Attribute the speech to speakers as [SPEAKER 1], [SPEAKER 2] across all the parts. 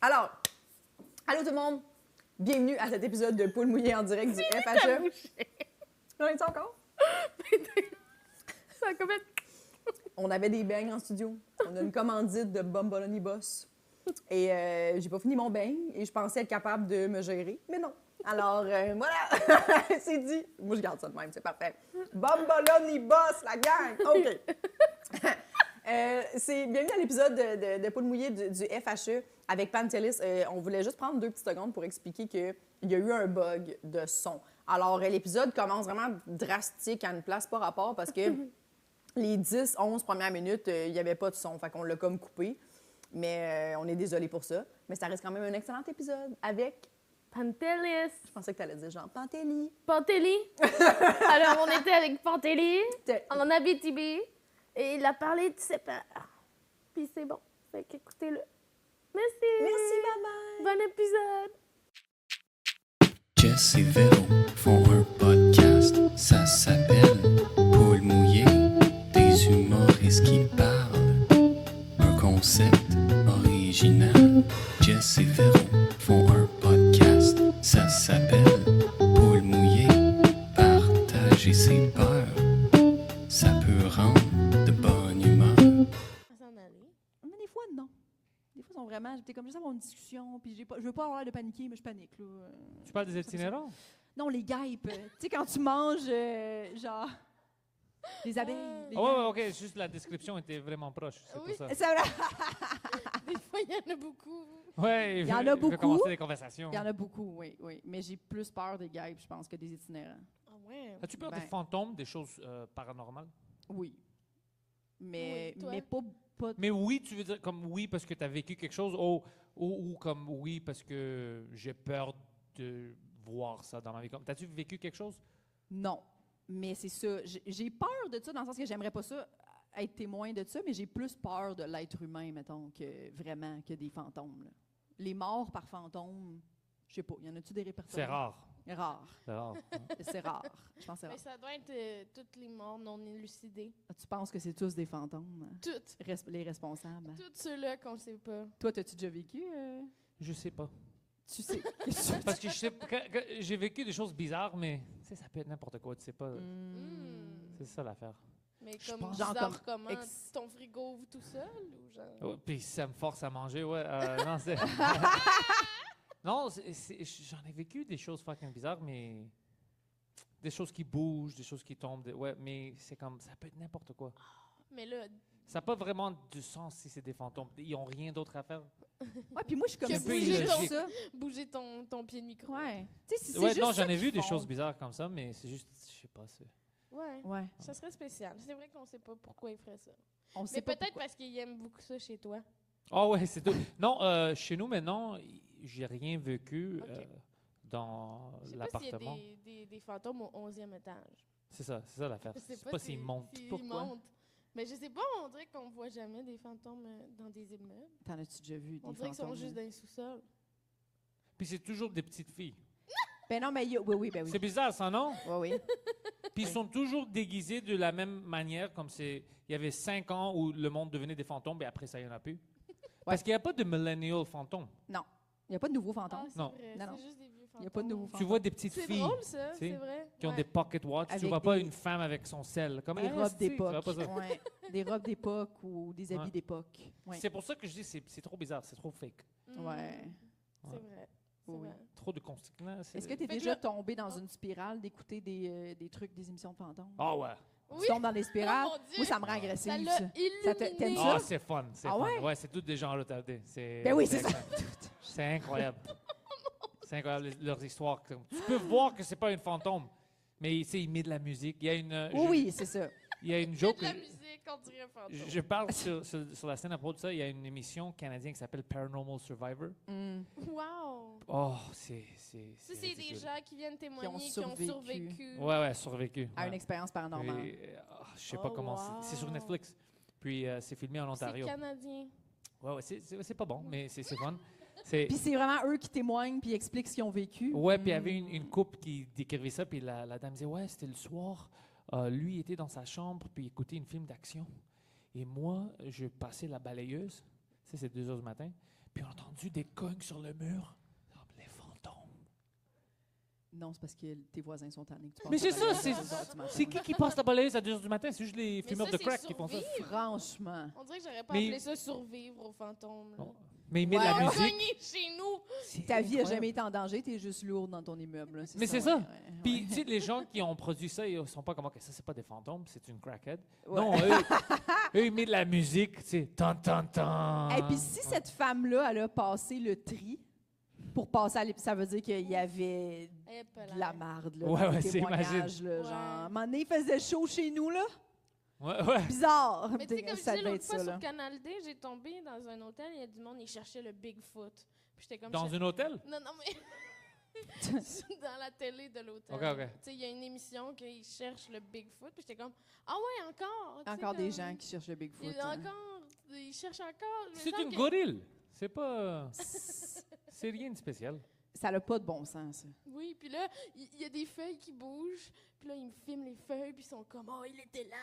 [SPEAKER 1] Alors, allô tout le monde! Bienvenue à cet épisode de Poule mouillée en direct du E. FHE. On est encore?
[SPEAKER 2] Ça a comme être-
[SPEAKER 1] On avait des beignes en studio. On a une commandite de Bomboloni Boss. Et euh, j'ai pas fini mon beigne et je pensais être capable de me gérer, mais non. Alors, euh, voilà, c'est dit. Moi, je garde ça de même, c'est parfait. Bomboloni Boss, la gang! OK. Euh, c'est bienvenue à l'épisode de, de, de Poule mouillée du, du FHE avec Pantelis. Euh, on voulait juste prendre deux petites secondes pour expliquer qu'il y a eu un bug de son. Alors, euh, l'épisode commence vraiment drastique à une place par rapport parce que les 10, 11 premières minutes, euh, il n'y avait pas de son. Fait qu'on l'a comme coupé. Mais euh, on est désolé pour ça. Mais ça reste quand même un excellent épisode avec.
[SPEAKER 2] Pantelis.
[SPEAKER 1] Je pensais que tu allais dire genre Pantelli.
[SPEAKER 2] Pantelli. Alors, on était avec Pantelli
[SPEAKER 1] T'es-
[SPEAKER 3] Ah,
[SPEAKER 2] en Abitibi et il a parlé de ses peurs. Puis c'est bon. Fait qu'écoutez-le. Merci.
[SPEAKER 1] Merci, maman!
[SPEAKER 2] Bon épisode.
[SPEAKER 4] Jess et Véro font un podcast, ça s'appelle Paul Mouillé, des humoristes qui parlent. Un concept original. Jess et Véro font un podcast, ça s'appelle Paul Mouillé, partager ses peurs. Ça peut rendre de bonne humeur.
[SPEAKER 3] Mais des fois, non. Des fois, ils sont vraiment. J'étais comme juste avoir une discussion, puis j'ai pas, je veux pas avoir l'air de paniquer, mais je panique. Là. Euh,
[SPEAKER 5] Tu parles des itinérants?
[SPEAKER 3] Non, les guêpes. euh, tu sais, quand tu manges, euh, genre. Des abeilles. des
[SPEAKER 5] Ah ouais, ouais,
[SPEAKER 3] guêpes.
[SPEAKER 5] ok, c'est juste la description était vraiment proche, c'est
[SPEAKER 2] Oui.
[SPEAKER 5] pour
[SPEAKER 1] Ah.
[SPEAKER 5] ça.
[SPEAKER 3] Ça, là,
[SPEAKER 2] Des fois, il y en a beaucoup.
[SPEAKER 5] Ouais,
[SPEAKER 3] Il y en a beaucoup.
[SPEAKER 5] commencer des conversations.
[SPEAKER 3] Il y en a beaucoup, oui, oui. Mais j'ai plus peur des guêpes, je pense, que des itinérants.
[SPEAKER 5] As-tu peur
[SPEAKER 3] Ben.
[SPEAKER 5] des fantômes, des choses euh, paranormales?
[SPEAKER 3] Oui. Mais,
[SPEAKER 2] Oui, toi?
[SPEAKER 3] mais pas. pas
[SPEAKER 5] Mais oui, tu veux dire comme oui parce que tu as vécu quelque chose ou, ou, ou comme oui parce que j'ai peur de voir ça dans la vie. Comme- T'as-tu vécu quelque chose?
[SPEAKER 3] non. Mais c'est ça. J'ai- J'ai peur de ça, dans le sens que j'aimerais pas ça euh, être témoin de ça, mais j'ai plus peur de l'être humain, mettons, que vraiment, que des fantômes. là. Les morts par fantômes, je sais pas. Y en a-tu des répertoires?
[SPEAKER 5] C'est rare.
[SPEAKER 3] Rare.
[SPEAKER 5] C'est rare.
[SPEAKER 3] C'est rare. Je pense que c'est
[SPEAKER 6] Mais
[SPEAKER 3] rare.
[SPEAKER 6] ça doit être euh, toutes les morts non élucidées.
[SPEAKER 3] Tu penses que c'est tous des fantômes? hein?
[SPEAKER 6] Toutes.
[SPEAKER 3] Res- les responsables. hein?
[SPEAKER 6] Toutes ceux-là qu'on sait pas.
[SPEAKER 3] Toi, t'as-tu déjà vécu? euh?
[SPEAKER 5] je sais pas.
[SPEAKER 3] Tu sais.
[SPEAKER 5] Parce que je sais pas- que- que- j'ai vécu des choses bizarres, mais tu sais, ça peut être n'importe quoi. Tu sais pas.
[SPEAKER 3] Mm. Hmm.
[SPEAKER 5] C'est ça l'affaire.
[SPEAKER 6] Mais
[SPEAKER 3] Je
[SPEAKER 6] comme
[SPEAKER 3] pense-
[SPEAKER 6] bizarre
[SPEAKER 3] Genre
[SPEAKER 6] comment
[SPEAKER 3] ex-
[SPEAKER 6] ton frigo ouvre tout seul ou genre.
[SPEAKER 5] Ouais, Puis ça me force à manger, ouais. euh, non, c'est. non, c'est- c'est- j'en ai vécu des choses fucking bizarres, mais. Des choses qui bougent, des choses qui tombent. des- Ouais, mais c'est comme. Ça peut être n'importe quoi.
[SPEAKER 6] Mais là,
[SPEAKER 5] Ça n'a pas vraiment du sens si c'est des fantômes. Ils n'ont rien d'autre à faire.
[SPEAKER 3] Ouais, puis moi, je suis comme
[SPEAKER 6] Que
[SPEAKER 3] si
[SPEAKER 5] vous
[SPEAKER 3] c'est juste
[SPEAKER 5] illogique.
[SPEAKER 3] ça.
[SPEAKER 6] bouger ton, ton pied de micro.
[SPEAKER 3] Ouais. Tu sais, si c'est
[SPEAKER 5] Ouais,
[SPEAKER 3] juste
[SPEAKER 5] non,
[SPEAKER 3] ça
[SPEAKER 5] j'en ai
[SPEAKER 3] qu'ils
[SPEAKER 5] vu des
[SPEAKER 3] font.
[SPEAKER 5] choses bizarres comme ça, mais c'est juste. Je sais pas. c'est-
[SPEAKER 6] Ouais.
[SPEAKER 3] Ouais.
[SPEAKER 6] Ça serait spécial. C'est vrai qu'on sait pas pourquoi il ferait ça.
[SPEAKER 3] On sait
[SPEAKER 6] Mais
[SPEAKER 3] pas
[SPEAKER 6] peut-être
[SPEAKER 3] pourquoi.
[SPEAKER 6] parce qu'il aime beaucoup ça chez toi.
[SPEAKER 5] Ah ouais, c'est tout. Non, euh, chez nous, maintenant, j'ai rien vécu
[SPEAKER 6] Ok.
[SPEAKER 5] euh, dans
[SPEAKER 6] Je sais pas s'il y a
[SPEAKER 5] l'appartement.
[SPEAKER 6] des, des, des fantômes au 11e étage.
[SPEAKER 5] C'est ça, c'est ça l'affaire.
[SPEAKER 6] Je
[SPEAKER 5] Je
[SPEAKER 6] sais
[SPEAKER 5] sais pas s'ils montent.
[SPEAKER 6] s'ils
[SPEAKER 5] Pourquoi?
[SPEAKER 6] montent. Mais je sais pas, on dirait qu'on voit jamais des fantômes euh, dans des immeubles.
[SPEAKER 3] T'en as-tu déjà vu?
[SPEAKER 6] On
[SPEAKER 3] des
[SPEAKER 6] dirait qu'ils sont
[SPEAKER 3] fantômes, hein.
[SPEAKER 6] juste
[SPEAKER 3] là?
[SPEAKER 6] dans les sous-sols.
[SPEAKER 5] Puis c'est toujours des petites filles.
[SPEAKER 3] Ben non, mais il y a- oui, oui, ben oui.
[SPEAKER 5] C'est bizarre, ça, non?
[SPEAKER 3] Ouais, oui.
[SPEAKER 5] Puis ils
[SPEAKER 3] Oui.
[SPEAKER 5] sont toujours déguisés de la même manière, comme c'est. Il y avait cinq ans où le monde devenait des fantômes, et après ça, il n'y en a plus. Parce qu'il n'y a pas de millennial fantômes.
[SPEAKER 3] Il n'y a pas de nouveaux fantômes.
[SPEAKER 6] Ah, c'est
[SPEAKER 5] Non.
[SPEAKER 3] Non,
[SPEAKER 6] vrai, c'est
[SPEAKER 3] non.
[SPEAKER 6] juste des vieux fantômes.
[SPEAKER 3] Il y a pas de nouveaux
[SPEAKER 5] Tu
[SPEAKER 3] fantômes.
[SPEAKER 5] vois des petites
[SPEAKER 6] C'est
[SPEAKER 5] filles
[SPEAKER 6] drôle, ça,
[SPEAKER 5] tu sais,
[SPEAKER 6] c'est vrai.
[SPEAKER 5] qui ont
[SPEAKER 6] Ouais.
[SPEAKER 5] des pocket watch. tu
[SPEAKER 3] Avec
[SPEAKER 5] vois pas
[SPEAKER 3] des-
[SPEAKER 5] une femme avec son sel. Comme
[SPEAKER 3] Des
[SPEAKER 5] Eh,
[SPEAKER 3] robes
[SPEAKER 5] si, tu vois
[SPEAKER 3] d'époque.
[SPEAKER 5] pas ça.
[SPEAKER 3] Ouais. Des robes d'époque ou des habits
[SPEAKER 5] Ouais.
[SPEAKER 3] d'époque. Ouais.
[SPEAKER 5] C'est pour ça que je dis que c'est c'est trop bizarre, c'est trop fake.
[SPEAKER 6] Mm.
[SPEAKER 3] Ouais.
[SPEAKER 6] C'est vrai. c'est
[SPEAKER 3] Oui.
[SPEAKER 6] vrai.
[SPEAKER 5] Trop de consignes.
[SPEAKER 3] Est-ce que tu es
[SPEAKER 6] Fait que
[SPEAKER 3] déjà
[SPEAKER 6] là-
[SPEAKER 3] tombé dans
[SPEAKER 6] Oh.
[SPEAKER 3] une spirale d'écouter des, euh, des trucs, des émissions de fantômes?
[SPEAKER 5] Ah ouais.
[SPEAKER 6] Oui,
[SPEAKER 3] Tu tombes dans des spirales?
[SPEAKER 6] Oh mon Dieu!
[SPEAKER 3] Moi, ça me rend
[SPEAKER 6] ça
[SPEAKER 3] agressive,
[SPEAKER 6] l'a
[SPEAKER 3] ça. Ça te-
[SPEAKER 6] illuminé.
[SPEAKER 3] t'aimes
[SPEAKER 5] Ah,
[SPEAKER 3] ça?
[SPEAKER 5] c'est fun. C'est
[SPEAKER 3] Ah
[SPEAKER 5] fun.
[SPEAKER 3] ouais?
[SPEAKER 5] Ouais, c'est tous des gens retardés. C'est-
[SPEAKER 3] Ben oui, c'est ça.
[SPEAKER 5] C'est incroyable. c'est incroyable les- leurs histoires. Comme- Tu peux voir que c'est pas une fantôme, mais tu sais, il met de la musique. Il y a une, euh,
[SPEAKER 3] Oui,
[SPEAKER 5] je-
[SPEAKER 3] oui, c'est ça.
[SPEAKER 5] Il y a une
[SPEAKER 6] Il y a
[SPEAKER 5] joke.
[SPEAKER 6] de la musique, on dirait un fantôme.
[SPEAKER 5] Je, je parle sur, sur- sur la scène à propos de ça. Il y a une émission canadienne qui s'appelle Paranormal Survivor.
[SPEAKER 3] Mm.
[SPEAKER 6] Wow!
[SPEAKER 5] Oh, c'est c'est.
[SPEAKER 6] Ça, c'est des
[SPEAKER 5] ridicule.
[SPEAKER 6] gens qui viennent témoigner, qui ont
[SPEAKER 3] survécu.
[SPEAKER 6] survécu.
[SPEAKER 5] Ouais, ouais, survécu.
[SPEAKER 3] À
[SPEAKER 5] ouais.
[SPEAKER 3] une expérience paranormale.
[SPEAKER 5] Et, euh, ah, je sais
[SPEAKER 6] Oh,
[SPEAKER 5] pas comment. c'est- C'est sur
[SPEAKER 6] wow.
[SPEAKER 5] Netflix. Puis euh, c'est filmé en
[SPEAKER 6] C'est
[SPEAKER 5] Ontario.
[SPEAKER 6] canadien.
[SPEAKER 5] Ouais, ouais, c'est- c'est c'est pas bon, mais c'est c'est fun. C'est.
[SPEAKER 3] Puis c'est vraiment eux qui témoignent puis expliquent ce qu'ils ont vécu.
[SPEAKER 5] Ouais, puis il y avait
[SPEAKER 3] Mm.
[SPEAKER 5] une, une couple qui décrivait ça, puis la, la dame disait Ouais, c'était le soir. Euh, lui était dans sa chambre, puis il écoutait une film d'action. Et moi, je passais la balayeuse. Ça, c'est 2 heures du matin. Puis on a entendu des cognes sur le mur. Comme les fantômes.
[SPEAKER 3] Non, c'est parce que tes voisins sont tannés. que tu
[SPEAKER 5] Mais
[SPEAKER 3] passes
[SPEAKER 5] c'est
[SPEAKER 3] ta
[SPEAKER 5] ça,
[SPEAKER 3] balayette à
[SPEAKER 5] c'est
[SPEAKER 3] deux heures du matin.
[SPEAKER 5] c'est qui qui passe la balayeuse à 2 h du matin? C'est juste les
[SPEAKER 6] Mais
[SPEAKER 5] fumeurs
[SPEAKER 6] ça,
[SPEAKER 5] de
[SPEAKER 6] c'est
[SPEAKER 5] crack qui font ça.
[SPEAKER 6] survie.
[SPEAKER 3] Franchement.
[SPEAKER 6] On dirait que j'aurais pas
[SPEAKER 5] Mais-
[SPEAKER 6] appelé ça survivre aux fantômes. là.
[SPEAKER 5] Non, Mais ils mettent
[SPEAKER 6] Ouais,
[SPEAKER 5] la
[SPEAKER 6] on
[SPEAKER 5] musique.
[SPEAKER 6] cognait chez nous.
[SPEAKER 5] C'est
[SPEAKER 3] Ta vie n'a
[SPEAKER 5] incroyable.
[SPEAKER 3] jamais été en danger, t'es juste lourde dans ton immeuble. là,
[SPEAKER 5] Mais c'est ça.
[SPEAKER 3] ouais, ouais, ouais.
[SPEAKER 5] Puis, tu sais, les gens qui ont produit ça, ils sont pas comme, OK, ça, c'est pas des fantômes, c'est une crackhead.
[SPEAKER 3] Ouais.
[SPEAKER 5] Non, eux, eux, ils mettent de la musique, tu sais, tan, tan, tan.
[SPEAKER 3] Et puis si cette femme-là, elle a passé le tri pour passer à l'ép- ça veut dire qu'il y avait
[SPEAKER 6] Eh,
[SPEAKER 3] de la
[SPEAKER 6] pelaire.
[SPEAKER 3] marde là,
[SPEAKER 5] Ouais,
[SPEAKER 3] dans
[SPEAKER 5] ouais,
[SPEAKER 3] le
[SPEAKER 5] c'est-
[SPEAKER 3] témoignage. Là,
[SPEAKER 6] Ouais.
[SPEAKER 3] genre, à un moment donné, il faisait chaud chez nous, là.
[SPEAKER 5] Ouais, ouais.
[SPEAKER 3] Bizarre.
[SPEAKER 6] Mais tu sais, comme je disais
[SPEAKER 3] devait
[SPEAKER 6] l'autre
[SPEAKER 3] être
[SPEAKER 6] fois
[SPEAKER 3] là.
[SPEAKER 6] sur Canal D, j'ai tombé dans un hôtel, il y a du monde, ils cherchaient le Bigfoot. Puis j'étais comme...
[SPEAKER 5] Dans
[SPEAKER 6] je-
[SPEAKER 5] un hôtel?
[SPEAKER 6] Non, non, mais... dans la télé de l'hôtel.
[SPEAKER 5] OK, OK.
[SPEAKER 6] Tu sais, il y a une émission qu'ils cherchent le Bigfoot, puis j'étais comme... Ah ouais, encore! Tu sais,
[SPEAKER 3] Encore des
[SPEAKER 6] comme-
[SPEAKER 3] gens qui cherchent le
[SPEAKER 6] Il
[SPEAKER 3] Bigfoot.
[SPEAKER 6] y a
[SPEAKER 3] hein.
[SPEAKER 6] encore, ils cherchent encore. il me
[SPEAKER 5] C'est
[SPEAKER 6] semble
[SPEAKER 5] une
[SPEAKER 6] que-
[SPEAKER 5] gorille. C'est pas. C'est rien de spécial.
[SPEAKER 3] Ça n'a pas de bon sens, ça.
[SPEAKER 6] Oui, puis là, il il y, a des feuilles qui bougent, puis là, ils me filment les feuilles, puis ils sont comme, oh, il était là.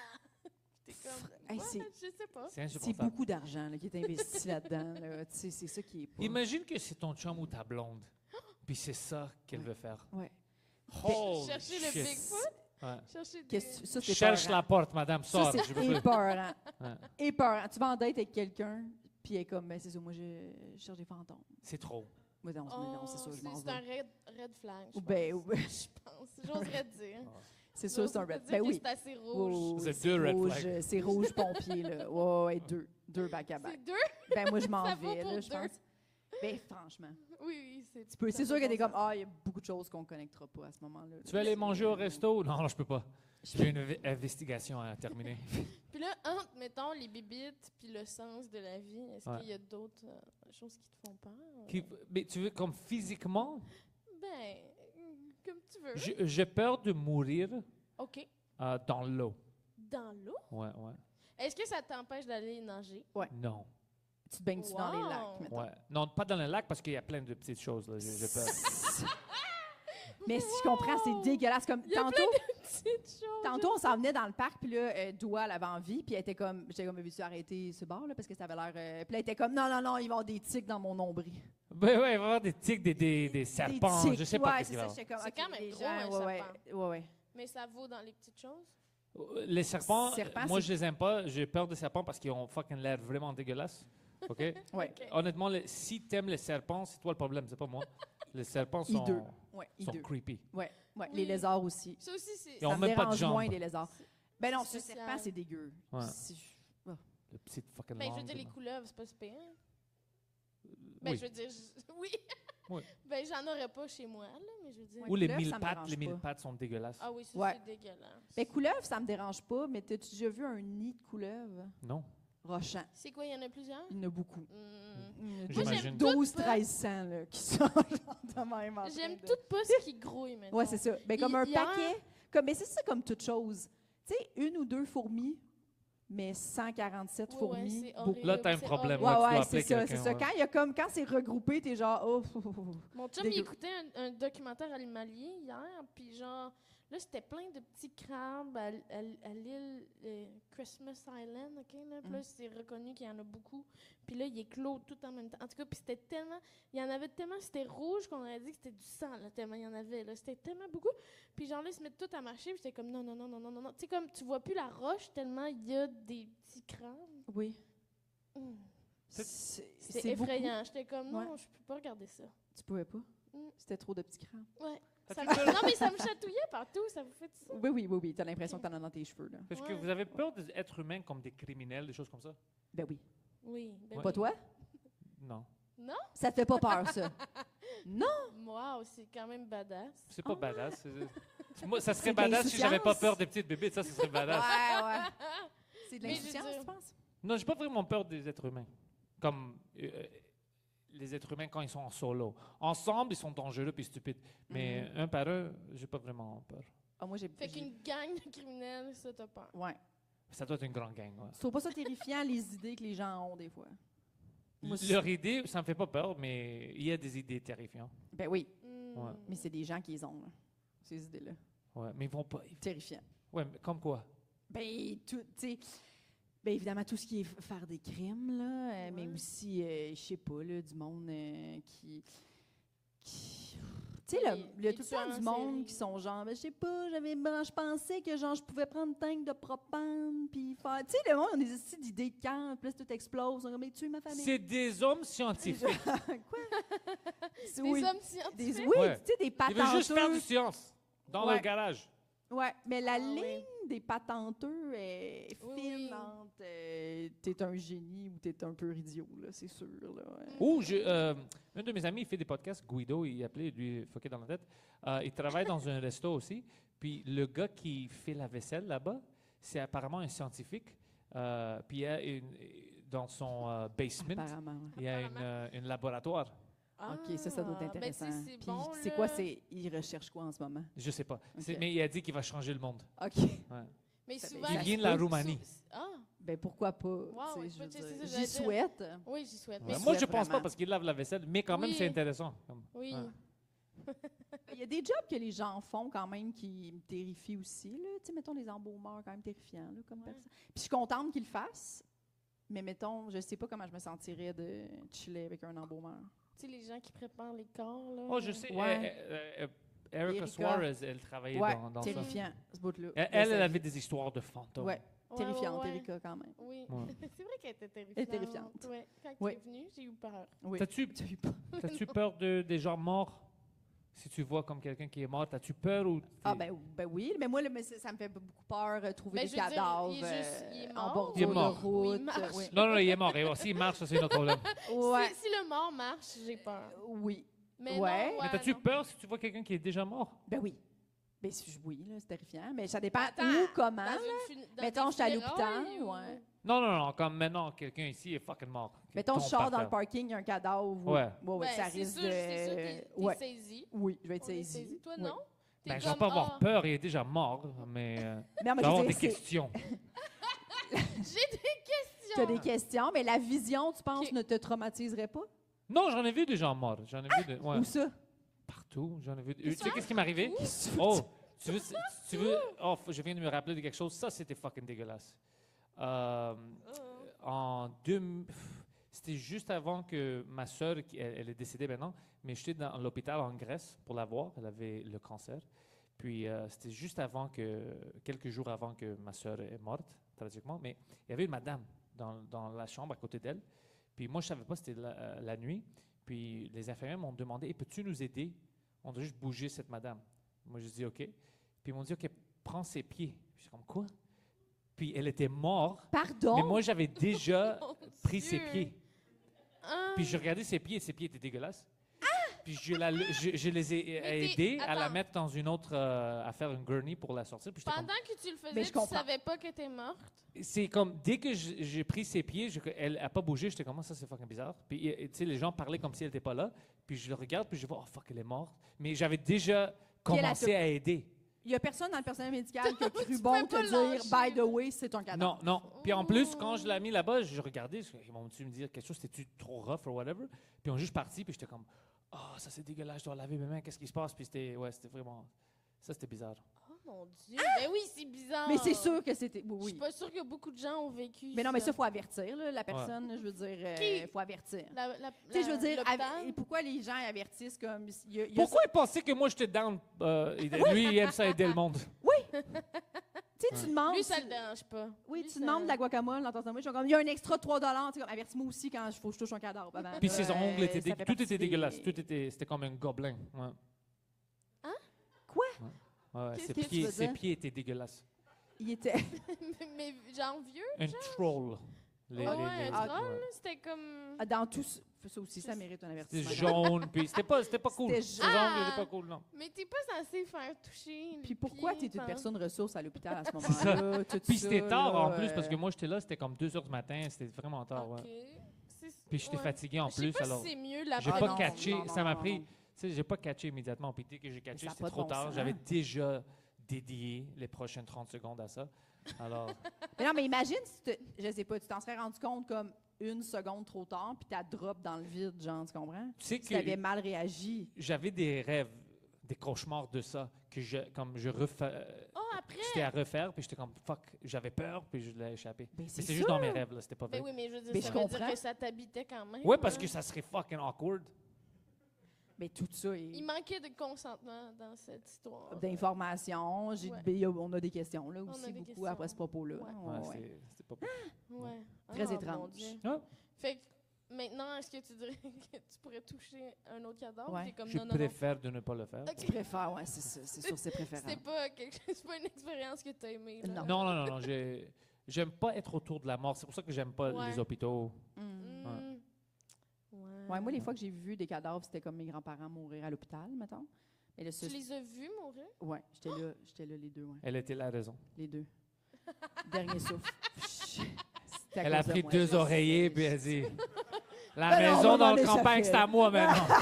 [SPEAKER 6] T'es comme,
[SPEAKER 3] Hey,
[SPEAKER 6] Ouais,
[SPEAKER 3] c'est-
[SPEAKER 6] je sais pas.
[SPEAKER 5] C'est
[SPEAKER 3] C'est
[SPEAKER 5] insupportable.
[SPEAKER 3] beaucoup d'argent là, qui est investi là-dedans. là. Tu sais, C'est ça qui est pas...
[SPEAKER 5] Imagine que c'est ton chum ou ta blonde. Puis c'est ça qu'elle veut faire.
[SPEAKER 3] Ouais.
[SPEAKER 5] Holy
[SPEAKER 6] Chercher le
[SPEAKER 5] shit.
[SPEAKER 6] Bigfoot,
[SPEAKER 5] Ouais.
[SPEAKER 6] chercher des...
[SPEAKER 3] Qu'est-ce- Ça, c'est
[SPEAKER 5] Cherche
[SPEAKER 3] peurant.
[SPEAKER 5] la porte, madame,
[SPEAKER 3] Ça,
[SPEAKER 5] sors. je
[SPEAKER 3] c'est
[SPEAKER 5] veux plus.
[SPEAKER 3] épeurant.
[SPEAKER 5] Ouais.
[SPEAKER 3] Épeurant. Tu vas en date avec quelqu'un, puis elle est comme, ben, c'est ça, moi, je je cherche des fantômes.
[SPEAKER 5] C'est trop.
[SPEAKER 3] Moi, non, mais non,
[SPEAKER 6] Oh,
[SPEAKER 3] c'est sûr, je m'en
[SPEAKER 6] c'est un
[SPEAKER 3] vais.
[SPEAKER 6] red, red flag, je
[SPEAKER 3] Ou ben,
[SPEAKER 6] pense.
[SPEAKER 3] ou-
[SPEAKER 6] Je pense, j'oserais dire.
[SPEAKER 3] C'est sûr, c'est un
[SPEAKER 6] J'oserais
[SPEAKER 3] red.
[SPEAKER 6] dire
[SPEAKER 3] Ben
[SPEAKER 6] que
[SPEAKER 3] oui.
[SPEAKER 6] C'est assez
[SPEAKER 3] Oh,
[SPEAKER 6] rouge.
[SPEAKER 5] C'est
[SPEAKER 3] c'est
[SPEAKER 5] deux red
[SPEAKER 3] rouge,
[SPEAKER 5] flags.
[SPEAKER 3] euh, c'est rouge pompier, là. Ouais, ouais, deux. Deux back à
[SPEAKER 6] C'est
[SPEAKER 3] back.
[SPEAKER 6] deux?
[SPEAKER 3] Ben, moi, je m'en
[SPEAKER 6] Ça vaut
[SPEAKER 3] vais,
[SPEAKER 6] pour
[SPEAKER 3] là, je
[SPEAKER 6] deux.
[SPEAKER 3] pense. Ben, franchement.
[SPEAKER 6] Oui, oui, c'est...
[SPEAKER 3] Tu peux-
[SPEAKER 6] ça
[SPEAKER 3] C'est sûr
[SPEAKER 6] fait
[SPEAKER 3] que t'es
[SPEAKER 6] bon
[SPEAKER 3] comme, ah, il y a beaucoup de choses qu'on connectera pas à ce moment-là.
[SPEAKER 5] Tu veux aller manger au
[SPEAKER 3] Euh,
[SPEAKER 5] resto? Non, non, je peux pas. J'ai une vi- investigation à terminer.
[SPEAKER 6] Puis là, entre, mettons, les bibites, puis le sens de la vie, est-ce
[SPEAKER 5] Ouais.
[SPEAKER 6] qu'il y a d'autres euh, choses qui te font peur?
[SPEAKER 5] Qui- mais tu veux, comme physiquement,
[SPEAKER 6] Ben, hum, comme tu veux.
[SPEAKER 5] j'ai j'ai peur de mourir
[SPEAKER 6] OK.
[SPEAKER 5] euh, dans l'eau.
[SPEAKER 6] Dans l'eau?
[SPEAKER 5] Ouais, ouais.
[SPEAKER 6] Est-ce que ça t'empêche d'aller nager?
[SPEAKER 5] Non.
[SPEAKER 3] Tu te baignes-tu dans les
[SPEAKER 6] Wow.
[SPEAKER 3] lacs, mettons?
[SPEAKER 5] Ouais. Non, pas dans le lac parce qu'il y a plein de petites choses. là, J'ai j'ai peur.
[SPEAKER 3] Mais si je comprends, c'est dégueulasse. Comme,
[SPEAKER 6] Il y a
[SPEAKER 3] tantôt,
[SPEAKER 6] Petite chose.
[SPEAKER 3] Tantôt, on s'en venait dans le parc, puis là, euh, Doua, elle avait envie, puis elle était comme, j'étais comme, veux-tu arrêter ce bar, là, parce que ça avait l'air. euh, Puis là, elle était comme, non, non, non, ils vont avoir des tiques dans mon nombril.
[SPEAKER 5] Ben ouais, il va y avoir des tiques, des, des, des
[SPEAKER 3] Des
[SPEAKER 5] serpents,
[SPEAKER 3] tiques.
[SPEAKER 5] je sais pas
[SPEAKER 3] ouais, c'est
[SPEAKER 5] qu'est-ce qu'il va
[SPEAKER 3] ça,
[SPEAKER 5] y
[SPEAKER 3] j'étais comme,
[SPEAKER 6] C'est
[SPEAKER 3] OK,
[SPEAKER 6] quand même
[SPEAKER 3] des
[SPEAKER 6] gros,
[SPEAKER 3] gens,
[SPEAKER 6] un
[SPEAKER 3] ouais, ouais, ouais, ouais.
[SPEAKER 6] Mais ça vaut dans les petites choses?
[SPEAKER 5] avoir. Les serpents,
[SPEAKER 3] Serpents,
[SPEAKER 5] moi
[SPEAKER 3] c'est-
[SPEAKER 5] je les aime pas, j'ai peur des serpents parce qu'ils ont fucking l'air vraiment dégueulasse. OK?
[SPEAKER 3] Ouais.
[SPEAKER 6] Ok.
[SPEAKER 5] Honnêtement, le- si t'aimes les serpents, c'est toi le problème, c'est pas moi. Les serpents sont,
[SPEAKER 3] Hideux. Ouais,
[SPEAKER 5] sont
[SPEAKER 3] hideux.
[SPEAKER 5] creepy.
[SPEAKER 3] Ouais, ouais.
[SPEAKER 6] Oui.
[SPEAKER 3] Les lézards aussi.
[SPEAKER 6] Ça aussi, c'est.
[SPEAKER 5] Ils ont
[SPEAKER 3] ça me
[SPEAKER 5] même pas de
[SPEAKER 3] dérange
[SPEAKER 5] jambes.
[SPEAKER 3] moins, les lézards. Ben non,
[SPEAKER 6] C'est
[SPEAKER 3] ce
[SPEAKER 6] spécial.
[SPEAKER 3] serpent, c'est dégueu.
[SPEAKER 5] Ouais.
[SPEAKER 3] Si je-
[SPEAKER 5] Le petit fucking
[SPEAKER 6] Ben, je veux
[SPEAKER 5] langue,
[SPEAKER 6] dire, les
[SPEAKER 5] là.
[SPEAKER 6] couleuvres, c'est pas si pire. Ben,
[SPEAKER 5] Oui.
[SPEAKER 6] je veux dire, je- oui.
[SPEAKER 5] Oui.
[SPEAKER 6] Ben, j'en aurais pas chez moi, là, mais je veux dire.
[SPEAKER 5] Ou les
[SPEAKER 3] couleuvres, ça
[SPEAKER 5] mille
[SPEAKER 3] me
[SPEAKER 5] pattes,
[SPEAKER 3] dérange
[SPEAKER 5] les mille
[SPEAKER 3] pas.
[SPEAKER 5] pattes sont dégueulasses.
[SPEAKER 6] Ah oui, ça,
[SPEAKER 3] Ouais.
[SPEAKER 6] c'est dégueulasse.
[SPEAKER 3] Ben, couleuvre, ça me dérange pas, mais t'as-tu déjà vu un nid de couleuvre?
[SPEAKER 5] Non?
[SPEAKER 3] Rochant.
[SPEAKER 6] C'est quoi, il y en a plusieurs?
[SPEAKER 3] Il y en a beaucoup.
[SPEAKER 6] Hmm.
[SPEAKER 3] Il y en a
[SPEAKER 5] J'imagine.
[SPEAKER 3] 12,
[SPEAKER 6] pas-
[SPEAKER 3] 1300, là, qui sont genre de même. en train
[SPEAKER 6] J'aime
[SPEAKER 3] de-
[SPEAKER 6] tout pas ce qui grouille maintenant.
[SPEAKER 3] Oui, ben, c'est ça. Ben, comme
[SPEAKER 6] Hi-
[SPEAKER 3] un
[SPEAKER 6] hier-
[SPEAKER 3] paquet. Comme, mais c'est ça comme toute chose. Tu sais, une ou deux fourmis, mais 147 fourmis.
[SPEAKER 6] c'est
[SPEAKER 3] beaucoup.
[SPEAKER 6] horrible.
[SPEAKER 5] Là, t'as un
[SPEAKER 6] c'est
[SPEAKER 5] problème,
[SPEAKER 6] horrible.
[SPEAKER 3] Ouais,
[SPEAKER 5] Là, tu dois
[SPEAKER 3] ouais,
[SPEAKER 5] appeler
[SPEAKER 3] c'est ça,
[SPEAKER 5] quelqu'un,
[SPEAKER 3] c'est ça.
[SPEAKER 5] ouais.
[SPEAKER 3] Quand il y a comme quand c'est regroupé, t'es genre oh, oh, oh, oh.
[SPEAKER 6] Mon chum,
[SPEAKER 3] Dégueu.
[SPEAKER 6] il écoutait un, un documentaire animalier hier, puis genre, là, c'était plein de petits crabes à, l- à l- à l'île euh, Christmas Island, OK? Là, puis là,
[SPEAKER 3] Mhm.
[SPEAKER 6] c'est reconnu qu'il y en a beaucoup. Puis là, il est clos tout en même temps. En tout cas, puis c'était tellement... Il y en avait tellement, c'était rouge qu'on aurait dit que c'était du sang, là, tellement il y en avait, là. C'était tellement beaucoup. Puis genre, là, ils se mettent tout à marcher, puis j'étais comme, non, non, non, non, non, non, non. Tu sais, comme, tu vois plus la roche tellement il y a des petits crabes.
[SPEAKER 3] Oui.
[SPEAKER 6] Hum.
[SPEAKER 5] C'est-
[SPEAKER 3] C'est
[SPEAKER 6] C'est
[SPEAKER 3] c'est beaucoup.
[SPEAKER 6] effrayant. J'étais comme, non,
[SPEAKER 3] Ouais.
[SPEAKER 6] je peux pas regarder ça.
[SPEAKER 3] Tu pouvais pas.
[SPEAKER 6] Mm.
[SPEAKER 3] C'était trop de petits crans.
[SPEAKER 6] Ouais.
[SPEAKER 5] T'as
[SPEAKER 6] Ça
[SPEAKER 5] tout
[SPEAKER 6] me-
[SPEAKER 5] peur-
[SPEAKER 6] Non, mais ça me chatouillait partout, ça vous fait du ça.
[SPEAKER 3] Oui, oui, oui, oui. T'as l'impression que t'en as dans tes cheveux là.
[SPEAKER 5] Est-ce que
[SPEAKER 6] Ouais.
[SPEAKER 5] vous avez peur des êtres humains comme des criminels, des choses comme ça?
[SPEAKER 3] Ben oui.
[SPEAKER 6] Oui. ben
[SPEAKER 5] Ouais.
[SPEAKER 3] Pas
[SPEAKER 6] oui.
[SPEAKER 3] toi?
[SPEAKER 5] Non.
[SPEAKER 3] Ça te fait pas peur ça
[SPEAKER 6] Wow, c'est quand même badass.
[SPEAKER 5] C'est pas badass. c'est- Moi, ça serait
[SPEAKER 3] de la
[SPEAKER 5] badass si j'avais pas
[SPEAKER 3] insouciance.
[SPEAKER 5] peur des petites bébés. Ça, ce serait
[SPEAKER 3] Ouais,
[SPEAKER 5] badass.
[SPEAKER 3] ouais. C'est de
[SPEAKER 6] Mais je veux
[SPEAKER 3] l'insouciance,
[SPEAKER 6] dire-
[SPEAKER 3] tu penses
[SPEAKER 5] Non, j'ai pas vraiment peur des êtres humains. Comme euh, les êtres humains quand ils sont en solo. Ensemble, ils sont dangereux puis stupides. Mais
[SPEAKER 3] Mhm.
[SPEAKER 5] un par un, j'ai pas vraiment peur.
[SPEAKER 3] Ah, moi j'ai.
[SPEAKER 6] Fait
[SPEAKER 3] j'ai-
[SPEAKER 6] qu'une gang de criminels, ça t'a peur.
[SPEAKER 3] Ouais.
[SPEAKER 5] Ça doit être une grande gang. ouais.
[SPEAKER 3] Je trouve pas ça terrifiant les idées que les gens ont des fois. Moi, c'est-
[SPEAKER 5] Leur idée, ça me fait pas peur, mais il y a des idées terrifiantes.
[SPEAKER 3] Ben oui.
[SPEAKER 6] Hmm.
[SPEAKER 5] Ouais.
[SPEAKER 3] Mais c'est des gens qui les ont, là, ces idées-là.
[SPEAKER 5] Ouais, mais ils vont pas. ils-
[SPEAKER 3] Terrifiant.
[SPEAKER 5] Ouais, mais comme quoi?
[SPEAKER 3] Ben, tout, tu sais, Bien évidemment, tout ce qui est f- faire des crimes, là, euh, mais
[SPEAKER 2] Ouais.
[SPEAKER 3] aussi, euh, je sais pas, là, du monde euh, qui. qui- Tu sais, le-
[SPEAKER 6] Les-
[SPEAKER 3] il y
[SPEAKER 6] les
[SPEAKER 3] a tout le
[SPEAKER 6] tueurs
[SPEAKER 3] temps
[SPEAKER 6] en
[SPEAKER 3] du monde
[SPEAKER 6] série.
[SPEAKER 3] qui sont genre, ben, je sais pas, j'avais, ben, je pensais que genre, je pouvais prendre une tank de propane, puis faire. Tu sais, le monde, on a des idées d'idées de camp, puis là, tout explose, on est comme, mais tuez ma famille.
[SPEAKER 5] C'est des hommes scientifiques.
[SPEAKER 3] Quoi?
[SPEAKER 6] Des
[SPEAKER 3] oui,
[SPEAKER 6] hommes scientifiques.
[SPEAKER 3] des, oui
[SPEAKER 5] Ouais.
[SPEAKER 3] tu sais, des
[SPEAKER 5] Ils veulent
[SPEAKER 3] patenteux.
[SPEAKER 5] juste faire du science dans
[SPEAKER 3] Ouais.
[SPEAKER 5] leur garage.
[SPEAKER 3] Ouais, mais la
[SPEAKER 6] Ah,
[SPEAKER 3] ligne
[SPEAKER 6] ouais.
[SPEAKER 3] des patenteux est fine
[SPEAKER 6] Oui, oui.
[SPEAKER 3] entre euh, t'es un génie ou t'es un peu idiot, là, c'est sûr. Là, ouais.
[SPEAKER 5] Ou je- euh, un de mes amis, il fait des podcasts, Guido, il appelait, lui, fucké dans la tête. Euh, il travaille dans un resto aussi. Puis le gars qui fait la vaisselle là-bas, c'est apparemment un scientifique. Euh, puis il y a une- dans son euh, basement,
[SPEAKER 3] Apparemment. ouais.
[SPEAKER 5] il y a une,
[SPEAKER 6] Apparemment.
[SPEAKER 5] euh, un laboratoire.
[SPEAKER 3] OK, ça, ça doit être
[SPEAKER 6] Ah, ben, tu sais,
[SPEAKER 3] intéressant.
[SPEAKER 6] c'est
[SPEAKER 3] Puis
[SPEAKER 6] bon,
[SPEAKER 3] c'est quoi,
[SPEAKER 6] là.
[SPEAKER 3] c'est... Il recherche quoi en ce moment?
[SPEAKER 5] Je sais pas. C'est-
[SPEAKER 3] Ok.
[SPEAKER 5] Mais il a dit qu'il va changer le monde.
[SPEAKER 3] OK.
[SPEAKER 6] Mais
[SPEAKER 3] Ça-
[SPEAKER 6] souvent.
[SPEAKER 3] Il
[SPEAKER 5] gagne la Roumanie.
[SPEAKER 6] sou- Ah,
[SPEAKER 3] Ben pourquoi pas? tu sais,
[SPEAKER 6] ouais,
[SPEAKER 3] je
[SPEAKER 6] bah,
[SPEAKER 3] veux
[SPEAKER 6] tu sais, c'est
[SPEAKER 3] dire,
[SPEAKER 6] ça,
[SPEAKER 3] J'y
[SPEAKER 6] j'allais dire.
[SPEAKER 3] souhaite.
[SPEAKER 6] oui, j'y souhaite.
[SPEAKER 3] Ouais.
[SPEAKER 6] Mais-
[SPEAKER 5] Moi,
[SPEAKER 3] souhaite
[SPEAKER 5] je pense pas
[SPEAKER 3] vraiment.
[SPEAKER 5] parce qu'il lave la vaisselle, mais quand même,
[SPEAKER 6] Oui.
[SPEAKER 5] c'est intéressant. comme-
[SPEAKER 6] Oui.
[SPEAKER 5] Ouais.
[SPEAKER 3] Il y a des jobs que les gens font quand même qui me terrifient aussi. Là. Tu sais, mettons les embaumeurs, quand même terrifiants là, comme
[SPEAKER 6] Ouais.
[SPEAKER 3] personne. Puis je suis contente qu'ils le fassent, mais mettons, je sais pas comment je me sentirais de chiller avec un embaumeur.
[SPEAKER 6] Tu sais, les gens qui préparent les corps, là.
[SPEAKER 5] Oh, je sais.
[SPEAKER 3] Ouais.
[SPEAKER 5] euh, euh, euh, Erica,
[SPEAKER 3] Erica.
[SPEAKER 5] Suarez, elle travaillait
[SPEAKER 3] Ouais,
[SPEAKER 5] dans, dans ça.
[SPEAKER 6] terrifiant.
[SPEAKER 3] terrifiant, ce bout-là.
[SPEAKER 5] Elle,
[SPEAKER 3] de
[SPEAKER 5] elle,
[SPEAKER 3] sa
[SPEAKER 5] elle
[SPEAKER 3] vie.
[SPEAKER 5] avait des histoires de fantômes.
[SPEAKER 3] Ouais,
[SPEAKER 6] Ouais, ouais,
[SPEAKER 3] terrifiant,
[SPEAKER 6] ouais.
[SPEAKER 3] Erika, quand même.
[SPEAKER 6] Oui.
[SPEAKER 5] Ouais.
[SPEAKER 6] C'est vrai qu'elle était terrifiante.
[SPEAKER 3] est terrifiante.
[SPEAKER 6] Ouais. Quand
[SPEAKER 3] Oui.
[SPEAKER 6] tu es venue, j'ai eu peur.
[SPEAKER 3] Oui.
[SPEAKER 5] T'as-tu
[SPEAKER 3] T'as eu peur?
[SPEAKER 5] T'as-tu peur de, des gens morts? Si tu vois comme quelqu'un qui est mort, t'as-tu peur ou... t'es-
[SPEAKER 3] Ah ben, ben oui, mais moi, là, mais ça ça me fait beaucoup peur, euh, trouver
[SPEAKER 6] Ben,
[SPEAKER 3] des
[SPEAKER 6] je veux dire, il est
[SPEAKER 3] cadavres
[SPEAKER 6] juste-
[SPEAKER 3] euh,
[SPEAKER 6] il est
[SPEAKER 3] en
[SPEAKER 6] mort.
[SPEAKER 3] bordure
[SPEAKER 5] Il est mort.
[SPEAKER 3] de route.
[SPEAKER 6] Oui, il marche.
[SPEAKER 3] oui. Ah,
[SPEAKER 5] Non, non, il est mort. Et s'il marche, ça, c'est notre problème.
[SPEAKER 3] Ouais.
[SPEAKER 6] Si, si le mort marche, j'ai peur.
[SPEAKER 3] Oui.
[SPEAKER 6] Mais
[SPEAKER 3] Ouais.
[SPEAKER 6] non,
[SPEAKER 5] Mais t'as-tu
[SPEAKER 6] non.
[SPEAKER 5] peur si tu vois quelqu'un qui est déjà mort?
[SPEAKER 3] Ben oui. Ben si je- oui, là, c'est terrifiant. Mais ça dépend
[SPEAKER 6] Attends,
[SPEAKER 3] où, comment.
[SPEAKER 6] Dans une fun- dans
[SPEAKER 3] Mettons,
[SPEAKER 6] des
[SPEAKER 3] je suis à
[SPEAKER 6] funérailles
[SPEAKER 3] l'hôpital,
[SPEAKER 6] ou-
[SPEAKER 3] ouais.
[SPEAKER 5] Non, non, non, comme maintenant, quelqu'un ici est fucking mort. Il
[SPEAKER 3] Mettons,
[SPEAKER 5] tombe
[SPEAKER 3] je sors
[SPEAKER 5] par
[SPEAKER 3] dans le
[SPEAKER 5] terre.
[SPEAKER 3] parking, il y a un cadavre. ou-
[SPEAKER 5] Ouais.
[SPEAKER 3] Ouais, ouais,
[SPEAKER 6] Ben,
[SPEAKER 3] ça
[SPEAKER 6] c'est
[SPEAKER 3] risque
[SPEAKER 6] sûr, C'est sûr, t'es-
[SPEAKER 3] de.
[SPEAKER 6] t'es
[SPEAKER 3] Ouais.
[SPEAKER 6] saisi.
[SPEAKER 3] Oui, je vais être
[SPEAKER 6] On est
[SPEAKER 3] saisie.
[SPEAKER 6] Toi,
[SPEAKER 3] Oui.
[SPEAKER 6] non? T'es
[SPEAKER 5] Ben, je vais
[SPEAKER 6] comme,
[SPEAKER 5] pas avoir
[SPEAKER 6] ah,
[SPEAKER 5] peur, il est déjà mort, mais euh,
[SPEAKER 3] Non,
[SPEAKER 5] je
[SPEAKER 3] mais
[SPEAKER 5] vais
[SPEAKER 3] je
[SPEAKER 5] avoir
[SPEAKER 3] veux
[SPEAKER 5] des
[SPEAKER 3] dire, c'est-
[SPEAKER 5] questions.
[SPEAKER 6] oh, J'ai des questions.
[SPEAKER 3] t'as des questions, mais la vision, tu penses,
[SPEAKER 6] Ok.
[SPEAKER 3] ne te traumatiserait pas?
[SPEAKER 5] Non, j'en ai vu des gens morts. J'en ai vu de... ouais,
[SPEAKER 3] Ou ça?
[SPEAKER 5] partout. J'en ai vu... Euh, Tu sais
[SPEAKER 6] ça?
[SPEAKER 5] qu'est-ce qui m'est arrivé? Oh, tu veux... Tu veux... Oh, f- je viens de me rappeler de quelque chose. Ça, c'était fucking dégueulasse. Euh,
[SPEAKER 6] Oh.
[SPEAKER 5] en 2000 C'était juste avant que ma sœur, qui- elle, elle est décédée maintenant, mais j'étais dans l'hôpital en Grèce pour la voir. Elle avait le cancer. Puis euh, c'était juste avant que, quelques jours avant que ma sœur est morte, tragiquement. Mais il y avait une madame dans, dans la chambre à côté d'elle. Puis moi, je savais pas, c'était la, euh, la nuit. Puis les infirmières m'ont demandé, Eh, peux-tu nous aider? On doit juste bouger cette madame. Moi, je dis, OK. Puis ils m'ont dit, OK, prends ses pieds. Je suis comme, quoi? Puis elle était morte.
[SPEAKER 3] Pardon?
[SPEAKER 5] Mais moi, j'avais déjà
[SPEAKER 6] Mon
[SPEAKER 5] pris ses
[SPEAKER 6] Dieu.
[SPEAKER 5] pieds.
[SPEAKER 6] Ah.
[SPEAKER 5] Puis je regardais ses pieds et ses pieds étaient dégueulasses. Puis je, la- je- je les ai
[SPEAKER 6] Mais t'es-
[SPEAKER 5] aidés à la
[SPEAKER 6] attends.
[SPEAKER 5] mettre dans une autre, euh, à faire une gurney pour la sortir. Puis j'étais comme-
[SPEAKER 6] Pendant que tu le
[SPEAKER 3] Mais
[SPEAKER 6] faisais,
[SPEAKER 3] je
[SPEAKER 6] tu
[SPEAKER 3] comprends.
[SPEAKER 6] savais pas que t'es morte.
[SPEAKER 5] c'est comme, dès que je- j'ai pris ses pieds, je- elle n'a pas bougé, j'étais comme, Ah, ça c'est fucking bizarre. Puis et- et tu sais, les gens parlaient comme si elle n'était pas là. Puis je le regarde, puis je vois, oh fuck, elle est morte. Mais j'avais déjà
[SPEAKER 3] Puis elle a
[SPEAKER 5] commencé
[SPEAKER 3] tout-
[SPEAKER 5] à aider.
[SPEAKER 3] Il y a personne dans le personnel médical qui a cru
[SPEAKER 6] pouvais
[SPEAKER 3] bon
[SPEAKER 6] pas
[SPEAKER 3] te dire,
[SPEAKER 6] lâcher.
[SPEAKER 3] by the way, c'est un cadavre.
[SPEAKER 5] Non, non. Puis en plus, quand je l'ai mis là-bas, je regardais, je- ils m'ont dû me dire quelque chose, c'était-tu trop rough ou whatever. Puis on est juste parti, puis j'étais comme, ah, ça c'est dégueulasse, je dois laver mes mains, qu'est-ce qui se passe? Puis c'était, ouais, c'était vraiment, ça c'était bizarre.
[SPEAKER 6] Oh mon Dieu. Ben oui, c'est
[SPEAKER 3] Ah!
[SPEAKER 6] bizarre.
[SPEAKER 3] Mais c'est sûr que c'était.
[SPEAKER 6] Je
[SPEAKER 3] Oui,
[SPEAKER 6] suis
[SPEAKER 3] oui.
[SPEAKER 6] pas sûre que beaucoup de gens ont vécu.
[SPEAKER 3] Mais non, mais ça, il faut avertir, là, la personne, je veux dire, il
[SPEAKER 6] Qui-
[SPEAKER 3] faut avertir.
[SPEAKER 6] La- la-
[SPEAKER 3] Tu sais, je
[SPEAKER 6] la-
[SPEAKER 3] veux dire,
[SPEAKER 6] l'hôpital.
[SPEAKER 3] av- et pourquoi les gens avertissent comme. il y a- il y a-
[SPEAKER 5] Pourquoi il pensait que moi j'étais down? euh, il- lui, il aime ça aider le monde.
[SPEAKER 3] Tu sais, tu demandes.
[SPEAKER 6] Lui, ça
[SPEAKER 3] tu-
[SPEAKER 6] le dérange pas.
[SPEAKER 3] Oui,
[SPEAKER 6] Lui,
[SPEAKER 3] tu
[SPEAKER 6] ça-
[SPEAKER 3] demandes de la guacamole dans ton sandwich. ils sont comme, Il y a un extra de 3 dollars. comme, avertis-moi aussi quand il faut que je touche un cadavre. avant,
[SPEAKER 5] Puis
[SPEAKER 3] là,
[SPEAKER 5] ses
[SPEAKER 3] euh,
[SPEAKER 5] ongles
[SPEAKER 3] ça
[SPEAKER 5] étaient
[SPEAKER 3] fait
[SPEAKER 5] dégueu- tout
[SPEAKER 3] partie
[SPEAKER 5] était
[SPEAKER 3] des-
[SPEAKER 5] dégueulasse, tout était, c'était comme un gobelin. ouais.
[SPEAKER 6] Hein?
[SPEAKER 3] Quoi?
[SPEAKER 5] Ouais. Ouais,
[SPEAKER 3] Qu'est-ce
[SPEAKER 5] ses,
[SPEAKER 3] que tu
[SPEAKER 5] pieds,
[SPEAKER 3] veux
[SPEAKER 5] ses
[SPEAKER 3] dire?
[SPEAKER 5] pieds étaient dégueulasses.
[SPEAKER 3] Il était.
[SPEAKER 6] mais, mais genre vieux,
[SPEAKER 5] Un troll. Les-
[SPEAKER 6] Ah
[SPEAKER 5] les-
[SPEAKER 6] ouais,
[SPEAKER 5] les-
[SPEAKER 6] un
[SPEAKER 5] ouais.
[SPEAKER 6] troll, là, c'était comme.
[SPEAKER 3] Ah, Dans tout. ce- Ça aussi, ça mérite un
[SPEAKER 5] C'était
[SPEAKER 3] avertissement.
[SPEAKER 5] jaune, puis c'était pas, c'était pas cool.
[SPEAKER 3] C'était
[SPEAKER 5] Ses
[SPEAKER 3] jaune.
[SPEAKER 5] ongles
[SPEAKER 6] Ah!
[SPEAKER 5] étaient pas cool, non.
[SPEAKER 6] Mais t'es pas censé faire toucher. le
[SPEAKER 3] Puis pourquoi tu
[SPEAKER 6] pied, ben,
[SPEAKER 3] es une
[SPEAKER 6] par-
[SPEAKER 3] personne ressource à l'hôpital à ce
[SPEAKER 5] ça.
[SPEAKER 3] moment-là? tout
[SPEAKER 5] Puis
[SPEAKER 3] ça,
[SPEAKER 5] c'était tard
[SPEAKER 3] là,
[SPEAKER 5] en plus,
[SPEAKER 3] euh,
[SPEAKER 5] parce que moi j'étais là, c'était comme 2 heures du matin, c'était vraiment tard. ouais.
[SPEAKER 6] Ok. C'est-
[SPEAKER 5] Puis j'étais
[SPEAKER 6] ouais.
[SPEAKER 5] fatigué en
[SPEAKER 6] Je sais
[SPEAKER 5] plus,
[SPEAKER 6] pas
[SPEAKER 5] alors.
[SPEAKER 6] si
[SPEAKER 5] Tu
[SPEAKER 6] c'est mieux la
[SPEAKER 5] j'ai pas
[SPEAKER 6] présence.
[SPEAKER 5] catché, ça m'a
[SPEAKER 3] Ah non,
[SPEAKER 5] pris-
[SPEAKER 3] non.
[SPEAKER 5] sais, j'ai pas catché immédiatement. Puis dès que j'ai catché,
[SPEAKER 3] ça a
[SPEAKER 5] c'était
[SPEAKER 3] pas de
[SPEAKER 5] trop
[SPEAKER 3] bon
[SPEAKER 5] tard.
[SPEAKER 3] sens.
[SPEAKER 5] J'avais déjà dédié les prochaines 30 secondes à ça. Alors,
[SPEAKER 3] Mais non, mais imagine si, tu te- je sais pas, tu t'en serais rendu compte comme une seconde trop tard, puis t'as drop dans le vide, genre, tu comprends?
[SPEAKER 5] tu sais
[SPEAKER 3] Tu avais
[SPEAKER 5] que
[SPEAKER 3] mal réagi.
[SPEAKER 5] j'avais des rêves, des cauchemars de ça, que je, comme je refais.
[SPEAKER 6] Oh, après après.
[SPEAKER 5] J'étais à refaire, puis j'étais comme fuck, j'avais peur, puis je l'ai échappé.
[SPEAKER 3] Ben,
[SPEAKER 5] Mais
[SPEAKER 3] c'est
[SPEAKER 5] c'est
[SPEAKER 3] ça.
[SPEAKER 5] juste dans mes rêves, là, c'était pas vrai.
[SPEAKER 6] Ben oui, ben mais je veux dire,
[SPEAKER 3] Mais
[SPEAKER 6] ça
[SPEAKER 3] je
[SPEAKER 6] veut dire
[SPEAKER 3] comprends.
[SPEAKER 6] que ça t'habitait quand même. hein.
[SPEAKER 5] Ouais, parce
[SPEAKER 6] là.
[SPEAKER 5] que ça serait fucking awkward.
[SPEAKER 3] Mais tout ça est
[SPEAKER 6] Il manquait de consentement dans cette histoire.
[SPEAKER 3] d'informations. J'ai-
[SPEAKER 6] Ouais.
[SPEAKER 3] ben, y a- On a des questions là
[SPEAKER 6] On a
[SPEAKER 3] aussi
[SPEAKER 6] des
[SPEAKER 3] beaucoup
[SPEAKER 6] questions.
[SPEAKER 3] après ce propos-là.
[SPEAKER 6] Ouais.
[SPEAKER 3] hein,
[SPEAKER 5] Ouais,
[SPEAKER 3] ouais.
[SPEAKER 5] c'était- c'était pas
[SPEAKER 6] Ouais. Ah,
[SPEAKER 3] Très
[SPEAKER 6] mon
[SPEAKER 3] étrange.
[SPEAKER 6] Dieu.
[SPEAKER 5] Ouais.
[SPEAKER 6] Fait que maintenant, est-ce que tu dirais que tu pourrais toucher un autre cadavre?
[SPEAKER 3] Ouais.
[SPEAKER 6] T'es comme
[SPEAKER 5] Je
[SPEAKER 6] non, non, non.
[SPEAKER 5] préfère de ne pas le faire.
[SPEAKER 6] Ok.
[SPEAKER 3] Tu préfères, ouais, c'est ça, c'est sûr, c'est
[SPEAKER 6] C'est
[SPEAKER 3] préférable.
[SPEAKER 6] pas, quelque... c'est pas une expérience que t'as aimée. là.
[SPEAKER 5] Non, non, non, non, j'ai- j'aime pas être autour de la mort. C'est pour ça que j'aime pas
[SPEAKER 6] Ouais.
[SPEAKER 5] les hôpitaux.
[SPEAKER 3] Mm.
[SPEAKER 6] Hmm. Ouais.
[SPEAKER 3] Ouais, moi, les fois que j'ai vu des cadavres, c'était comme mes grands-parents mourir à l'hôpital, mettons. Mais le
[SPEAKER 6] Tu
[SPEAKER 3] sus-
[SPEAKER 6] les as vus mourir?
[SPEAKER 3] Ouais, j'étais là, j'étais là les deux, ouais,
[SPEAKER 5] Elle était la raison.
[SPEAKER 3] les deux. Dernier souffle. C'était à
[SPEAKER 5] Elle a
[SPEAKER 3] cause de
[SPEAKER 5] pris
[SPEAKER 3] moi.
[SPEAKER 5] deux
[SPEAKER 3] Je-
[SPEAKER 5] oreillers, puis elle dit La
[SPEAKER 3] Ben non,
[SPEAKER 5] maison
[SPEAKER 3] maman,
[SPEAKER 5] dans le
[SPEAKER 3] les
[SPEAKER 5] campagne,
[SPEAKER 3] chapelles.
[SPEAKER 5] c'est à moi maintenant.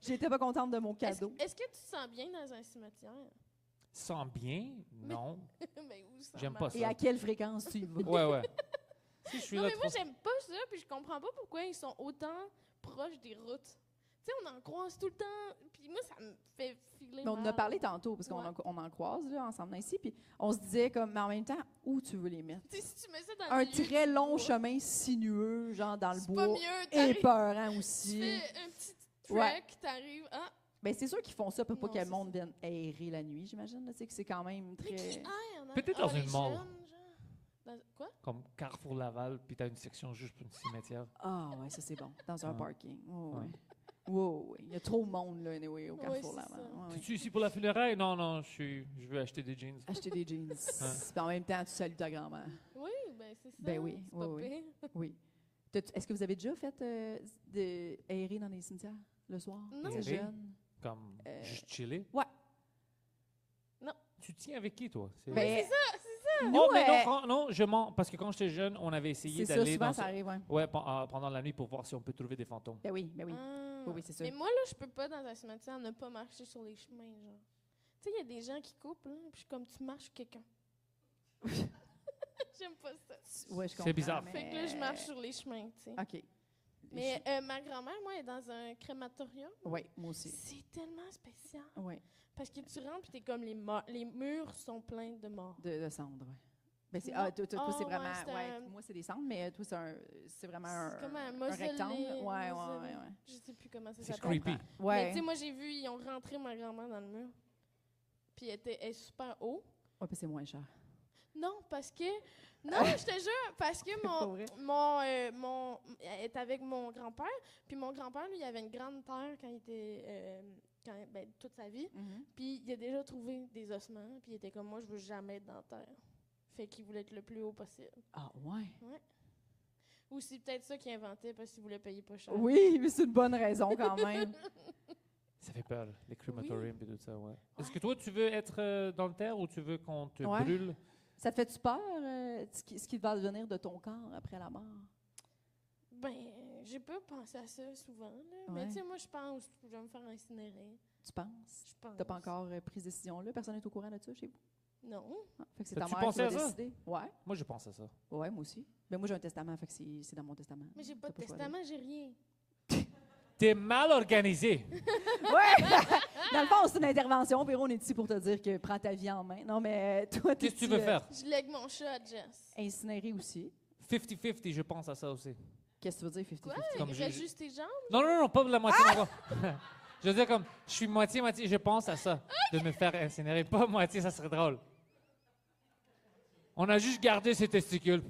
[SPEAKER 3] J'étais pas contente de mon
[SPEAKER 6] Est-ce
[SPEAKER 3] cadeau.
[SPEAKER 6] est-ce que tu te sens bien dans un cimetière?
[SPEAKER 5] Sans bien, non.
[SPEAKER 6] ben, où ça
[SPEAKER 5] J'aime
[SPEAKER 6] marche?
[SPEAKER 5] pas
[SPEAKER 3] Et
[SPEAKER 5] ça.
[SPEAKER 3] à quelle fréquence tu y vas?
[SPEAKER 5] Ouais, ouais. Si je suis
[SPEAKER 6] Non,
[SPEAKER 5] là
[SPEAKER 6] mais moi,
[SPEAKER 5] trop.
[SPEAKER 6] j'aime pas ça, puis je comprends pas pourquoi ils sont autant proches des routes. Tu sais, on en croise tout le temps, puis moi, ça me fait filer.
[SPEAKER 3] Mais on en a
[SPEAKER 6] mal.
[SPEAKER 3] parlé tantôt, parce qu'on
[SPEAKER 6] Ouais.
[SPEAKER 3] en, on en croise là, ensemble ici, puis on se disait comme, mais en même temps, où tu veux les mettre?
[SPEAKER 6] Tu sais, si tu mets ça dans
[SPEAKER 3] Un
[SPEAKER 6] le milieu
[SPEAKER 3] très
[SPEAKER 6] du
[SPEAKER 3] long
[SPEAKER 6] bois,
[SPEAKER 3] chemin sinueux, genre dans le
[SPEAKER 6] C'est pas
[SPEAKER 3] bois,
[SPEAKER 6] mieux,
[SPEAKER 3] et
[SPEAKER 6] t'arrives,
[SPEAKER 3] peurant
[SPEAKER 6] tu
[SPEAKER 3] aussi.
[SPEAKER 6] fais un petit
[SPEAKER 3] Ouais.
[SPEAKER 6] trek, t'arrives, ah,
[SPEAKER 3] Ben, c'est sûr qu'ils font ça pour pas
[SPEAKER 6] Non,
[SPEAKER 3] que le
[SPEAKER 6] c'est
[SPEAKER 3] monde vienne aérer la nuit, j'imagine. là, tu sais que c'est quand même
[SPEAKER 6] mais qui
[SPEAKER 3] très.
[SPEAKER 6] erre, hein?
[SPEAKER 5] Peut-être
[SPEAKER 6] Ah,
[SPEAKER 5] dans
[SPEAKER 6] les
[SPEAKER 5] une mort.
[SPEAKER 6] jeunes, genre. Dans- Quoi?
[SPEAKER 5] Comme Carrefour Laval, puis t'as une section juste pour une cimetière.
[SPEAKER 3] Ah, ouais, ça c'est bon. Dans un
[SPEAKER 5] Ouais.
[SPEAKER 3] parking. Oh,
[SPEAKER 5] Ouais.
[SPEAKER 3] ouais. Wow, ouais. Il y a trop de monde, là, anyway, au
[SPEAKER 6] Ouais,
[SPEAKER 3] Carrefour
[SPEAKER 6] c'est
[SPEAKER 3] là-bas.
[SPEAKER 6] ça.
[SPEAKER 3] Ouais, ouais.
[SPEAKER 5] Es-tu ici pour la funéraille Non, non, je, suis... je veux acheter des jeans.
[SPEAKER 3] Acheter des jeans. Puis en même temps, tu salues ta grand-mère.
[SPEAKER 6] Oui, ben c'est ça.
[SPEAKER 3] Ben oui,
[SPEAKER 6] c'est
[SPEAKER 3] oui,
[SPEAKER 6] pas
[SPEAKER 3] oui.
[SPEAKER 6] pire.
[SPEAKER 3] Oui. T'as- Est-ce que vous avez déjà fait euh, de aérer dans des cimetières le soir?
[SPEAKER 6] Non.
[SPEAKER 3] Vous êtes
[SPEAKER 5] Aérer?
[SPEAKER 3] jeune?
[SPEAKER 5] Comme
[SPEAKER 3] Euh,
[SPEAKER 5] juste chiller.
[SPEAKER 3] ouais.
[SPEAKER 6] Non.
[SPEAKER 5] Tu tiens avec qui, toi C'est-
[SPEAKER 3] Ben,
[SPEAKER 5] Oh,
[SPEAKER 3] nous,
[SPEAKER 5] mais non,
[SPEAKER 3] euh,
[SPEAKER 5] fran- non, je mens. Parce que quand j'étais jeune, on avait essayé
[SPEAKER 3] c'est ça,
[SPEAKER 5] d'aller
[SPEAKER 3] souvent
[SPEAKER 5] dans.
[SPEAKER 3] ça
[SPEAKER 5] ce-
[SPEAKER 3] arrive, ouais.
[SPEAKER 5] Ouais, pen- euh, pendant la nuit pour voir si on peut trouver des fantômes.
[SPEAKER 3] Ben oui, ben oui.
[SPEAKER 6] Ah.
[SPEAKER 3] Oui, oui, c'est ça.
[SPEAKER 6] Mais moi, là, je peux pas dans un cimetière ne pas marcher sur les chemins, genre. Tu sais, il y a des gens qui coupent, là, puis je suis comme tu marches sur quelqu'un. J'aime pas ça.
[SPEAKER 3] Ouais, je
[SPEAKER 5] C'est
[SPEAKER 3] comprends,
[SPEAKER 5] bizarre.
[SPEAKER 3] mais-
[SPEAKER 6] Ah. Fait que là, je marche sur les chemins, tu sais.
[SPEAKER 3] OK.
[SPEAKER 6] Mais euh, ma grand-mère, moi, elle est dans un crématorium.
[SPEAKER 3] Oui, moi aussi.
[SPEAKER 6] C'est tellement spécial.
[SPEAKER 3] Oui,
[SPEAKER 6] Parce que tu rentres, puis t'es comme les, mo- les murs sont pleins de morts.
[SPEAKER 3] de, de cendres, oui. Ben c'est,
[SPEAKER 6] Non.
[SPEAKER 3] ah, toi, toi, toi,
[SPEAKER 6] Ah,
[SPEAKER 3] c'est
[SPEAKER 6] ouais,
[SPEAKER 3] vraiment.
[SPEAKER 6] c'est
[SPEAKER 3] ouais,
[SPEAKER 6] un-
[SPEAKER 3] Moi, c'est des cendres, mais euh, toi, c'est, un, c'est vraiment un,
[SPEAKER 6] C'est comme un
[SPEAKER 3] un
[SPEAKER 6] mausolée.
[SPEAKER 3] rectangle. Ouais, ouais,
[SPEAKER 6] mausolée.
[SPEAKER 3] ouais. ouais.
[SPEAKER 6] Je sais plus comment ça
[SPEAKER 5] C'est
[SPEAKER 6] s'appelle.
[SPEAKER 5] creepy.
[SPEAKER 6] Mais
[SPEAKER 3] Ouais.
[SPEAKER 6] tu sais, moi, j'ai vu, ils ont rentré ma grand-mère dans le mur. Puis elle était elle est super haut.
[SPEAKER 3] Ouais, puis c'est moins cher.
[SPEAKER 6] Non, parce que. Non, je te jure, parce que
[SPEAKER 3] Ah. Pas
[SPEAKER 6] mon.
[SPEAKER 3] vrai.
[SPEAKER 6] mon, euh, mon elle était avec mon grand-père. Puis mon grand-père, lui, il avait une grande terre quand il était. euh, quand, ben, toute sa vie.
[SPEAKER 3] Mm-hmm.
[SPEAKER 6] Puis il a déjà trouvé des ossements. Puis il était comme moi, je veux jamais être dans la terre. Fait qu'il voulait être le plus haut possible.
[SPEAKER 3] Ah, ouais.
[SPEAKER 6] Ou c'est peut-être ça qu'il inventait parce qu'il voulait payer pas cher.
[SPEAKER 3] Oui, mais c'est une bonne raison quand même.
[SPEAKER 5] Ça fait peur, les crématoriums et tout ça, ouais. Est-ce que toi, tu veux être euh, dans le terre ou tu veux qu'on te
[SPEAKER 3] Ouais.
[SPEAKER 5] brûle?
[SPEAKER 3] Ça te fait-tu peur, euh, ce, qui, ce qui va devenir de ton corps après la mort?
[SPEAKER 6] Ben, j'ai pas pensé à ça souvent. là. Mais
[SPEAKER 3] Ouais.
[SPEAKER 6] tu sais, moi, je pense que je vais me faire incinérer.
[SPEAKER 3] Tu penses?
[SPEAKER 6] Je pense.
[SPEAKER 3] T'as pas encore euh, pris cette décision-là? Personne n'est au courant de ça chez vous?
[SPEAKER 6] Non.
[SPEAKER 3] Ah, fait que c'est ta
[SPEAKER 5] T'as-tu
[SPEAKER 3] mère qui
[SPEAKER 5] pensé
[SPEAKER 3] va
[SPEAKER 5] à ça?
[SPEAKER 3] décider. Ouais,
[SPEAKER 5] Moi, je pense à ça.
[SPEAKER 3] ouais, moi aussi. Mais moi, j'ai un testament, fait que c'est, c'est dans mon testament.
[SPEAKER 6] Mais j'ai pas
[SPEAKER 3] T'as
[SPEAKER 6] de
[SPEAKER 3] le choix
[SPEAKER 6] testament, j'ai rien.
[SPEAKER 5] T'es mal organisé.
[SPEAKER 3] Oui! Dans le fond, c'est une intervention. Puis on est ici pour te dire que prends ta vie en main. Non, mais euh, toi, t'es
[SPEAKER 5] Qu'est-ce que tu veux
[SPEAKER 3] euh,
[SPEAKER 5] faire?
[SPEAKER 6] Je lègue mon chat à Jess.
[SPEAKER 3] Incinéré aussi.
[SPEAKER 5] 50-50, je pense à ça aussi.
[SPEAKER 3] Qu'est-ce que tu veux dire, 50-50?
[SPEAKER 6] Quoi?
[SPEAKER 5] Comme
[SPEAKER 6] Il
[SPEAKER 5] je-
[SPEAKER 6] reste juste tes jambes?
[SPEAKER 5] Non, non, non, pas la moitié. non, pas. je veux dire, comme, je suis moitié-moitié, je pense à ça, de me faire incinérer. Pas moitié, ça serait drôle. On a juste gardé ses testicules.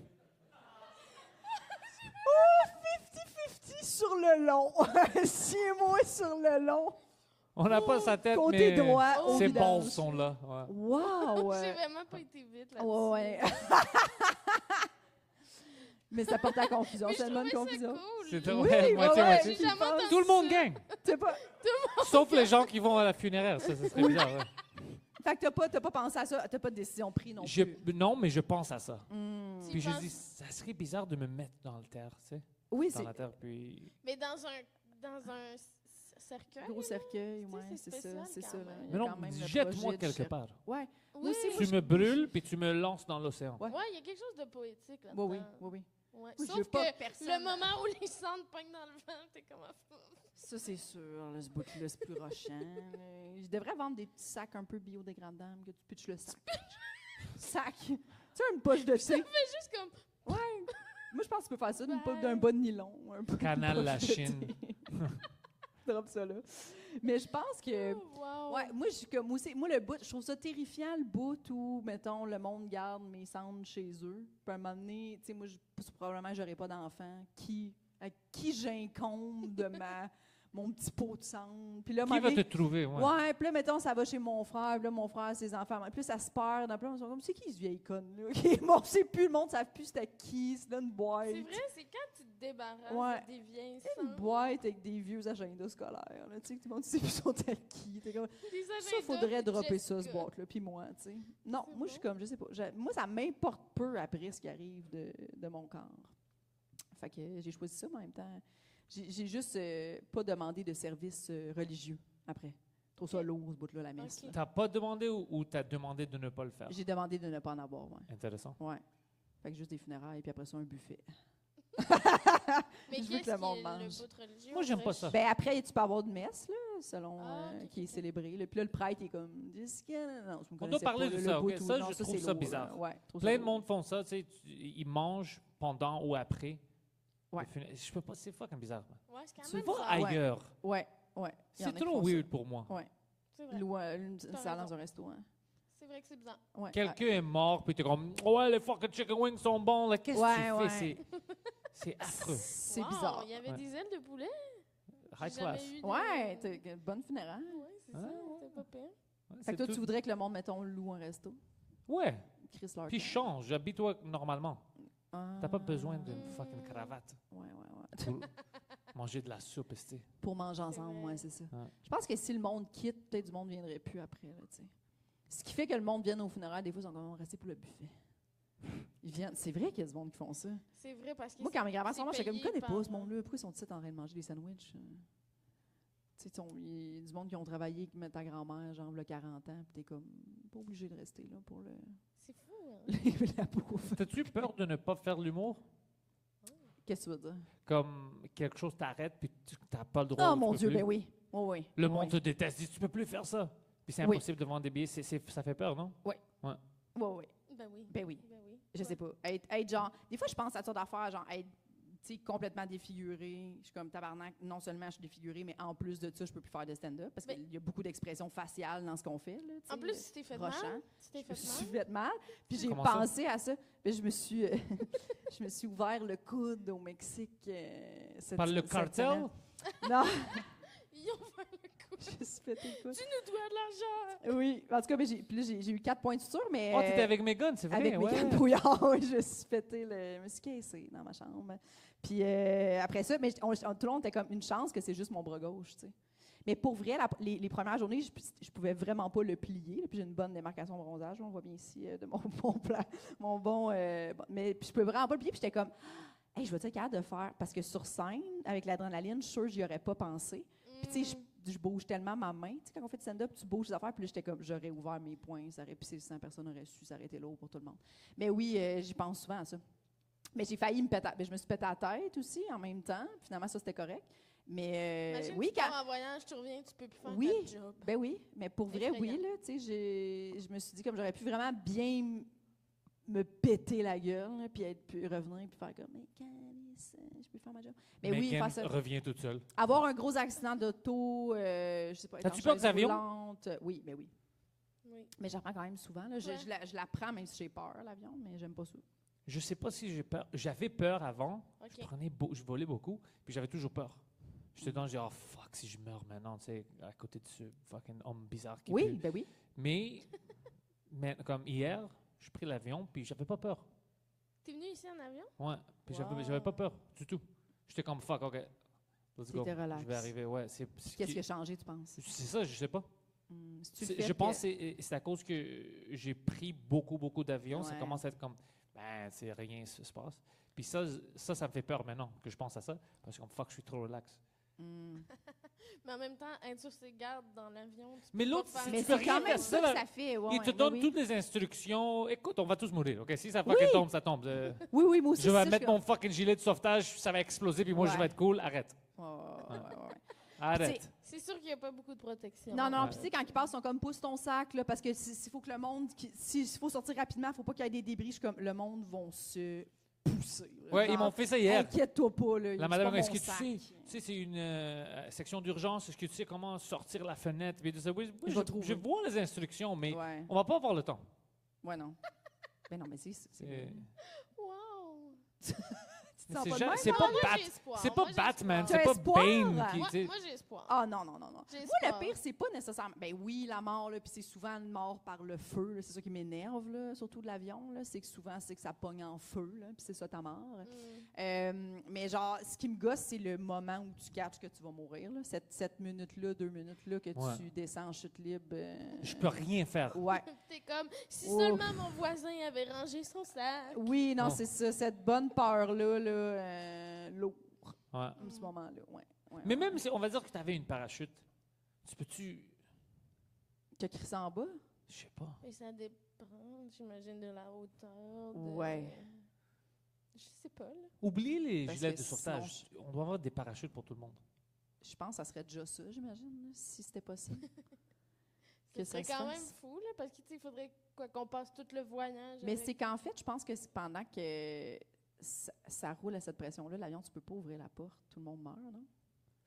[SPEAKER 3] Petit sur le long. Six mois sur le long.
[SPEAKER 5] On n'a pas sa tête,
[SPEAKER 3] Côté
[SPEAKER 5] mais
[SPEAKER 3] droit, au
[SPEAKER 5] ses
[SPEAKER 3] vidange.
[SPEAKER 5] bons sont là. ouais.
[SPEAKER 3] Wow!
[SPEAKER 6] J'ai
[SPEAKER 3] euh,
[SPEAKER 6] vraiment pas été vite là
[SPEAKER 3] ouais, Ah ouais. mais ça porte à confusion.
[SPEAKER 6] Mais je
[SPEAKER 3] C'est une bonne
[SPEAKER 6] trouvais ça
[SPEAKER 3] confusion.
[SPEAKER 6] cool.
[SPEAKER 5] C'est
[SPEAKER 6] là.
[SPEAKER 5] drôle, moitié-moitié.
[SPEAKER 6] J'ai jamais entendu
[SPEAKER 5] Tout le monde
[SPEAKER 6] ça.
[SPEAKER 5] gagne,
[SPEAKER 3] T'as pas,
[SPEAKER 5] sauf les gens qui vont à la funéraire. Ça, ça serait bizarre. ouais.
[SPEAKER 3] fait que t'as pas, t'as pas pensé à ça. T'as pas de décision prise non
[SPEAKER 5] Je-
[SPEAKER 3] plus.
[SPEAKER 5] non, mais je pense à ça.
[SPEAKER 3] Hmm.
[SPEAKER 6] Tu
[SPEAKER 5] Puis je
[SPEAKER 6] penses-
[SPEAKER 5] dis, ça serait bizarre de me mettre dans le terre, tu sais,
[SPEAKER 3] Oui,
[SPEAKER 5] dans
[SPEAKER 3] c'est
[SPEAKER 5] la terre. Puis...
[SPEAKER 6] Mais dans un, dans un c- c- cercueil?
[SPEAKER 3] gros cercueil.
[SPEAKER 6] Tu sais,
[SPEAKER 3] Ouais,
[SPEAKER 6] c'est
[SPEAKER 3] c'est ça.
[SPEAKER 6] spécial
[SPEAKER 3] C'est
[SPEAKER 6] quand
[SPEAKER 3] ça. là.
[SPEAKER 6] même.
[SPEAKER 3] Il y a
[SPEAKER 5] Mais non,
[SPEAKER 3] quand même le
[SPEAKER 5] jette-moi
[SPEAKER 3] projet de
[SPEAKER 5] quelque
[SPEAKER 3] chercher-
[SPEAKER 5] part.
[SPEAKER 3] Ouais.
[SPEAKER 6] Oui,
[SPEAKER 3] aussi,
[SPEAKER 5] Tu me brûles, puis tu me lances dans l'océan.
[SPEAKER 3] Ouais.
[SPEAKER 6] Ouais, il y a quelque chose de poétique là-dedans.
[SPEAKER 3] Oui, oui, oui, oui.
[SPEAKER 6] Ouais.
[SPEAKER 3] Oui, je
[SPEAKER 6] Sauf
[SPEAKER 3] veux
[SPEAKER 6] que
[SPEAKER 3] pas que personne-
[SPEAKER 6] le moment où les cendres pognent dans le vent, t'es comme... ah,
[SPEAKER 3] Ça, c'est sûr. Là, ce bout-là, c'est plus rochant. là. Je devrais vendre des petits sacs un peu biodégradables que tu pitches le sac. sac! Tu as une poche de thé.
[SPEAKER 6] Juste comme.
[SPEAKER 3] Ouais! Moi, je pense que tu peux faire ça d'une poche- d'un bon nylon. un peu
[SPEAKER 5] Canal
[SPEAKER 3] poche
[SPEAKER 5] la
[SPEAKER 3] de thé.
[SPEAKER 5] Chine.
[SPEAKER 3] Drop ça là. Mais je pense que
[SPEAKER 6] Oh, wow.
[SPEAKER 3] Euh, Ouais, moi, je suis comme aussi. Moi, le bout, je trouve ça terrifiant, le bout où, mettons, le monde garde mes cendres chez eux. Puis à un moment donné, tu sais, moi, je, probablement, j'aurais pas d'enfant. Qui, à qui j'incombe de ma, mon petit pot de cendres? Puis là, à un
[SPEAKER 5] Qui
[SPEAKER 3] moment
[SPEAKER 5] va te
[SPEAKER 3] donné-
[SPEAKER 5] trouver? Ouais.
[SPEAKER 3] Ouais, puis là, mettons, ça va chez mon frère, puis là, mon frère, ses enfants. Puis là, ça se perd. Puis là, on se dit, comme, c'est qui ce vieil conne, là? OK, bon, on sait plus, le monde ne savent plus c'était qui, c'est une boîte.
[SPEAKER 6] C'est vrai, hein? c'est quand tu te débarrasses
[SPEAKER 3] Ouais.
[SPEAKER 6] des vieilles
[SPEAKER 3] C'est une
[SPEAKER 6] cendres.
[SPEAKER 3] boîte avec des vieux agendas scolaires, là, tu sais, que tout le monde sait plus sont à qui. T'es comme,
[SPEAKER 6] Des
[SPEAKER 3] Ça,
[SPEAKER 6] agendas
[SPEAKER 3] faudrait
[SPEAKER 6] de
[SPEAKER 3] dropper ça, ce
[SPEAKER 6] Jessica.
[SPEAKER 3] boîte-là, puis moi, tu sais. Non,
[SPEAKER 6] C'est
[SPEAKER 3] moi, je suis comme, je sais pas. Je- moi, ça m'importe peu après ce qui arrive de, de mon corps. Fait que euh, j'ai choisi ça, mais en même temps, j'ai j'ai juste euh, pas demandé de service euh, religieux après. Je trouve ça
[SPEAKER 6] Ok.
[SPEAKER 3] lourd, ce bout-là, la messe.
[SPEAKER 6] Ok.
[SPEAKER 3] là.
[SPEAKER 5] T'as pas demandé ou, ou t'as demandé de ne pas le faire?
[SPEAKER 3] J'ai demandé de ne pas en avoir, ouais.
[SPEAKER 5] Intéressant.
[SPEAKER 3] Ouais. Fait que juste des funérailles, puis après ça, un buffet.
[SPEAKER 6] Mais
[SPEAKER 3] Je veux
[SPEAKER 6] qu'est-ce
[SPEAKER 3] que le monde
[SPEAKER 6] qui est
[SPEAKER 3] mange.
[SPEAKER 6] bout religieux,
[SPEAKER 5] Moi, j'aime
[SPEAKER 6] on
[SPEAKER 5] pas
[SPEAKER 6] dirait
[SPEAKER 5] ça.
[SPEAKER 3] Ben après, tu peux avoir une messe, là, selon
[SPEAKER 6] Ah,
[SPEAKER 3] euh,
[SPEAKER 6] ok,
[SPEAKER 3] qui est
[SPEAKER 6] ok.
[SPEAKER 3] célébrée. là. Puis là, le prêtre est comme, Jessica, non, vous me
[SPEAKER 5] doit
[SPEAKER 3] connaissez pas,
[SPEAKER 5] parler de
[SPEAKER 3] là,
[SPEAKER 5] ça,
[SPEAKER 3] le
[SPEAKER 5] ok?
[SPEAKER 3] bout où-
[SPEAKER 5] Ça,
[SPEAKER 3] non,
[SPEAKER 5] je
[SPEAKER 3] c'est
[SPEAKER 5] trouve ça
[SPEAKER 3] lourd, là.
[SPEAKER 5] bizarre.
[SPEAKER 3] Ouais, je trouve ça
[SPEAKER 5] Plein de
[SPEAKER 3] lourd.
[SPEAKER 5] monde font ça, tu sais, tu- ils mangent pendant ou après.
[SPEAKER 3] Ouais.
[SPEAKER 5] le funé- Je peux pas, c'est fucking bizarre. man.
[SPEAKER 6] que- Ouais, c'est quand
[SPEAKER 5] Tu
[SPEAKER 6] même
[SPEAKER 5] vas
[SPEAKER 6] bizarre.
[SPEAKER 3] aille-
[SPEAKER 5] ailleurs.
[SPEAKER 3] Ouais, ouais. Il y en
[SPEAKER 5] C'est
[SPEAKER 3] a qui
[SPEAKER 5] trop
[SPEAKER 3] font ça.
[SPEAKER 5] weird pour moi.
[SPEAKER 6] C'est vrai.
[SPEAKER 3] Louer une, une
[SPEAKER 6] T'as
[SPEAKER 3] salle
[SPEAKER 6] raison.
[SPEAKER 3] dans un restaurant.
[SPEAKER 6] C'est vrai que c'est bizarre.
[SPEAKER 3] Ouais.
[SPEAKER 5] Quelqu'un est mort, puis t'es comme, ouais, les fucking chicken wings sont bons, là. Qu'est-ce que
[SPEAKER 3] Ouais,
[SPEAKER 5] tu fais? C'est, c'est
[SPEAKER 3] Ah,
[SPEAKER 5] affreux.
[SPEAKER 3] C'est
[SPEAKER 6] Wow,
[SPEAKER 3] bizarre.
[SPEAKER 6] Il y avait
[SPEAKER 5] Ouais.
[SPEAKER 6] des ailes de poulet.
[SPEAKER 5] High
[SPEAKER 6] J'ai jamais
[SPEAKER 5] class.
[SPEAKER 6] eu de-
[SPEAKER 3] Ouais, t'as- que- bonne funéraire.
[SPEAKER 6] Ouais, c'est ça,
[SPEAKER 5] Ah,
[SPEAKER 6] c'était pas pire.
[SPEAKER 5] Ouais,
[SPEAKER 3] Fait
[SPEAKER 5] c'est
[SPEAKER 3] que toi,
[SPEAKER 5] tout-
[SPEAKER 3] tu voudrais que le monde, mettons, loue un resto.
[SPEAKER 5] Ouais,
[SPEAKER 3] Chris leur
[SPEAKER 5] puis change, habille-toi normalement. T'as pas besoin d'une
[SPEAKER 6] Ah.
[SPEAKER 5] fucking cravate
[SPEAKER 3] Ouais, ouais, ouais.
[SPEAKER 5] pour manger de la soupe, tu sais.
[SPEAKER 3] Pour manger
[SPEAKER 6] vrai.
[SPEAKER 3] ensemble, ouais, c'est ça.
[SPEAKER 5] Ouais.
[SPEAKER 3] Je pense que si le monde quitte, peut-être du monde ne viendrait plus après, là, tu sais. Ce qui fait que le monde vienne au funérailles, des fois, ils sont comme, restés pour le buffet. Ils viennent. C'est vrai qu'il y a du monde qui font ça.
[SPEAKER 6] C'est vrai parce que.
[SPEAKER 3] Moi, quand mes grands-parents
[SPEAKER 6] c'est
[SPEAKER 3] sont morts, j'étais comme,
[SPEAKER 6] payé
[SPEAKER 3] connais
[SPEAKER 6] par- euh,
[SPEAKER 3] pas ce monde-là. Pourquoi ils sont ici en train de manger des sandwichs? euh? Tu sais, ils sont- il y a du monde qui ont travaillé, qui mettent ta grand-mère, genre, le 40 ans, puis t'es comme, pas obligé de rester là pour le,
[SPEAKER 6] C'est fou. hein.
[SPEAKER 3] la pauvre.
[SPEAKER 5] T'as-tu peur de ne pas faire l'humour?
[SPEAKER 3] Qu'est-ce que tu veux dire?
[SPEAKER 5] Comme quelque chose t'arrête, puis tu t'as pas le droit.
[SPEAKER 3] Oh
[SPEAKER 5] tu
[SPEAKER 3] mon
[SPEAKER 5] peux
[SPEAKER 3] Dieu,
[SPEAKER 5] plus.
[SPEAKER 3] ben oui. Oui, oui.
[SPEAKER 5] Le
[SPEAKER 3] Oui,
[SPEAKER 5] monde te déteste, dit, tu peux plus faire ça. Puis c'est
[SPEAKER 3] Oui.
[SPEAKER 5] impossible de vendre des billets, c'est- c'est- ça fait peur, non?
[SPEAKER 3] Oui, oui.
[SPEAKER 6] Ben oui.
[SPEAKER 3] Ben oui.
[SPEAKER 6] Ben oui.
[SPEAKER 3] Je sais pas. Être, être genre, des fois, je pense à toutes sortes d'affaires, genre être tu sais, complètement défigurée. Je suis comme tabarnak. Non seulement je suis défigurée, mais en plus de ça, je peux plus faire de stand-up parce
[SPEAKER 6] Mais-
[SPEAKER 3] qu'il y a beaucoup d'expressions faciales dans ce qu'on fait. Là, tu sais,
[SPEAKER 6] En plus, tu t'es fait mal.
[SPEAKER 3] rochant.
[SPEAKER 6] Tu t'es
[SPEAKER 3] Je me
[SPEAKER 6] fait
[SPEAKER 3] suis
[SPEAKER 6] mal.
[SPEAKER 3] fait mal. Puis j'ai
[SPEAKER 5] Comment ça?
[SPEAKER 3] pensé à ça. Mais je me suis, euh, je me suis ouvert le coude au Mexique. euh, cette-
[SPEAKER 5] Par le
[SPEAKER 3] cette
[SPEAKER 5] cartel?
[SPEAKER 3] semaine. Non,
[SPEAKER 6] Ils ont fait le coup.
[SPEAKER 3] je me suis pété le coude.
[SPEAKER 6] Tu nous dois de l'argent.
[SPEAKER 3] Oui, en tout cas, mais j'ai, puis là, j'ai, j'ai eu quatre points de suture, mais.
[SPEAKER 5] Oh, t'étais
[SPEAKER 3] euh,
[SPEAKER 5] avec Megan, c'est vrai?
[SPEAKER 3] avec mes
[SPEAKER 5] ouais.
[SPEAKER 3] quatre brouillards, oui, je me suis pété le. Je me suis cassé dans ma chambre. Puis euh, après ça, mais on- on- tout le monde était comme une chance que c'est juste mon bras gauche, tu sais. Mais pour vrai, la- les, les premières journées, je, pu- je pouvais vraiment pas le plier. là, Puis j'ai une bonne démarcation bronzage, on voit bien ici euh, de mon bon plan, mon bon. euh, bon- mais puis je pouvais vraiment pas le plier. Puis j'étais comme, hey, je vais être capable de faire parce que sur scène, avec l'adrénaline, je suis sûre que j'y aurais pas pensé. Puis, tu sais,
[SPEAKER 6] Hmm.
[SPEAKER 3] je, je bouge tellement ma main. Tu sais, quand on fait du stand-up, tu bouges des affaires. Puis là, j'étais comme, j'aurais ouvert mes poings. Ça aurait, puis, si 100 personnes auraient su, ça aurait été lourd pour tout le monde. Mais oui, euh, j'y pense souvent à ça. Mais j'ai failli me péter. Mais je me suis pété la tête aussi en même temps. Finalement, ça, c'était correct. Mais euh,
[SPEAKER 6] Imagine,
[SPEAKER 3] oui,
[SPEAKER 6] tu
[SPEAKER 3] quand.
[SPEAKER 6] pars en voyage, tu reviens, tu peux plus faire
[SPEAKER 3] Oui.
[SPEAKER 6] ta job.
[SPEAKER 3] Ben oui, mais pour vrai, oui,
[SPEAKER 6] Effrayant.
[SPEAKER 3] là, tu sais, j'ai- je me suis dit comme j'aurais pu vraiment bien m- me péter la gueule, là, puis être, puis revenir, puis faire comme, mais calisse, euh, je peux faire ma job. Mais oui,
[SPEAKER 5] Megan
[SPEAKER 3] faire ça.
[SPEAKER 5] revient toute seule.
[SPEAKER 3] Avoir un gros accident d'auto, euh, je sais pas. être
[SPEAKER 5] T'as-tu
[SPEAKER 3] en
[SPEAKER 5] peur
[SPEAKER 3] chaise
[SPEAKER 5] des avions?
[SPEAKER 3] roulante, euh, Oui, ben oui.
[SPEAKER 6] Oui.
[SPEAKER 3] Mais j'apprends quand même souvent. là. Je,
[SPEAKER 6] Ouais.
[SPEAKER 3] je la, je la prends même si j'ai peur, l'avion, mais j'aime pas ça.
[SPEAKER 5] Je sais pas si j'ai peur. J'avais peur avant. Je
[SPEAKER 6] OK.
[SPEAKER 5] prenais beau- je volais beaucoup, puis j'avais toujours peur. J'étais dans, j'ai oh fuck, si je meurs maintenant, tu sais, à côté de ce fucking homme bizarre qui
[SPEAKER 3] Oui,
[SPEAKER 5] pue.
[SPEAKER 3] ben oui.
[SPEAKER 5] Mais, mais comme hier, j'ai pris l'avion, puis j'avais pas peur.
[SPEAKER 6] T'es venu ici en avion?
[SPEAKER 5] Ouais, puis j'avais,
[SPEAKER 6] Wow.
[SPEAKER 5] j'avais pas peur du tout. J'étais comme fuck, ok, let's go.
[SPEAKER 3] T'étais relax.
[SPEAKER 5] Je vais arriver, ouais. C'est, c'est,
[SPEAKER 3] Qu'est-ce qui a changé, tu penses?
[SPEAKER 5] c'est ça, je sais pas.
[SPEAKER 3] Hum, si tu le
[SPEAKER 5] C'est-
[SPEAKER 3] fais
[SPEAKER 5] je
[SPEAKER 3] que-
[SPEAKER 5] pense que c'est, c'est à cause que j'ai pris beaucoup, beaucoup d'avions. Ça
[SPEAKER 3] Ouais.
[SPEAKER 5] commence à être comme, ben, c'est rien se se passe. Puis ça, ça, ça me fait peur maintenant que je pense à ça. Parce que, comme, fuck, je suis trop relax.
[SPEAKER 3] Hum.
[SPEAKER 6] Mais en même temps, être sur ses gardes dans l'avion. tu
[SPEAKER 5] Mais
[SPEAKER 6] peux pas
[SPEAKER 5] l'autre,
[SPEAKER 6] faire
[SPEAKER 5] c'est-
[SPEAKER 3] Mais
[SPEAKER 5] tu peux
[SPEAKER 3] c'est
[SPEAKER 5] rien
[SPEAKER 6] ça.
[SPEAKER 3] quand
[SPEAKER 5] faire
[SPEAKER 3] même
[SPEAKER 5] ça,
[SPEAKER 3] ça
[SPEAKER 5] là.
[SPEAKER 3] que ça fait. ouais,
[SPEAKER 5] Il te
[SPEAKER 3] ouais,
[SPEAKER 5] donne
[SPEAKER 3] oui, oui.
[SPEAKER 5] toutes les instructions. Écoute, on va tous mourir, OK? Si ça
[SPEAKER 3] Oui.
[SPEAKER 5] fucking tombe, ça tombe. Euh,
[SPEAKER 3] Oui, oui, moi aussi.
[SPEAKER 5] je vais
[SPEAKER 3] c'est ça,
[SPEAKER 5] mettre mon fucking gilet de sauvetage, ça va exploser, puis moi, je
[SPEAKER 3] Ouais.
[SPEAKER 5] vais être cool. Arrête.
[SPEAKER 3] Ouais, ouais, ouais, ouais, ouais.
[SPEAKER 5] Arrête.
[SPEAKER 6] C'est sûr qu'il n'y a pas beaucoup de protection.
[SPEAKER 3] Non, non,
[SPEAKER 5] Ouais.
[SPEAKER 3] puis tu sais, quand ils passent, ils sont comme pousse ton sac, là, parce que si- s'il faut que le monde, qui- s'il faut sortir rapidement, il faut pas qu'il y ait des débris. Je suis comme, le monde vont se pousser. là,
[SPEAKER 5] Ouais,
[SPEAKER 3] genre,
[SPEAKER 5] ils m'ont fait ça hier.
[SPEAKER 3] Inquiète-toi pas, là.
[SPEAKER 5] La
[SPEAKER 3] c'est
[SPEAKER 5] madame,
[SPEAKER 3] pas
[SPEAKER 5] est-ce
[SPEAKER 3] mon
[SPEAKER 5] que tu
[SPEAKER 3] sac.
[SPEAKER 5] sais, tu sais, c'est une euh, section d'urgence, est-ce que tu sais comment sortir la fenêtre? Puis, oui, oui,
[SPEAKER 3] Je
[SPEAKER 5] je,
[SPEAKER 3] vais trouver.
[SPEAKER 5] je vois les instructions, mais
[SPEAKER 3] Ouais,
[SPEAKER 5] on va pas avoir le temps.
[SPEAKER 3] ouais, non. Ben non, mais c'est. c'est-
[SPEAKER 5] C'est
[SPEAKER 3] c'est-
[SPEAKER 6] Wow!
[SPEAKER 3] Tu te sens
[SPEAKER 5] c'est
[SPEAKER 3] pas de
[SPEAKER 5] ja-
[SPEAKER 3] même,
[SPEAKER 5] c'est
[SPEAKER 3] hein?
[SPEAKER 5] pas
[SPEAKER 6] Moi,
[SPEAKER 5] Bat-
[SPEAKER 6] j'ai espoir.
[SPEAKER 5] c'est
[SPEAKER 6] Moi,
[SPEAKER 5] pas
[SPEAKER 6] j'ai
[SPEAKER 5] Batman,
[SPEAKER 3] espoir.
[SPEAKER 5] c'est pas
[SPEAKER 3] Tu as
[SPEAKER 5] Bane
[SPEAKER 3] espoir?
[SPEAKER 5] qui,
[SPEAKER 6] Moi,
[SPEAKER 5] tu sais,
[SPEAKER 6] moi, j'ai espoir.
[SPEAKER 3] Ah non, non, non, non.
[SPEAKER 6] J'ai
[SPEAKER 3] Moi,
[SPEAKER 6] espoir.
[SPEAKER 3] le pire, c'est pas nécessairement. Ben oui, la mort, là, puis c'est souvent une mort par le feu, là, c'est ça qui m'énerve, là, surtout de l'avion, là, c'est que souvent, c'est que ça pogne en feu, là, puis c'est ça ta mort.
[SPEAKER 6] Mm.
[SPEAKER 3] Euh, mais genre, ce qui me gosse, c'est le moment où tu catches que tu vas mourir. Là. Cette, cette minute-là, deux minutes-là, que
[SPEAKER 5] Ouais.
[SPEAKER 3] tu descends en chute libre. euh,
[SPEAKER 5] je peux rien faire.
[SPEAKER 3] Ouais.
[SPEAKER 6] T'es comme, si
[SPEAKER 3] Ouf.
[SPEAKER 6] seulement mon voisin avait rangé son sac.
[SPEAKER 3] Oui, non,
[SPEAKER 5] Oh.
[SPEAKER 3] c'est ça. Cette bonne peur-là, là, euh, lourd,
[SPEAKER 5] Ouais.
[SPEAKER 3] ce moment-là. Ouais. ouais,
[SPEAKER 5] Mais
[SPEAKER 3] ouais.
[SPEAKER 5] même si on va dire que tu avais une parachute, tu peux-tu.
[SPEAKER 3] Que Chris en bas?
[SPEAKER 5] Je sais pas.
[SPEAKER 6] Et ça dépend, j'imagine, de la hauteur. de-
[SPEAKER 3] Ouais.
[SPEAKER 6] Je sais pas, là.
[SPEAKER 5] Oublie les
[SPEAKER 3] Parce
[SPEAKER 5] gilets
[SPEAKER 3] que
[SPEAKER 5] de sauvetage. On doit avoir des parachutes pour tout le monde.
[SPEAKER 3] Je pense que ça serait déjà ça, j'imagine, là, si c'était possible. Que
[SPEAKER 6] C'est
[SPEAKER 3] ça se
[SPEAKER 6] quand
[SPEAKER 3] fasse.
[SPEAKER 6] même fou, là, parce qu'il faudrait quoi, qu'on passe tout le voyage.
[SPEAKER 3] Mais
[SPEAKER 6] avec-
[SPEAKER 3] c'est qu'en fait, je pense que c'est pendant que ça, ça roule à cette pression-là, l'avion, tu peux pas ouvrir la porte. Tout le monde meurt, non?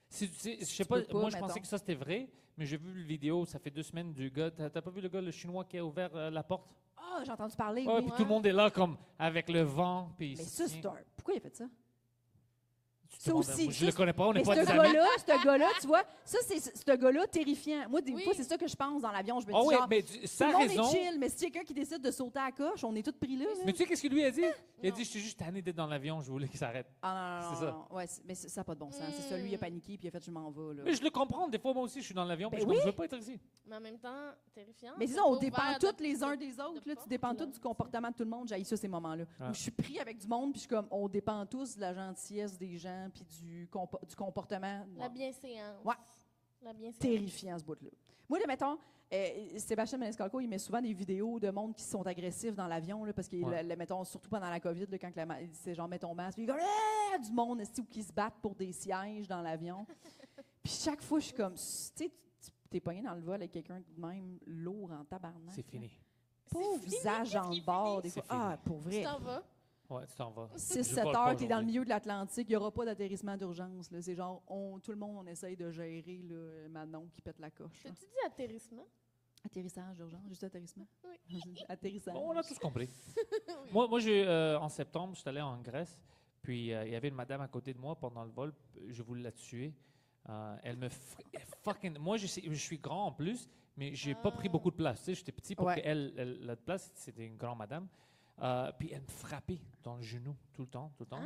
[SPEAKER 5] Si tu sais, je sais
[SPEAKER 3] tu
[SPEAKER 5] pas,
[SPEAKER 3] peux pas,
[SPEAKER 5] moi je
[SPEAKER 3] mettons.
[SPEAKER 5] pensais que ça c'était vrai, mais j'ai vu une vidéo, ça fait deux semaines du gars. T'as t'as pas vu le gars, le chinois qui a ouvert euh, la porte?
[SPEAKER 3] Ah, j'ai entendu parler.
[SPEAKER 5] Ouais,
[SPEAKER 3] oui.
[SPEAKER 5] puis tout le monde est là comme avec le vent. Puis
[SPEAKER 3] Mais
[SPEAKER 5] il se
[SPEAKER 3] ça,
[SPEAKER 5] tient.
[SPEAKER 3] c'est un. Pourquoi il a fait ça?
[SPEAKER 5] Tu te
[SPEAKER 3] ça
[SPEAKER 5] demandes,
[SPEAKER 3] aussi,
[SPEAKER 5] moi,
[SPEAKER 3] ça,
[SPEAKER 5] Je le connais pas, on n'est
[SPEAKER 3] Mais
[SPEAKER 5] pas
[SPEAKER 3] ce
[SPEAKER 5] des amis.
[SPEAKER 3] gars-là, ce gars-là, tu vois, ça, c'est ce gars-là terrifiant. Moi, des
[SPEAKER 6] Oui.
[SPEAKER 3] fois, c'est ça que je pense dans l'avion. Je me dis,
[SPEAKER 5] Ah oui,
[SPEAKER 3] genre,
[SPEAKER 5] mais tu-
[SPEAKER 3] tout
[SPEAKER 5] ça
[SPEAKER 3] le
[SPEAKER 5] a
[SPEAKER 3] monde est
[SPEAKER 5] raison.
[SPEAKER 3] chill, mais si quelqu'un qui décide de sauter à la coche, on est tous pris là. là.
[SPEAKER 5] Mais tu sais qu'est-ce qu'il lui a dit Il a
[SPEAKER 6] Non.
[SPEAKER 5] dit, je suis juste tanné d'être dans l'avion, je voulais qu'il s'arrête.
[SPEAKER 3] Ah non, non,
[SPEAKER 5] C'est
[SPEAKER 3] non, non. Ouais, c'est- mais c'est- ça n'a pas de bon sens. C'est ça, lui, il a
[SPEAKER 6] Mm.
[SPEAKER 3] paniqué, puis il a fait, je m'en vais. Là.
[SPEAKER 5] Mais je le comprends, des fois moi aussi je suis dans l'avion,
[SPEAKER 3] Ben
[SPEAKER 5] puis je ne veux pas être ici.
[SPEAKER 6] Mais en même temps, terrifiant.
[SPEAKER 3] Mais
[SPEAKER 6] ça
[SPEAKER 3] disons, on
[SPEAKER 6] peut
[SPEAKER 3] dépend
[SPEAKER 6] Hein? ouvert
[SPEAKER 3] tous
[SPEAKER 6] de-
[SPEAKER 3] les uns
[SPEAKER 6] de-
[SPEAKER 3] des
[SPEAKER 6] de
[SPEAKER 3] autres. Là, tu
[SPEAKER 6] porte,
[SPEAKER 3] dépends
[SPEAKER 6] là.
[SPEAKER 3] tous du comportement de tout le monde. J'ai ça ces moments-là.
[SPEAKER 5] Ouais.
[SPEAKER 3] Où je suis pris avec du monde, puis je suis comme, on dépend tous de la gentillesse des gens, puis du, compo- du comportement.
[SPEAKER 6] La bienséance.
[SPEAKER 3] Ouais.
[SPEAKER 6] La bienséance.
[SPEAKER 3] terrifiant, ce bout-là. Moi, là, mettons, euh, Sébastien Maniscalco, il met souvent des vidéos de monde qui sont agressifs dans l'avion, là, parce que,
[SPEAKER 5] Ouais.
[SPEAKER 3] la- la- mettons, surtout pendant la COVID, là, quand que la ma- c'est genre, mets ton masque, puis il y a comme, Ah! du monde esti, ou qui se battent pour des sièges dans l'avion. puis chaque fois, je suis comme, tu sais, tu- t'es pogné dans le vol avec quelqu'un de même lourd en tabarnak.
[SPEAKER 5] C'est fini.
[SPEAKER 3] Pauvre visage en
[SPEAKER 6] qui est
[SPEAKER 3] bord, des fois.
[SPEAKER 5] fini? C'est fini.
[SPEAKER 3] Ah, pour
[SPEAKER 6] Tu
[SPEAKER 3] vrai.
[SPEAKER 6] t'en vas.
[SPEAKER 5] Ouais, tu t'en vas. Je
[SPEAKER 3] 6-7
[SPEAKER 5] vole pas
[SPEAKER 3] heures, t'es dans le
[SPEAKER 5] aujourd'hui.
[SPEAKER 3] milieu de l'Atlantique, il n'y aura pas d'atterrissement d'urgence. là. C'est genre, on, tout le monde, on essaye de gérer là, Manon qui pète la coche. là.
[SPEAKER 6] T'as-tu dit atterrissement?
[SPEAKER 3] Atterrissage d'urgence, juste atterrissement.
[SPEAKER 6] Oui.
[SPEAKER 3] atterrissage.
[SPEAKER 5] Bon, on a tous compris. Moi, moi j'ai, euh, en septembre, je suis allé en Grèce, puis euh, il y avait une madame à côté de moi pendant le vol, je voulais la tuer. Euh, elle me fr- elle fucking. Moi, je, sais- je suis grand en plus, mais j'ai pas pris
[SPEAKER 6] Ah.
[SPEAKER 5] beaucoup de place. Tu sais, j'étais petit pour
[SPEAKER 3] Ouais.
[SPEAKER 5] qu'elle, elle- la place, c'était une grande madame. Euh, puis elle me frappait dans le genou tout le temps, tout le temps.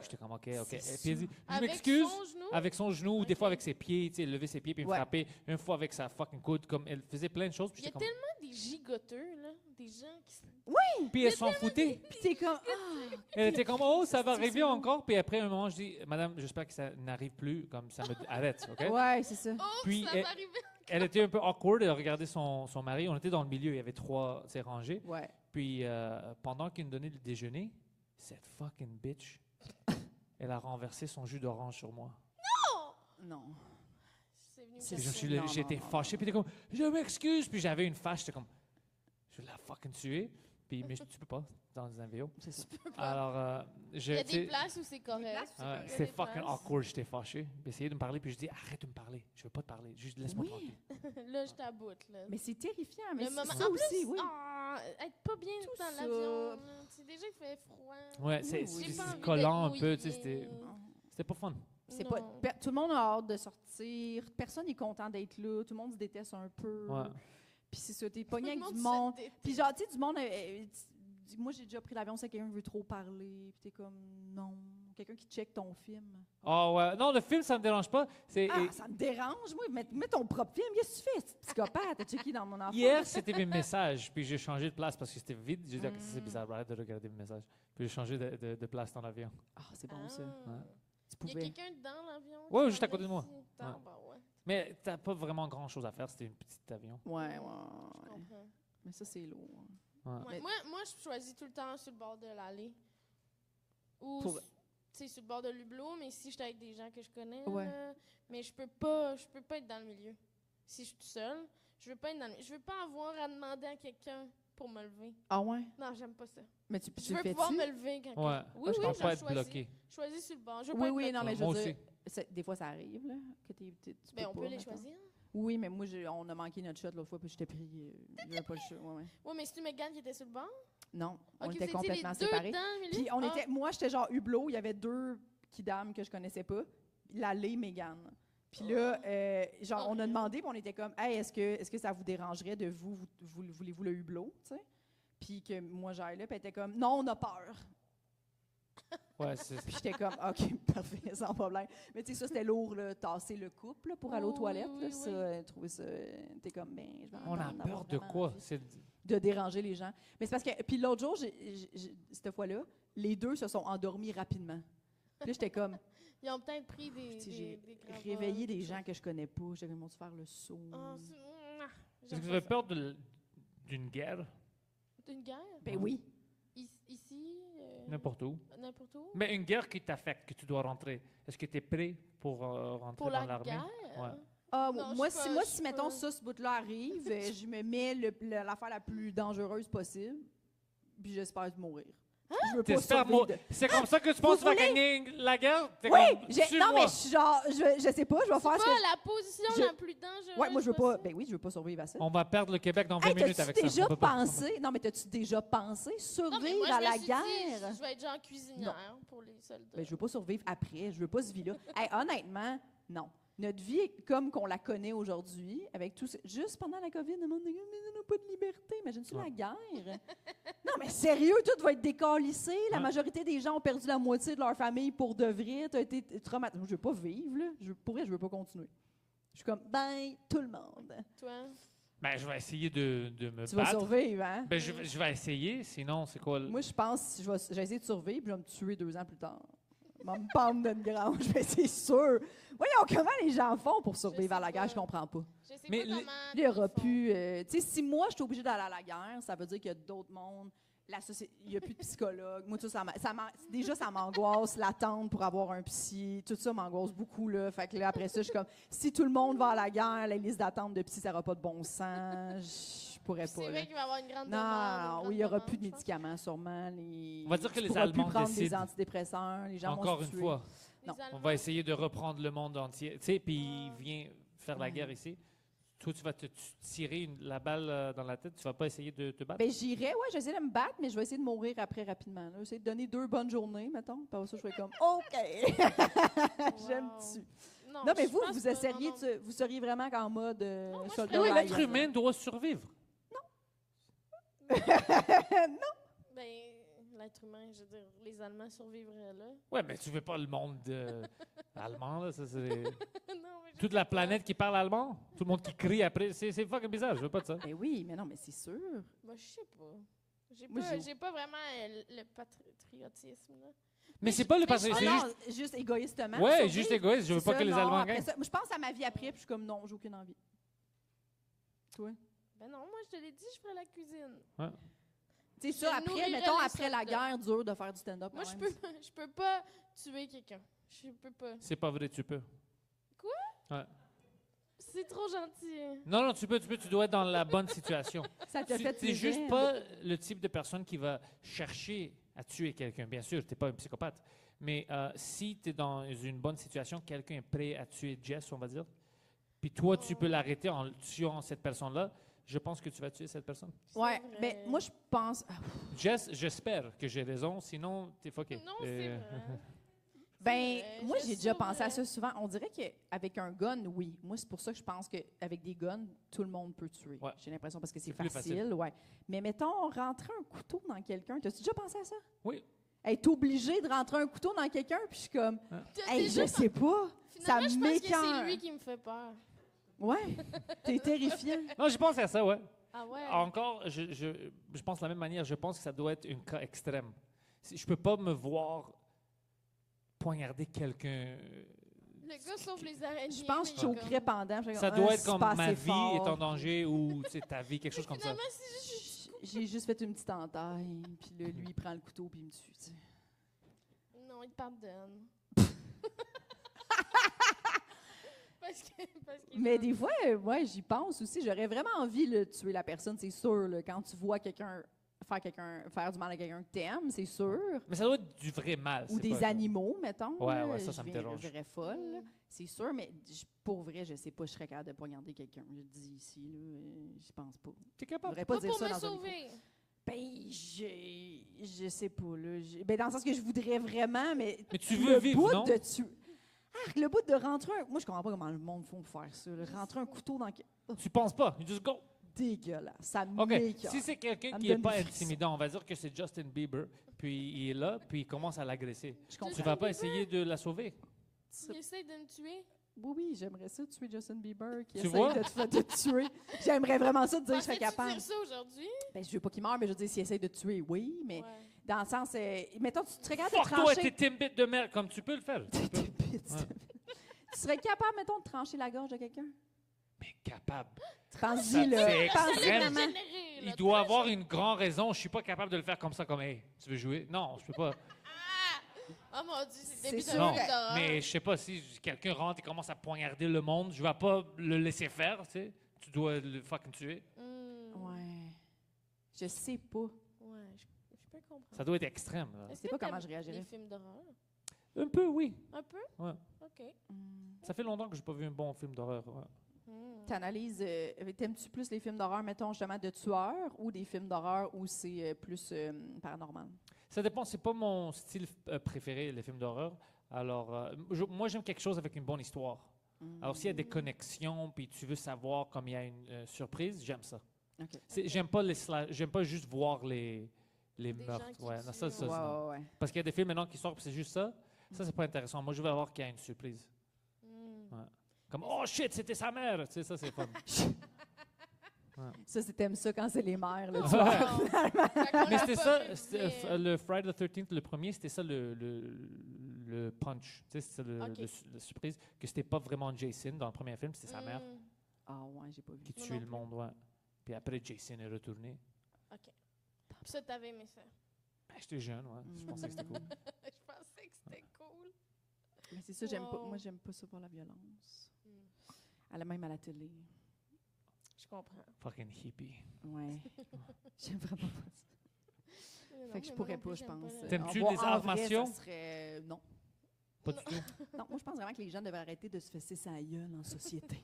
[SPEAKER 5] J'étais comme ok, ok. Et puis elle dit, je
[SPEAKER 6] Ah. Avec
[SPEAKER 5] m'excuse. Ah,
[SPEAKER 6] son genou?
[SPEAKER 5] Avec son genou, ou des
[SPEAKER 6] Ok.
[SPEAKER 5] fois avec ses pieds, tu sais, lever ses pieds puis me
[SPEAKER 3] Ouais.
[SPEAKER 5] frapper. Une fois avec sa fucking coude, comme elle faisait plein de choses. Puis,
[SPEAKER 6] Il y a
[SPEAKER 5] j'étais comme-
[SPEAKER 6] tellement des gigoteux, là. Des gens qui se
[SPEAKER 5] puis elle s'en foutait.
[SPEAKER 3] Puis t'es comme, ah,
[SPEAKER 5] Elle était comme, oh, ça va arriver encore. Puis après un moment, je dis, madame, j'espère que ça n'arrive plus, comme ça me arrête, OK?
[SPEAKER 3] ah, ouais, c'est ça.
[SPEAKER 6] Oh,
[SPEAKER 5] Puis,
[SPEAKER 6] ça
[SPEAKER 5] eh,
[SPEAKER 6] va arriver.
[SPEAKER 5] Elle était un peu awkward, elle regardait son, son mari. On était dans le milieu, il y avait trois, c'est rangé.
[SPEAKER 3] Ouais.
[SPEAKER 5] Puis euh, pendant qu'il nous donnait le déjeuner, cette fucking bitch, elle a renversé son jus d'orange sur moi.
[SPEAKER 3] Non.
[SPEAKER 6] C'est venu me
[SPEAKER 3] C'est
[SPEAKER 5] Puis je
[SPEAKER 6] chercher.
[SPEAKER 5] suis le-
[SPEAKER 3] Non, non,
[SPEAKER 5] J'étais
[SPEAKER 3] non, non.
[SPEAKER 5] fâché, puis elle était comme, je m'excuse. Puis j'avais une fâche, j'étais comme, je vais la fucking tuer. Puis, mais tu peux pas dans les avions.
[SPEAKER 3] C'est ça.
[SPEAKER 5] Alors, euh, je.
[SPEAKER 6] Il y a
[SPEAKER 5] tu sais-
[SPEAKER 6] des places où c'est correct.
[SPEAKER 5] Ouais,
[SPEAKER 6] Il y a
[SPEAKER 5] Ah, c'est
[SPEAKER 6] des
[SPEAKER 5] fucking
[SPEAKER 6] places.
[SPEAKER 5] awkward, j'étais fâché. J'ai essayé de me parler, puis je dis arrête de me parler, je veux pas te parler, juste laisse-moi
[SPEAKER 3] Oui.
[SPEAKER 5] tranquille.
[SPEAKER 6] Là, je t'aboute, là.
[SPEAKER 3] Mais c'est terrifiant. Mais
[SPEAKER 6] Le
[SPEAKER 3] c'est
[SPEAKER 6] moment-
[SPEAKER 3] ça
[SPEAKER 6] en
[SPEAKER 3] aussi, oui.
[SPEAKER 6] Ah, être pas bien
[SPEAKER 3] Tout
[SPEAKER 6] dans
[SPEAKER 3] ça.
[SPEAKER 6] l'avion. là. C'est déjà qu'il fait froid.
[SPEAKER 5] Ouais, c'est
[SPEAKER 3] oui.
[SPEAKER 5] c'est-
[SPEAKER 3] J'ai
[SPEAKER 5] c'est
[SPEAKER 3] pas envie
[SPEAKER 6] d'être
[SPEAKER 5] collant un peu,
[SPEAKER 6] mouillée.
[SPEAKER 5] tu sais, c'était c'était pas fun.
[SPEAKER 3] ah, C'est pas,
[SPEAKER 6] Non.
[SPEAKER 3] per- tout le monde a hâte de sortir. Personne n'est content d'être là. Tout le monde se déteste un peu.
[SPEAKER 5] Ouais.
[SPEAKER 3] Puis c'est ça, t'es pogné
[SPEAKER 6] Tout le
[SPEAKER 3] avec du
[SPEAKER 6] se
[SPEAKER 3] monde.
[SPEAKER 6] dé-
[SPEAKER 3] Puis genre, tu sais, du monde. euh, euh, tu- moi, j'ai déjà pris l'avion, c'est quelqu'un qui veut trop parler. Puis t'es comme, non. Quelqu'un qui check ton film.
[SPEAKER 5] Ah ouais, non, le film ça me dérange pas. C'est
[SPEAKER 3] Ah,
[SPEAKER 5] et-
[SPEAKER 3] ça me dérange, moi. Mets, mets ton propre film. Qu'est-ce que tu fais, petit psychopathe? T'as checké dans mon enfant?
[SPEAKER 5] hier c'était mes messages, puis j'ai changé de place parce que c'était vide. J'ai dit Ah,
[SPEAKER 3] Mm.
[SPEAKER 5] c'est bizarre, arrête de regarder mes messages. Puis j'ai changé de, de- de place dans l'avion.
[SPEAKER 3] Ah, c'est bon, ça.
[SPEAKER 6] Ah.
[SPEAKER 5] Ouais.
[SPEAKER 3] Tu
[SPEAKER 6] Il y a
[SPEAKER 3] pouvais.
[SPEAKER 6] quelqu'un dans l'avion.
[SPEAKER 5] Ouais,
[SPEAKER 6] qui
[SPEAKER 5] juste à côté de moi.
[SPEAKER 6] parlait ici. Ah, bah ouais,
[SPEAKER 5] Mais t'as pas vraiment grand chose à faire, c'était une petite avion.
[SPEAKER 3] Ouais, ouais,
[SPEAKER 6] je
[SPEAKER 3] ouais.
[SPEAKER 6] comprends.
[SPEAKER 3] Mais ça, c'est lourd.
[SPEAKER 5] Ouais.
[SPEAKER 6] Ouais,
[SPEAKER 3] Mais-
[SPEAKER 6] Moi, moi, je choisis tout le temps sur le bord de l'allée. Ou
[SPEAKER 3] Pour-
[SPEAKER 6] s- sais, sur le bord de l'hublot, mais si j'étais avec des gens que je connais,
[SPEAKER 3] Ouais.
[SPEAKER 6] là, mais je peux pas, je peux pas être dans le milieu. Si je suis toute seule, je veux pas être dans le, je veux pas avoir à demander à quelqu'un pour me lever.
[SPEAKER 3] Ah ouais?
[SPEAKER 6] Non, j'aime pas ça.
[SPEAKER 3] Mais tu,
[SPEAKER 6] Je
[SPEAKER 3] tu
[SPEAKER 6] veux
[SPEAKER 3] le fais-tu?
[SPEAKER 6] pouvoir me lever quand
[SPEAKER 5] Ouais.
[SPEAKER 6] que- Oui,
[SPEAKER 5] je
[SPEAKER 6] oui,
[SPEAKER 5] pense pas
[SPEAKER 6] je
[SPEAKER 5] être
[SPEAKER 6] choisis.
[SPEAKER 5] bloqué.
[SPEAKER 6] Je choisis sur le banc. Je veux pas
[SPEAKER 3] Oui,
[SPEAKER 6] être
[SPEAKER 3] oui, non,
[SPEAKER 6] bloquée.
[SPEAKER 3] mais je
[SPEAKER 5] Moi
[SPEAKER 3] veux dire,
[SPEAKER 5] aussi.
[SPEAKER 3] c'est- des fois, ça arrive, là, que t'es- t'es- tu
[SPEAKER 6] Ben,
[SPEAKER 3] peux
[SPEAKER 6] on
[SPEAKER 3] pas,
[SPEAKER 6] peut les
[SPEAKER 3] mettons.
[SPEAKER 6] choisir.
[SPEAKER 3] Oui, mais moi, j'ai- on a manqué notre shot l'autre fois, puis j'étais pris. euh, j'avais pas le choix, ouais, ouais.
[SPEAKER 6] Oui, mais c'est Megan qui était sur le banc.
[SPEAKER 3] Non, on
[SPEAKER 6] Ok,
[SPEAKER 3] était
[SPEAKER 6] vous étiez les
[SPEAKER 3] complètement
[SPEAKER 6] deux
[SPEAKER 3] séparés.
[SPEAKER 6] dans le milieu?
[SPEAKER 3] Puis on
[SPEAKER 6] Ah,
[SPEAKER 3] était, moi, j'étais genre hublot. Il y avait deux dames que je connaissais pas. L'allée Mégane. Puis là,
[SPEAKER 6] Oh.
[SPEAKER 3] euh, genre, on a demandé, puis on était comme, hey, est-ce que, est-ce que ça vous dérangerait de vous, vous, vous- voulez-vous le hublot, tu sais? Puis que moi, j'allais là, puis elle était comme, non, on a peur.
[SPEAKER 5] Ouais, c'est
[SPEAKER 3] Puis j'étais comme, OK, parfait, sans problème. Mais tu sais, ça, c'était lourd, là, tasser le couple là, pour aller aux
[SPEAKER 6] Oui,
[SPEAKER 3] toilettes.
[SPEAKER 6] Oh, oui,
[SPEAKER 3] là,
[SPEAKER 6] oui,
[SPEAKER 3] ça,
[SPEAKER 6] oui.
[SPEAKER 3] euh, trouver ça, euh, t'es comme, ben, je vais
[SPEAKER 5] On a
[SPEAKER 3] attendre d'avoir
[SPEAKER 5] peur de
[SPEAKER 3] vraiment
[SPEAKER 5] quoi?
[SPEAKER 3] envie
[SPEAKER 5] C'est
[SPEAKER 3] de déranger les gens. Mais c'est parce que. Puis l'autre jour, j'ai- j'ai- j'ai- cette fois-là, les deux se sont endormis rapidement. Puis là, j'étais comme,
[SPEAKER 6] Ils ont peut-être pris des.
[SPEAKER 3] Puis
[SPEAKER 6] des,
[SPEAKER 3] j'ai
[SPEAKER 6] des grands
[SPEAKER 3] réveillé
[SPEAKER 6] vols.
[SPEAKER 3] des gens que je connais pas. J'étais comme, ils vont se faire le saut.
[SPEAKER 5] Mmh.
[SPEAKER 6] Ah, c'est- Mouah,
[SPEAKER 5] Est-ce
[SPEAKER 6] j'aime
[SPEAKER 5] que vous
[SPEAKER 6] pas
[SPEAKER 5] avez
[SPEAKER 6] ça.
[SPEAKER 5] peur de l- d'une guerre?
[SPEAKER 6] Une guerre?
[SPEAKER 3] ben oui.
[SPEAKER 6] Ici? ici, euh,
[SPEAKER 5] N'importe où.
[SPEAKER 6] N'importe où?
[SPEAKER 5] Mais une guerre qui t'affecte, que tu dois rentrer. Est-ce que tu es prêt pour euh, rentrer
[SPEAKER 6] Pour
[SPEAKER 5] dans
[SPEAKER 6] la
[SPEAKER 5] l'armée?
[SPEAKER 6] guerre? euh,
[SPEAKER 5] Ouais.
[SPEAKER 3] Ah,
[SPEAKER 6] Non,
[SPEAKER 3] moi,
[SPEAKER 6] je suis
[SPEAKER 3] si,
[SPEAKER 6] pas-
[SPEAKER 3] moi,
[SPEAKER 6] je
[SPEAKER 3] si
[SPEAKER 6] suis
[SPEAKER 3] mettons
[SPEAKER 6] pas-
[SPEAKER 3] ça, ce bout-là arrive, euh, je me mets le- le- l'affaire la plus dangereuse possible, puis j'espère mourir.
[SPEAKER 6] Hein?
[SPEAKER 3] Je veux pas
[SPEAKER 5] T'espères
[SPEAKER 3] survivre
[SPEAKER 5] mou-
[SPEAKER 3] de-
[SPEAKER 5] C'est comme ça que tu penses que tu vas
[SPEAKER 3] voulez-
[SPEAKER 5] gagner la guerre? T'es
[SPEAKER 3] Oui!
[SPEAKER 5] comme,
[SPEAKER 3] j'ai- Non,
[SPEAKER 5] suis-moi.
[SPEAKER 3] mais je suis genre, je, je sais pas, je vais
[SPEAKER 6] C'est
[SPEAKER 3] faire ce
[SPEAKER 6] pas
[SPEAKER 3] que.
[SPEAKER 6] la position
[SPEAKER 3] je-
[SPEAKER 6] la plus dangereuse.
[SPEAKER 3] je- Ouais, moi, je veux pas.
[SPEAKER 6] possible.
[SPEAKER 3] Ben oui, je veux pas survivre à ça.
[SPEAKER 5] On va perdre le Québec dans 20
[SPEAKER 3] Hey,
[SPEAKER 5] minutes
[SPEAKER 3] t'as-tu
[SPEAKER 5] avec ça.
[SPEAKER 3] déjà
[SPEAKER 5] On peut pas-
[SPEAKER 3] pensé? Non, mais t'as-tu déjà pensé
[SPEAKER 6] Non, mais moi,
[SPEAKER 3] survivre
[SPEAKER 6] je
[SPEAKER 3] à
[SPEAKER 6] me
[SPEAKER 3] la
[SPEAKER 6] suis dit,
[SPEAKER 3] guerre?
[SPEAKER 6] je vais être genre cuisinière pour les soldats.
[SPEAKER 3] Ben, je veux pas survivre après, je veux pas ce vie-là. Hey, honnêtement, non. Notre vie est comme qu'on la connaît aujourd'hui, avec tout ce- Juste pendant la COVID, le monde dit Mais on n'a pas de liberté. Imagine-tu la
[SPEAKER 5] Ouais.
[SPEAKER 3] guerre? non, mais sérieux, tout va être décalissé. La
[SPEAKER 5] Ouais.
[SPEAKER 3] majorité des gens ont perdu la moitié de leur famille pour de vrai. Tu as été traumatisé. Je veux pas vivre, là. Je, pour vrai, je veux pas continuer. Je suis comme, ben, tout le monde.
[SPEAKER 6] Toi,
[SPEAKER 5] Ben, je vais essayer de, de me
[SPEAKER 3] Tu vas
[SPEAKER 5] battre.
[SPEAKER 3] survivre, hein?
[SPEAKER 5] ben, je, vais- je vais essayer, sinon, c'est quoi? le-
[SPEAKER 3] Moi, je pense si je vais je vais essayer de survivre, puis je vais me tuer deux ans plus tard. Je vais me pendre d'une grange, mais c'est sûr. Voyons comment les gens font pour survivre à la
[SPEAKER 6] sais
[SPEAKER 3] guerre,
[SPEAKER 6] pas.
[SPEAKER 3] je comprends pas.
[SPEAKER 6] je sais
[SPEAKER 5] Mais
[SPEAKER 6] pas
[SPEAKER 5] les-
[SPEAKER 6] comment.
[SPEAKER 3] Il y aura
[SPEAKER 6] ils font.
[SPEAKER 3] plus. euh, tu sais, si moi, je suis obligée d'aller à la guerre, ça veut dire qu'il y a d'autres mondes. La société, il n'y a plus de psychologue. Moi, tout ça, ça m'a- ça m'a- déjà, ça m'angoisse. L'attente pour avoir un psy, tout ça m'angoisse beaucoup. Là. Fait que là, après ça, je suis comme, si tout le monde va à la guerre, la liste d'attente de psy, ça n'aura pas de bon sens. Je pourrais
[SPEAKER 6] Puis
[SPEAKER 3] pas.
[SPEAKER 6] C'est
[SPEAKER 3] là.
[SPEAKER 6] vrai qu'il va y avoir une grande
[SPEAKER 3] Non,
[SPEAKER 6] demande, une
[SPEAKER 3] non,
[SPEAKER 6] grande
[SPEAKER 3] oui, il n'y aura
[SPEAKER 6] demande,
[SPEAKER 3] plus de
[SPEAKER 6] je pense.
[SPEAKER 3] médicaments, sûrement. Les...
[SPEAKER 5] On va dire
[SPEAKER 3] tu
[SPEAKER 5] que les
[SPEAKER 3] pourras plus
[SPEAKER 5] Allemands
[SPEAKER 3] prendre des
[SPEAKER 5] décident.
[SPEAKER 3] antidépresseurs. Les gens
[SPEAKER 5] Encore
[SPEAKER 3] vont se
[SPEAKER 5] une
[SPEAKER 3] tuer.
[SPEAKER 5] fois,
[SPEAKER 6] Les
[SPEAKER 3] Non,
[SPEAKER 5] on
[SPEAKER 6] Allemands,
[SPEAKER 5] va essayer de reprendre le monde entier. Tu sais, puis il
[SPEAKER 6] Ah.
[SPEAKER 5] vient faire la
[SPEAKER 3] Ouais.
[SPEAKER 5] guerre ici. Toi, tu vas te tu- tirer une- la balle euh, dans la tête, tu vas pas essayer de te battre.
[SPEAKER 3] Ben, j'irai, ouais, j'essaie de me battre, mais je vais essayer de mourir après rapidement. là. J'essaie de donner deux bonnes journées, mettons. Par ça, je fais comme OK, j'aime
[SPEAKER 6] wow.
[SPEAKER 3] tu.
[SPEAKER 6] Non,
[SPEAKER 3] Non, mais
[SPEAKER 6] je
[SPEAKER 3] vous,
[SPEAKER 6] pense
[SPEAKER 3] vous
[SPEAKER 6] pas, non,
[SPEAKER 3] essayeriez,
[SPEAKER 6] non.
[SPEAKER 3] de- vous seriez vraiment en mode euh,
[SPEAKER 6] Non, moi, je
[SPEAKER 3] soldat.
[SPEAKER 5] Mais oui,
[SPEAKER 6] Ouais,
[SPEAKER 5] l'être
[SPEAKER 6] ouais.
[SPEAKER 5] humain doit survivre.
[SPEAKER 6] Ben, l'être humain, je veux dire, les Allemands survivraient là.
[SPEAKER 5] Ouais, mais tu veux pas le monde euh, allemand, là, ça, c'est-
[SPEAKER 6] Non, mais je
[SPEAKER 5] Toute
[SPEAKER 6] sais
[SPEAKER 5] la
[SPEAKER 6] pas.
[SPEAKER 5] planète qui parle allemand, tout le monde qui crie après, c'est c'est fucking bizarre, je veux pas de ça.
[SPEAKER 3] Ben oui, mais non, mais c'est sûr.
[SPEAKER 6] Ben, je sais pas. J'ai
[SPEAKER 3] Moi,
[SPEAKER 6] pas,
[SPEAKER 3] j'ai-
[SPEAKER 6] j'ai pas vraiment euh, le patriotisme, là.
[SPEAKER 5] Mais c'est pas le
[SPEAKER 6] mais je-
[SPEAKER 5] passé,
[SPEAKER 3] Ah
[SPEAKER 5] c'est juste...
[SPEAKER 3] non, juste égoïstement.
[SPEAKER 5] Ouais,
[SPEAKER 3] survivre,
[SPEAKER 5] juste égoïste, je veux
[SPEAKER 3] c'est
[SPEAKER 5] pas
[SPEAKER 3] ça,
[SPEAKER 5] que les
[SPEAKER 3] non,
[SPEAKER 5] Allemands
[SPEAKER 3] après
[SPEAKER 5] gagnent.
[SPEAKER 3] ça- moi, je pense à ma vie après, puis je suis comme non, j'ai aucune envie. Toi?
[SPEAKER 6] Ben non, moi, je te l'ai dit, je ferais la cuisine.
[SPEAKER 3] Tu sais,
[SPEAKER 6] Je
[SPEAKER 3] ça, Ah après,
[SPEAKER 6] nourrirais
[SPEAKER 3] mettons,
[SPEAKER 6] les
[SPEAKER 3] après la
[SPEAKER 6] soldats.
[SPEAKER 3] guerre, dur de faire du stand-up.
[SPEAKER 6] Moi,
[SPEAKER 3] quand
[SPEAKER 6] je
[SPEAKER 3] même.
[SPEAKER 6] peux, je peux pas tuer quelqu'un. Je peux pas.
[SPEAKER 5] C'est pas vrai, tu peux.
[SPEAKER 6] C'est trop gentil. hein.
[SPEAKER 5] Non, non, tu peux, tu peux, tu dois être dans la bonne situation.
[SPEAKER 3] Ça te
[SPEAKER 5] Tu
[SPEAKER 3] fait
[SPEAKER 5] n'es
[SPEAKER 3] plaisir.
[SPEAKER 5] juste pas le type de personne qui va chercher à tuer quelqu'un. Bien sûr, tu n'es pas un psychopathe. Mais euh, si tu es dans une bonne situation, quelqu'un est prêt à tuer Jess, on va dire, puis toi, tu peux l'arrêter en tuant cette personne-là, je pense que tu vas tuer cette personne.
[SPEAKER 6] C'est
[SPEAKER 3] Ouais,
[SPEAKER 6] vrai.
[SPEAKER 3] mais moi, je pense. ah,
[SPEAKER 5] Jess, j'espère que j'ai raison, sinon, t'es fucké.
[SPEAKER 6] Non,
[SPEAKER 5] Euh,
[SPEAKER 6] c'est vrai.
[SPEAKER 3] Ben,
[SPEAKER 6] vrai,
[SPEAKER 3] moi,
[SPEAKER 6] je
[SPEAKER 3] j'ai déjà pensé à ça
[SPEAKER 6] saurais.
[SPEAKER 3] souvent. On dirait qu'avec un gun, oui. Moi, c'est pour ça que je pense qu'avec des guns, tout le monde peut tuer.
[SPEAKER 5] Ouais.
[SPEAKER 3] J'ai l'impression parce que c'est
[SPEAKER 5] C'est plus
[SPEAKER 3] facile,
[SPEAKER 5] facile.
[SPEAKER 3] ouais. Mais mettons, rentrer un couteau dans quelqu'un. T'as-tu déjà pensé à ça?
[SPEAKER 5] Oui.
[SPEAKER 3] Être obligé de rentrer un couteau dans quelqu'un, puis je suis comme,
[SPEAKER 6] T'as
[SPEAKER 3] hey,
[SPEAKER 6] déjà-
[SPEAKER 3] je sais pas.
[SPEAKER 6] Finalement, je pense que
[SPEAKER 3] m'écoeure.
[SPEAKER 6] c'est lui qui me fait peur.
[SPEAKER 3] Ouais. T'es terrifiant.
[SPEAKER 5] Non, j'ai pensé à ça, ouais.
[SPEAKER 6] Ah ouais.
[SPEAKER 5] Encore, je, je- je pense de la même manière. Je pense que ça doit être un cas extrême. Si- Je peux pas me voir poignarder quelqu'un.
[SPEAKER 6] Le gars sauve les araignées.
[SPEAKER 3] Je pense
[SPEAKER 6] mais
[SPEAKER 3] que
[SPEAKER 6] il est comme-
[SPEAKER 3] choquerais pendant. puis je suis
[SPEAKER 5] Ça
[SPEAKER 3] comme, Ah,
[SPEAKER 5] doit être
[SPEAKER 3] c'est
[SPEAKER 5] comme
[SPEAKER 3] pas
[SPEAKER 5] ma
[SPEAKER 3] assez
[SPEAKER 5] vie
[SPEAKER 3] fort.
[SPEAKER 5] est en danger ou tu sais, ta vie, quelque chose comme ça.
[SPEAKER 6] Finalement, c'est juste.
[SPEAKER 3] J'ai juste fait une petite entaille, puis là, lui, il prend le couteau, puis il me tue. tu sais.
[SPEAKER 6] Non, ils te pardonnent. parce que. Parce qu'ils
[SPEAKER 3] Mais
[SPEAKER 6] sont-
[SPEAKER 3] des fois, euh, ouais, j'y pense aussi. J'aurais vraiment envie là, de tuer la personne, c'est sûr. là, quand tu vois quelqu'un faire quelqu'un faire du mal à quelqu'un que t'aimes, c'est sûr.
[SPEAKER 5] Mais ça doit être du vrai mal.
[SPEAKER 3] Ou
[SPEAKER 5] ben, c'est
[SPEAKER 3] des
[SPEAKER 5] pas-
[SPEAKER 3] animaux, mettons.
[SPEAKER 5] Ouais,
[SPEAKER 3] là,
[SPEAKER 5] ouais, ça, ça
[SPEAKER 3] je
[SPEAKER 5] me
[SPEAKER 3] viens-
[SPEAKER 5] dérange.
[SPEAKER 3] Je serais folle, là. c'est sûr, mais je- pour vrai, je sais pas, je serais capable de poignarder quelqu'un. Je le dis ici, là, euh, je pense pas.
[SPEAKER 5] T'es
[SPEAKER 3] Je
[SPEAKER 5] capable.
[SPEAKER 3] devrais pas
[SPEAKER 6] Pas
[SPEAKER 3] dire
[SPEAKER 6] pour
[SPEAKER 3] ça
[SPEAKER 6] me
[SPEAKER 3] dans un micro.
[SPEAKER 6] sauver.
[SPEAKER 3] Ben, j'ai- je sais pas, là. j'ai- Ben, dans le sens que je voudrais vraiment, mais
[SPEAKER 5] Mais tu
[SPEAKER 3] le
[SPEAKER 5] veux vivre,
[SPEAKER 3] bout
[SPEAKER 5] non?
[SPEAKER 3] de tu... Arc, le bout de rentrer un... Moi, je comprends pas comment le monde font pour faire ça. là. Rentrer un couteau dans... que-
[SPEAKER 5] Tu penses pas. You just go.
[SPEAKER 3] Dégueulasse. Ça
[SPEAKER 5] OK.
[SPEAKER 3] m'écoeure.
[SPEAKER 5] Si c'est quelqu'un
[SPEAKER 3] Ça me
[SPEAKER 5] qui n'est
[SPEAKER 3] donne
[SPEAKER 5] pas
[SPEAKER 3] des frissons.
[SPEAKER 5] intimidant, on va dire que c'est Justin Bieber, puis il est là, puis il commence à l'agresser.
[SPEAKER 3] Je
[SPEAKER 5] Tu
[SPEAKER 3] comprends.
[SPEAKER 5] vas pas essayer de la sauver.
[SPEAKER 6] Ils essayent de me tuer.
[SPEAKER 3] Oui, oui, j'aimerais ça tuer Justin Bieber qui
[SPEAKER 5] Tu
[SPEAKER 3] essaie
[SPEAKER 5] vois?
[SPEAKER 3] de te, fa- de te tuer. J'aimerais vraiment ça te dire que je serais
[SPEAKER 6] Pensais-tu
[SPEAKER 3] capable.
[SPEAKER 6] dire ça aujourd'hui?
[SPEAKER 3] Ben, je veux pas qu'il meure, mais je veux dire, s'il essaie de te tuer, oui, mais
[SPEAKER 6] Ouais.
[SPEAKER 3] dans le sens... euh, mettons, tu serais capable de
[SPEAKER 5] Fuck toi, t'es
[SPEAKER 3] trancher...
[SPEAKER 5] timbit de merde, comme tu peux le faire. Tu peux.
[SPEAKER 3] tu serais capable, mettons, de trancher la gorge de quelqu'un?
[SPEAKER 5] Mais capable.
[SPEAKER 3] Pense-y, là.
[SPEAKER 5] c'est
[SPEAKER 3] Pense-y
[SPEAKER 5] extrême.
[SPEAKER 3] vraiment.
[SPEAKER 6] Généré,
[SPEAKER 5] Il
[SPEAKER 6] là,
[SPEAKER 5] doit
[SPEAKER 6] toi,
[SPEAKER 5] avoir une grande raison. Je suis pas capable de le faire comme ça, comme, hey, tu veux jouer? Non, je peux pas.
[SPEAKER 6] Oh mon dieu, c'est
[SPEAKER 3] C'est
[SPEAKER 6] le début
[SPEAKER 3] sûr.
[SPEAKER 6] d'un
[SPEAKER 5] Non,
[SPEAKER 6] film d'horreur.
[SPEAKER 5] mais je sais pas, si quelqu'un rentre et commence à poignarder le monde, je vais pas le laisser faire, tu sais. Tu dois le fucking tuer.
[SPEAKER 6] Hmm,
[SPEAKER 3] Ouais. Je sais pas.
[SPEAKER 6] ouais, je, je peux comprendre.
[SPEAKER 5] Ça doit être extrême, là.
[SPEAKER 6] Est-ce
[SPEAKER 3] sais
[SPEAKER 6] que
[SPEAKER 3] pas comment
[SPEAKER 6] t'aimes
[SPEAKER 3] je réagirais.
[SPEAKER 6] Les films d'horreur?
[SPEAKER 5] Un peu, oui.
[SPEAKER 6] Un peu?
[SPEAKER 5] Ouais.
[SPEAKER 6] OK.
[SPEAKER 5] Ça fait longtemps que j'ai pas vu un bon film d'horreur. ouais.
[SPEAKER 6] Hmm.
[SPEAKER 3] T'analyses, euh, t'aimes-tu plus les films d'horreur, mettons, justement, de tueurs ou des films d'horreur où c'est euh, plus euh, paranormal?
[SPEAKER 5] Ça dépend, c'est pas mon style euh, préféré, les films d'horreur. Alors, euh, je- moi, j'aime quelque chose avec une bonne histoire. Alors, s'il y a des connexions, puis tu veux savoir comme il y a une euh, surprise, j'aime ça.
[SPEAKER 3] OK.
[SPEAKER 5] C'est- J'aime pas les sla- j'aime pas juste voir les, les
[SPEAKER 6] Des gens
[SPEAKER 5] meurtres.
[SPEAKER 6] qui
[SPEAKER 5] ouais,
[SPEAKER 6] tuent,
[SPEAKER 5] non, ça, ça,
[SPEAKER 3] Ouais,
[SPEAKER 5] c'est non.
[SPEAKER 3] ouais, ouais.
[SPEAKER 5] Parce qu'il y a des films maintenant qui sortent, puis c'est juste ça. Ça, c'est pas intéressant. Moi, je veux avoir qu'il y a une surprise.
[SPEAKER 6] Hmm.
[SPEAKER 5] Comme, oh shit, c'était sa mère! Tu sais, ça, c'est fun.
[SPEAKER 3] Ça, c'est t'aimes ça quand c'est les mères, là, tu
[SPEAKER 5] Ouais.
[SPEAKER 3] vois.
[SPEAKER 5] Mais c'était ça, c'était, euh, f- le Friday the 13th, le premier, c'était ça le, le, le punch. Tu sais, c'était le-
[SPEAKER 6] Ok.
[SPEAKER 5] le su- la surprise que c'était pas vraiment Jason dans le premier film, c'était sa mère
[SPEAKER 6] hmm.
[SPEAKER 3] Ah ouais, j'ai pas vu.
[SPEAKER 5] qui
[SPEAKER 6] Moi
[SPEAKER 5] tuait
[SPEAKER 6] non
[SPEAKER 5] le
[SPEAKER 6] plus.
[SPEAKER 5] monde, ouais. Puis après, Jason est retourné.
[SPEAKER 6] Ça, t'avais aimé ça.
[SPEAKER 5] Ben, J'étais jeune, ouais. Je pensais que c'était cool.
[SPEAKER 6] Je pensais que c'était cool.
[SPEAKER 3] Mais c'est ça, j'aime pas.
[SPEAKER 6] Wow.
[SPEAKER 3] Moi, j'aime pas ça pour la violence.
[SPEAKER 6] Mm.
[SPEAKER 3] À la même à la télé.
[SPEAKER 6] Je comprends.
[SPEAKER 5] Fucking hippie.
[SPEAKER 3] Ouais. j'aime vraiment pas ça.
[SPEAKER 6] Mais non,
[SPEAKER 3] Fait que je
[SPEAKER 6] mais moi
[SPEAKER 3] pourrais
[SPEAKER 6] non plus,
[SPEAKER 3] pas, je
[SPEAKER 6] j'aime
[SPEAKER 3] pense.
[SPEAKER 6] la-
[SPEAKER 5] T'aimes-
[SPEAKER 3] En
[SPEAKER 5] T'aimes-tu
[SPEAKER 3] voir-
[SPEAKER 5] les
[SPEAKER 3] en vrai,
[SPEAKER 5] arts
[SPEAKER 3] ça
[SPEAKER 5] martiaux?
[SPEAKER 3] serait- Non.
[SPEAKER 5] Pas du tout.
[SPEAKER 3] Non, moi, je pense vraiment que les gens devraient arrêter de se fesser sa gueule en société.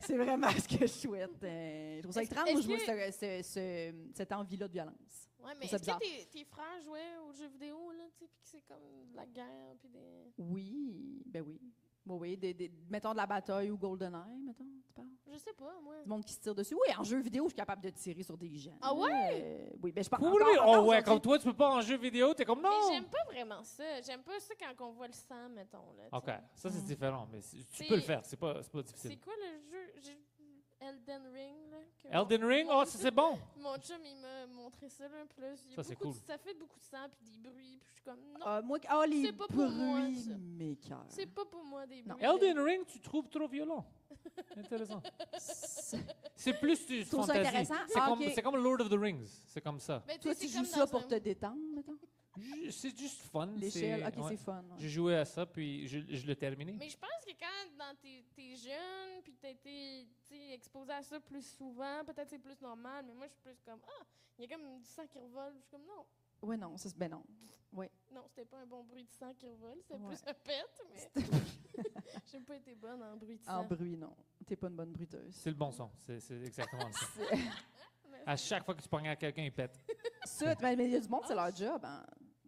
[SPEAKER 3] c'est vraiment ce que je souhaite. Euh, je trouve ça
[SPEAKER 6] Est-ce-
[SPEAKER 3] étrange, moi,
[SPEAKER 6] est-ce
[SPEAKER 3] je vois ce- ce- ce- cette envie-là de violence.
[SPEAKER 6] Ouais, mais
[SPEAKER 3] ça
[SPEAKER 6] est-ce
[SPEAKER 3] bizarre.
[SPEAKER 6] que tes, tes frères jouaient aux jeux vidéo, là, tu sais, puis que c'est comme de la guerre, puis des.
[SPEAKER 3] Oui, ben oui. Oui, oui, des- des- mettons de la bataille ou GoldenEye, mettons, tu parles?
[SPEAKER 6] Je sais pas, moi.
[SPEAKER 3] Du monde qui se tire dessus. Oui, en jeu vidéo, je suis capable de tirer sur des gens.
[SPEAKER 6] Ah
[SPEAKER 3] ouais? oui, ben je parle
[SPEAKER 5] Oui,
[SPEAKER 3] encore-
[SPEAKER 5] oui,
[SPEAKER 3] encore
[SPEAKER 5] oh ouais,
[SPEAKER 3] aujourd'hui.
[SPEAKER 5] comme toi, tu peux pas en jeu vidéo, t'es comme
[SPEAKER 6] Mais
[SPEAKER 5] non!
[SPEAKER 6] j'aime pas vraiment ça. J'aime pas ça quand on voit le sang, mettons, là. tu
[SPEAKER 5] Ok,
[SPEAKER 6] sais.
[SPEAKER 5] ça c'est différent, mais c'est- tu
[SPEAKER 6] Mm. C'est-
[SPEAKER 5] peux le faire, c'est pas, c'est pas
[SPEAKER 6] C'est
[SPEAKER 5] difficile.
[SPEAKER 6] quoi le jeu J'ai- Elden Ring, là. que mon-
[SPEAKER 5] Elden Ring, oh, ça c'est bon!
[SPEAKER 6] Mon chum, il m'a montré ça, là, puis là, il y a
[SPEAKER 5] Ça, c'est
[SPEAKER 6] beaucoup de-
[SPEAKER 5] cool.
[SPEAKER 6] ça fait beaucoup de sang, puis des bruits, puis je suis comme, non,
[SPEAKER 3] Ah, moi, ah, les
[SPEAKER 6] C'est pas pour moi,
[SPEAKER 3] bruits
[SPEAKER 6] ça.
[SPEAKER 3] m'écoeurent.
[SPEAKER 6] c'est pas pour moi des
[SPEAKER 3] Non.
[SPEAKER 6] bruits. de-
[SPEAKER 5] Elden Ring, tu trouves trop violent. Intéressant.
[SPEAKER 3] C'est-
[SPEAKER 5] C'est plus du
[SPEAKER 3] Je trouve ça
[SPEAKER 5] fantasy.
[SPEAKER 3] intéressant.
[SPEAKER 5] C'est
[SPEAKER 3] Ah,
[SPEAKER 5] comme,
[SPEAKER 3] ok.
[SPEAKER 5] c'est comme Lord of the Rings, c'est comme ça.
[SPEAKER 6] Mais
[SPEAKER 3] Toi,
[SPEAKER 6] Ben, sais,
[SPEAKER 3] tu
[SPEAKER 6] c'est
[SPEAKER 3] joues
[SPEAKER 6] comme
[SPEAKER 3] ça
[SPEAKER 6] dans
[SPEAKER 3] pour
[SPEAKER 6] un-
[SPEAKER 3] te détendre, mettons?
[SPEAKER 5] Ju- C'est juste fun.
[SPEAKER 3] L'échelle,
[SPEAKER 5] c'est-
[SPEAKER 3] ok,
[SPEAKER 5] ouais.
[SPEAKER 3] c'est fun. ouais.
[SPEAKER 5] J'ai joué à ça, puis je, je l'ai terminé.
[SPEAKER 6] Mais je pense que quand dans t'es, t'es jeune, puis t'as été tu sais, exposé à ça plus souvent, peut-être c'est plus normal, mais moi, je suis plus comme, ah, il y a comme du sang qui revole. Je suis comme, non,
[SPEAKER 3] Ouais, non, ça, c'est- ben non.
[SPEAKER 6] non, c'était pas un bon bruit de sang qui revole, c'était
[SPEAKER 3] Ouais.
[SPEAKER 6] plus un pet, mais j'ai pas été bonne en bruit de
[SPEAKER 3] En
[SPEAKER 6] sang.
[SPEAKER 3] bruit, non. T'es pas une bonne bruiteuse.
[SPEAKER 5] C'est le bon son. C'est c'est exactement ça.
[SPEAKER 6] Mais
[SPEAKER 5] À chaque fois que tu pognes à quelqu'un, il pète.
[SPEAKER 3] Ça, ben, mais il y a du monde, c'est leur job, hein.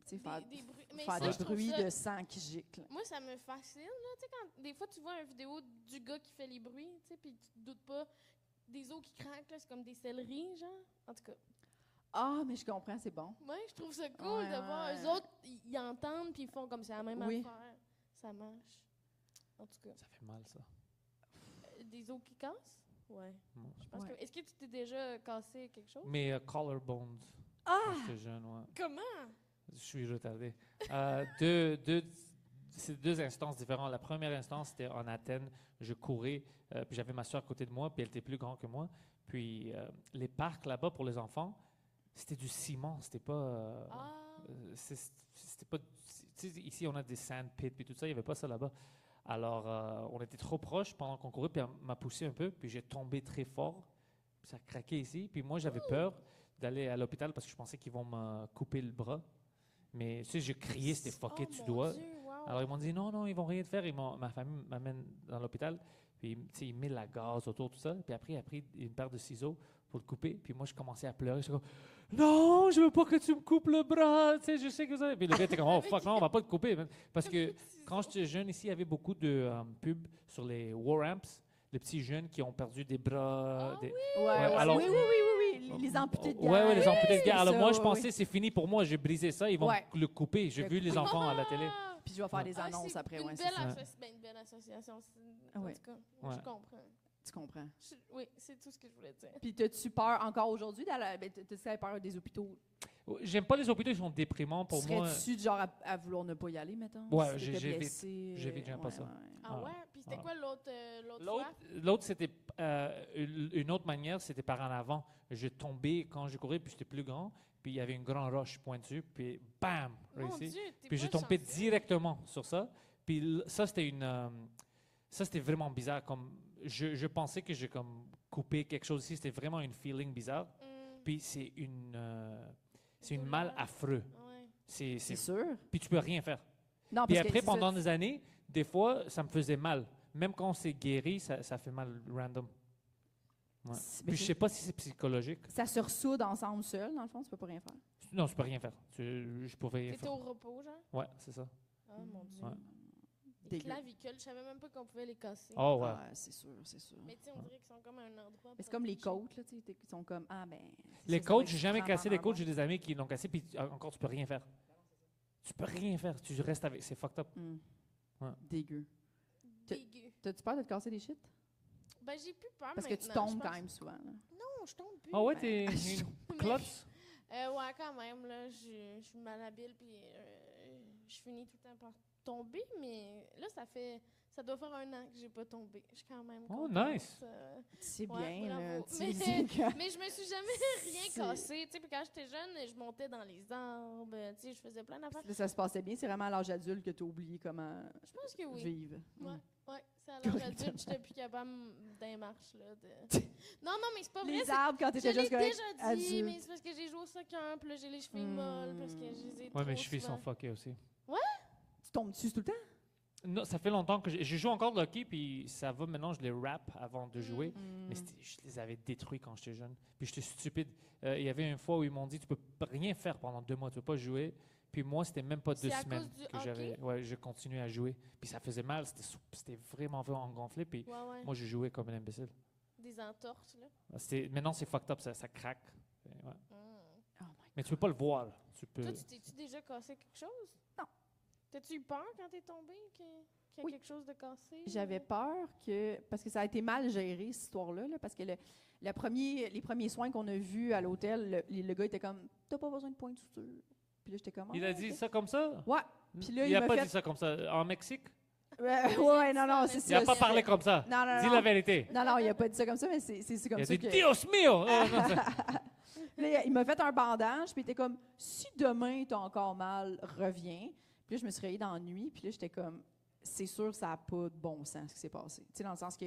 [SPEAKER 3] Tu sais,
[SPEAKER 6] Ah, des,
[SPEAKER 3] faire
[SPEAKER 6] des bruits, mais
[SPEAKER 3] faire
[SPEAKER 6] ça, je
[SPEAKER 3] des
[SPEAKER 6] trouve
[SPEAKER 3] bruits
[SPEAKER 6] ça-
[SPEAKER 3] de sang qui gicle.
[SPEAKER 6] Moi, ça me fascine, là, tu sais, quand des fois, tu vois une vidéo du gars qui fait les bruits, tu sais, puis tu te doutes pas des os qui craquent, là, c'est comme des céleris, genre. En tout cas,
[SPEAKER 3] Ah, mais je comprends, c'est bon.
[SPEAKER 6] moi, je trouve ça cool
[SPEAKER 3] Ouais,
[SPEAKER 6] de voir
[SPEAKER 3] ouais.
[SPEAKER 6] eux autres, ils ils entendent, puis ils font comme c'est la même
[SPEAKER 3] Oui.
[SPEAKER 6] affaire. Ça marche. En tout cas,
[SPEAKER 5] Ça fait mal, ça.
[SPEAKER 6] Euh, des os qui cassent? Ouais.
[SPEAKER 5] Ouais.
[SPEAKER 6] Je pense
[SPEAKER 3] Ouais.
[SPEAKER 6] que. Est-ce que tu t'es déjà cassé quelque chose?
[SPEAKER 5] Mes euh, collarbones,
[SPEAKER 3] Ah!
[SPEAKER 5] quand j'étais jeune, ouais.
[SPEAKER 6] Comment?
[SPEAKER 5] Je suis retardé. Euh, deux, deux, c'est deux instances différentes. La première instance, c'était en Athènes. Je courais, euh, puis j'avais ma soeur à côté de moi, puis elle était plus grande que moi. Puis euh, les parcs là-bas pour les enfants, c'était du ciment, c'était pas. euh,
[SPEAKER 6] Ah!
[SPEAKER 5] euh, c'est- c'était pas. tu sais, ici, on a des sandpits et tout ça, il n'y avait pas ça là-bas. Alors, euh, on était trop proche pendant qu'on courait, puis elle m'a poussé un peu, puis j'ai tombé très fort. puis Ça a craqué ici, puis moi,
[SPEAKER 6] Oh!
[SPEAKER 5] j'avais peur d'aller à l'hôpital parce que je pensais qu'ils vont me couper le bras. Mais tu sais, j'ai crié, c'était fucké,
[SPEAKER 6] Oh,
[SPEAKER 5] tu
[SPEAKER 6] mon
[SPEAKER 5] dois.
[SPEAKER 6] Dieu, wow.
[SPEAKER 5] Alors ils m'ont dit non, non, ils vont rien te faire. Ils m'ont- ma famille m'amène dans l'hôpital. Puis tu sais, il met la gaz autour, tout ça. Puis après, il a pris une paire de ciseaux pour le couper. Puis moi, je commençais à pleurer. J'étais comme, non, je veux pas que tu me coupes le bras. Tu sais, je sais que ça. Puis le gars était comme, oh fuck, non, on va pas te couper. man. Parce que quand j'étais jeune ici, il y avait beaucoup de euh, pubs sur les war amps, les petits jeunes qui ont perdu des bras.
[SPEAKER 6] Ah
[SPEAKER 5] des-
[SPEAKER 3] Ouais,
[SPEAKER 5] Ouais, alors- Oh,
[SPEAKER 3] oui, oui, oui, oui, les- Les amputés de
[SPEAKER 5] Ouais, ouais, les amputés de
[SPEAKER 3] c'est
[SPEAKER 5] guerre. Alors
[SPEAKER 3] ça,
[SPEAKER 5] moi, je
[SPEAKER 3] ouais,
[SPEAKER 5] pensais, c'est fini pour moi, j'ai brisé ça, ils vont
[SPEAKER 3] Ouais.
[SPEAKER 5] le couper. J'ai
[SPEAKER 3] Le
[SPEAKER 5] vu les
[SPEAKER 3] couper.
[SPEAKER 5] enfants à la télé.
[SPEAKER 6] Ah!
[SPEAKER 3] Puis je vais faire des
[SPEAKER 5] Ah,
[SPEAKER 6] Ah,
[SPEAKER 3] annonces
[SPEAKER 6] c'est
[SPEAKER 3] après.
[SPEAKER 6] Une,
[SPEAKER 3] ouais, c'est
[SPEAKER 6] belle
[SPEAKER 3] ça.
[SPEAKER 5] ça.
[SPEAKER 6] associ- ben, une belle association. c'est-
[SPEAKER 3] Ah
[SPEAKER 6] En
[SPEAKER 3] ouais.
[SPEAKER 6] tout cas,
[SPEAKER 5] Ouais.
[SPEAKER 6] je comprends.
[SPEAKER 3] Tu comprends.
[SPEAKER 6] Je- oui, c'est tout ce que je voulais dire.
[SPEAKER 3] Puis t'as-tu peur encore aujourd'hui d'aller. Ben, t'as- t'as-tu peur des hôpitaux?
[SPEAKER 5] J'aime pas les hôpitaux, ils sont déprimants pour moi.
[SPEAKER 3] Serais-tu du genre à, à vouloir ne pas y aller, mettons?
[SPEAKER 5] Ouais,
[SPEAKER 3] si
[SPEAKER 5] j'ai-
[SPEAKER 3] t'étais
[SPEAKER 5] j'évite.
[SPEAKER 3] blessé, euh,
[SPEAKER 5] J'évite, j'aime pas
[SPEAKER 3] ouais,
[SPEAKER 5] ça.
[SPEAKER 3] ouais.
[SPEAKER 6] Ah,
[SPEAKER 5] Ah.
[SPEAKER 6] ouais? Puis c'était
[SPEAKER 5] Ah.
[SPEAKER 6] quoi l'autre euh, l'autre
[SPEAKER 5] L'autre,
[SPEAKER 6] fois?
[SPEAKER 5] l'autre, c'était euh, une une autre manière, c'était par en avant. Je tombais quand je courais, puis j'étais plus grand, puis il y avait une grande roche pointue, puis bam,
[SPEAKER 6] Mon
[SPEAKER 5] réussi.
[SPEAKER 6] Dieu, t'es
[SPEAKER 5] Puis je
[SPEAKER 6] pas
[SPEAKER 5] tombais
[SPEAKER 6] chanceux.
[SPEAKER 5] directement sur ça. Puis l- ça, c'était une, euh, ça c'était vraiment bizarre. Comme je, je pensais que j'ai comme coupé quelque chose ici, c'était vraiment une feeling bizarre.
[SPEAKER 6] Hum,
[SPEAKER 5] Puis c'est une, euh, c'est une
[SPEAKER 6] Douleur.
[SPEAKER 5] mal affreux.
[SPEAKER 6] ouais.
[SPEAKER 5] C'est, c'est,
[SPEAKER 3] C'est sûr.
[SPEAKER 5] puis tu peux rien faire.
[SPEAKER 3] Non,
[SPEAKER 5] Puis
[SPEAKER 3] Ah, parce que
[SPEAKER 5] après,
[SPEAKER 3] c'est ça,
[SPEAKER 5] pendant des années, des fois, ça me faisait mal. Même quand c'est guéri, ça, ça fait mal random. Ouais.
[SPEAKER 3] C'est- mais
[SPEAKER 5] Puis je
[SPEAKER 3] c'est-
[SPEAKER 5] sais pas si c'est psychologique.
[SPEAKER 3] Ça se ressoude ensemble seul, dans le fond, tu peux pas rien faire.
[SPEAKER 5] Non, je peux rien faire. Tu- je pouvais rien
[SPEAKER 6] T'étais
[SPEAKER 5] faire.
[SPEAKER 6] au repos, genre?
[SPEAKER 5] Ouais, c'est ça.
[SPEAKER 6] Oh
[SPEAKER 3] Mm.
[SPEAKER 6] mon dieu.
[SPEAKER 5] Ouais.
[SPEAKER 6] Les
[SPEAKER 3] Dégueu.
[SPEAKER 6] clavicules, je savais même pas qu'on pouvait les casser.
[SPEAKER 5] Oh ouais.
[SPEAKER 3] Ah, c'est sûr, c'est sûr.
[SPEAKER 6] Mais tu sais, on dirait qu'ils sont comme à un endroit.
[SPEAKER 3] Mais c'est comme les
[SPEAKER 6] protégé.
[SPEAKER 3] côtes, là, tu sais, t'es- ils sont comme, ah ben... c'est
[SPEAKER 5] les
[SPEAKER 3] sûr, ça va
[SPEAKER 5] côtes,
[SPEAKER 3] être
[SPEAKER 5] j'ai jamais
[SPEAKER 3] frustrant
[SPEAKER 5] cassé les
[SPEAKER 3] pendant
[SPEAKER 5] côtes. J'ai des amis qui l'ont cassé, puis tu- encore, tu peux rien faire. Tu peux rien faire. Tu restes avec. C'est fucked up.
[SPEAKER 3] Hum.
[SPEAKER 5] Ouais.
[SPEAKER 3] Dégueu.
[SPEAKER 6] Dégueu.
[SPEAKER 3] T'as-tu peur de te casser les shit?
[SPEAKER 6] Ben, j'ai plus peur
[SPEAKER 3] Parce que tu
[SPEAKER 6] maintenant, je
[SPEAKER 3] tombes quand
[SPEAKER 6] pense.
[SPEAKER 3] même souvent. là.
[SPEAKER 6] Non, je tombe plus.
[SPEAKER 5] Ah ouais,
[SPEAKER 3] ben,
[SPEAKER 5] t'es
[SPEAKER 3] je-
[SPEAKER 5] une clotte.
[SPEAKER 6] Euh, ouais, quand même, là, je je suis malhabile, puis euh, je finis tout le temps par tomber, mais là, ça fait... Ça doit faire un an que j'ai pas tombé. Je suis quand même
[SPEAKER 5] Oh,
[SPEAKER 6] contente,
[SPEAKER 5] nice.
[SPEAKER 6] euh.
[SPEAKER 3] C'est
[SPEAKER 6] Ouais,
[SPEAKER 3] bien, là.
[SPEAKER 6] bravo.
[SPEAKER 3] tu
[SPEAKER 6] Mais-
[SPEAKER 3] dis que-
[SPEAKER 6] Mais je me suis jamais rien
[SPEAKER 3] C'est-
[SPEAKER 6] cassé. Tu sais, puis quand j'étais jeune, je montais dans les arbres, tu sais, je faisais plein d'affaires.
[SPEAKER 3] Là, ça se passait bien. C'est vraiment à l'âge adulte que tu as oublié comment
[SPEAKER 6] Je pense que oui.
[SPEAKER 3] vivre.
[SPEAKER 6] Ouais.
[SPEAKER 3] Mm.
[SPEAKER 6] Ouais, c'est à l'âge adulte, j'étais plus capable d'un marche, là. de- Non, non, mais c'est pas vrai,
[SPEAKER 3] Les
[SPEAKER 6] c'est-
[SPEAKER 3] arbres, quand tu
[SPEAKER 6] Je
[SPEAKER 3] étais
[SPEAKER 6] l'ai
[SPEAKER 3] juste correct,
[SPEAKER 6] déjà dit,
[SPEAKER 3] adulte.
[SPEAKER 6] mais c'est parce que j'ai joué au soccer, puis là, j'ai les cheveux molles, parce que je les ai
[SPEAKER 5] Ouais,
[SPEAKER 6] trop
[SPEAKER 5] mes chevilles
[SPEAKER 6] souvent.
[SPEAKER 5] sont fuckées aussi.
[SPEAKER 3] Tu tombes dessus tout le temps?
[SPEAKER 5] Non, ça fait longtemps que je, je joue encore le hockey, puis ça va maintenant, je les rap avant de
[SPEAKER 6] Mm.
[SPEAKER 5] jouer. Mais c'était- je les avais détruits quand j'étais jeune. Puis j'étais stupide. Euh, Il y avait une fois où ils m'ont dit tu peux p- rien faire pendant deux mois, tu peux pas jouer. Puis moi, c'était même pas
[SPEAKER 6] C'est
[SPEAKER 5] deux
[SPEAKER 6] à
[SPEAKER 5] semaines
[SPEAKER 6] cause du
[SPEAKER 5] que
[SPEAKER 6] hockey?
[SPEAKER 5] j'avais. Ouais, je continuais à jouer. Puis ça faisait mal, c'était sou- c'était vraiment, vraiment gonflé. Puis
[SPEAKER 6] Ouais, ouais.
[SPEAKER 5] moi, je jouais comme un imbécile.
[SPEAKER 6] Des entorses, là.
[SPEAKER 5] C'était- Maintenant, c'est fucked up, ça, ça craque. Et ouais.
[SPEAKER 6] Mm.
[SPEAKER 3] Oh my-
[SPEAKER 5] Mais tu peux pas le voir. Tu peux.
[SPEAKER 6] Toi, tu t'es-tu déjà cassé quelque chose?
[SPEAKER 3] Non.
[SPEAKER 6] T'as-tu eu peur quand t'es tombé que- qu'il y a
[SPEAKER 3] Oui.
[SPEAKER 6] quelque chose de cassé?
[SPEAKER 3] J'avais peur que. Parce que ça a été mal géré, cette histoire-là. là, parce que le, la premier, les premiers soins qu'on a vus à l'hôtel, le, le gars était comme T'as pas besoin de point de suture. Puis là, j'étais comme.
[SPEAKER 5] Il
[SPEAKER 3] Ah,
[SPEAKER 5] a dit
[SPEAKER 3] ok.
[SPEAKER 5] ça comme ça
[SPEAKER 3] Ouais. Puis là, il,
[SPEAKER 5] a
[SPEAKER 3] m'a
[SPEAKER 5] pas
[SPEAKER 3] fait.
[SPEAKER 5] dit ça comme ça. En Mexique
[SPEAKER 3] Ouais, ouais, non, non, c'est
[SPEAKER 5] Il a
[SPEAKER 3] ça,
[SPEAKER 5] pas
[SPEAKER 3] c'est-
[SPEAKER 5] parlé comme ça.
[SPEAKER 3] Non, non,
[SPEAKER 5] Dis
[SPEAKER 3] non.
[SPEAKER 5] la vérité.
[SPEAKER 3] Non, non, il a pas dit ça comme ça, mais c'est c'est- c'est comme
[SPEAKER 5] Il a
[SPEAKER 3] ça.
[SPEAKER 5] dit
[SPEAKER 3] que... Ah,
[SPEAKER 5] Dios mio Oh, non, ça-
[SPEAKER 3] Là, il m'a fait un bandage, puis il était comme si demain t'as encore mal, reviens. Puis là, je me suis réveillée dans la nuit, puis là, j'étais comme c'est sûr, ça n'a pas de bon sens ce qui s'est passé. Tu sais, dans le sens que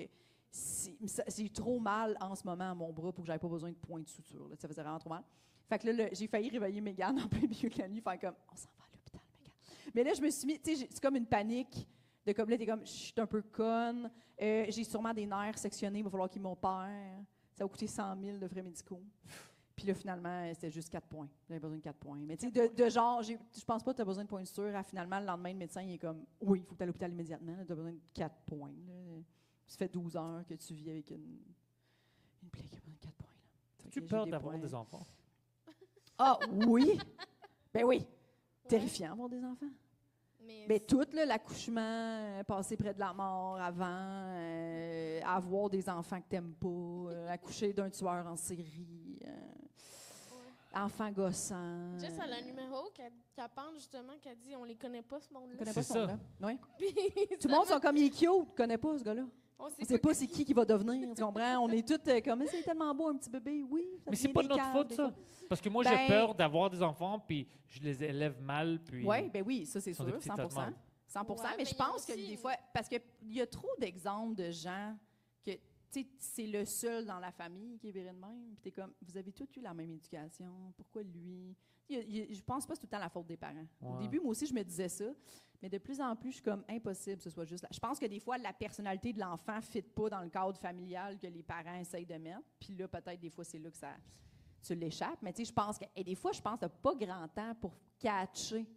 [SPEAKER 3] si- ça- j'ai trop mal en ce moment à mon bras pour que j'avais pas besoin de point de suture. là. ça faisait vraiment trop mal. Fait que là, le- j'ai failli réveiller Mégane en plein milieu de la nuit, faire comme on s'en va à l'hôpital, Mégane. Mais là, je me suis mis, tu sais, j'ai- c'est comme une panique de comme là, t'es comme je suis un peu conne, Euh, j'ai sûrement des nerfs sectionnés, il va falloir qu'ils m'opèrent. Ça va coûter 100 000 de frais médicaux. Puis là, finalement, euh, c'était juste 4 points. J'avais besoin de 4 points. Mais tu sais, de, de genre, j'ai- je pense pas que tu as besoin de points de suture. À finalement, le lendemain, le médecin, il est comme Oui, il faut que tu à l'hôpital immédiatement. Tu as besoin de 4 points. là. Ça fait 12 heures que tu vis avec une, une plaie qui a besoin de 4 points. là. Fait
[SPEAKER 5] Tu
[SPEAKER 3] que j'ai
[SPEAKER 5] peur
[SPEAKER 3] des
[SPEAKER 5] d'avoir
[SPEAKER 3] points.
[SPEAKER 5] des enfants
[SPEAKER 3] Ah oui! Ben oui!
[SPEAKER 6] Ouais.
[SPEAKER 3] Terrifiant avoir des enfants.
[SPEAKER 6] Mais,
[SPEAKER 3] Mais
[SPEAKER 6] c'est-
[SPEAKER 3] tout, là, l'accouchement, euh, passer près de la mort avant, euh, avoir des enfants que t'aimes pas, euh, accoucher d'un tueur en série, euh, enfant gossant.
[SPEAKER 6] Jess, elle a un
[SPEAKER 3] euh,
[SPEAKER 6] numéro qu'elle qu'elle parle justement, qu'elle dit on les connaît pas, ce
[SPEAKER 3] on
[SPEAKER 6] monde-là.
[SPEAKER 3] connaît
[SPEAKER 5] C'est
[SPEAKER 3] pas son
[SPEAKER 5] ça.
[SPEAKER 3] nom. Oui.
[SPEAKER 6] Puis
[SPEAKER 3] Tout le
[SPEAKER 6] ça
[SPEAKER 3] monde
[SPEAKER 6] m'a-
[SPEAKER 3] sont comme il est cute, connais pas ce gars-là.
[SPEAKER 6] On sait
[SPEAKER 3] On sait pas c'est qui qui va devenir, tu comprends? On est toutes euh, comme, c'est tellement beau un petit bébé, oui. ça
[SPEAKER 5] Mais c'est
[SPEAKER 3] devient
[SPEAKER 5] pas
[SPEAKER 3] des
[SPEAKER 5] de notre
[SPEAKER 3] caves,
[SPEAKER 5] faute,
[SPEAKER 3] des
[SPEAKER 5] ça.
[SPEAKER 3] fois.
[SPEAKER 5] Parce que moi,
[SPEAKER 3] Ben-
[SPEAKER 5] j'ai peur d'avoir des enfants, puis je les élève mal, puis...
[SPEAKER 3] Oui, ben oui, ça c'est
[SPEAKER 5] Ils sont des
[SPEAKER 3] sûr,
[SPEAKER 5] petits
[SPEAKER 3] 100
[SPEAKER 5] totements.
[SPEAKER 3] 100
[SPEAKER 6] Ouais,
[SPEAKER 3] mais
[SPEAKER 6] mais
[SPEAKER 3] je
[SPEAKER 6] il y en a
[SPEAKER 3] pense que
[SPEAKER 6] aussi,
[SPEAKER 3] des
[SPEAKER 6] là.
[SPEAKER 3] fois, parce qu'il y a trop d'exemples de gens que, tu sais, c'est le seul dans la famille qui est viré de même. Puis t'es comme, vous avez tous eu la même éducation, pourquoi lui? Il y a- il y a- je pense pas que c'est tout le temps la faute des parents. Au
[SPEAKER 5] Ouais.
[SPEAKER 3] début, moi aussi, je me disais ça. Mais de plus en plus, je suis comme impossible que ce soit juste. la- Je pense que des fois, la personnalité de l'enfant ne fit pas dans le cadre familial que les parents essayent de mettre. Puis là, peut-être des fois, c'est là que ça, tu l'échappes. Mais tu sais, je pense que. Et des fois, je pense que t'as pas grand temps pour catcher. Tu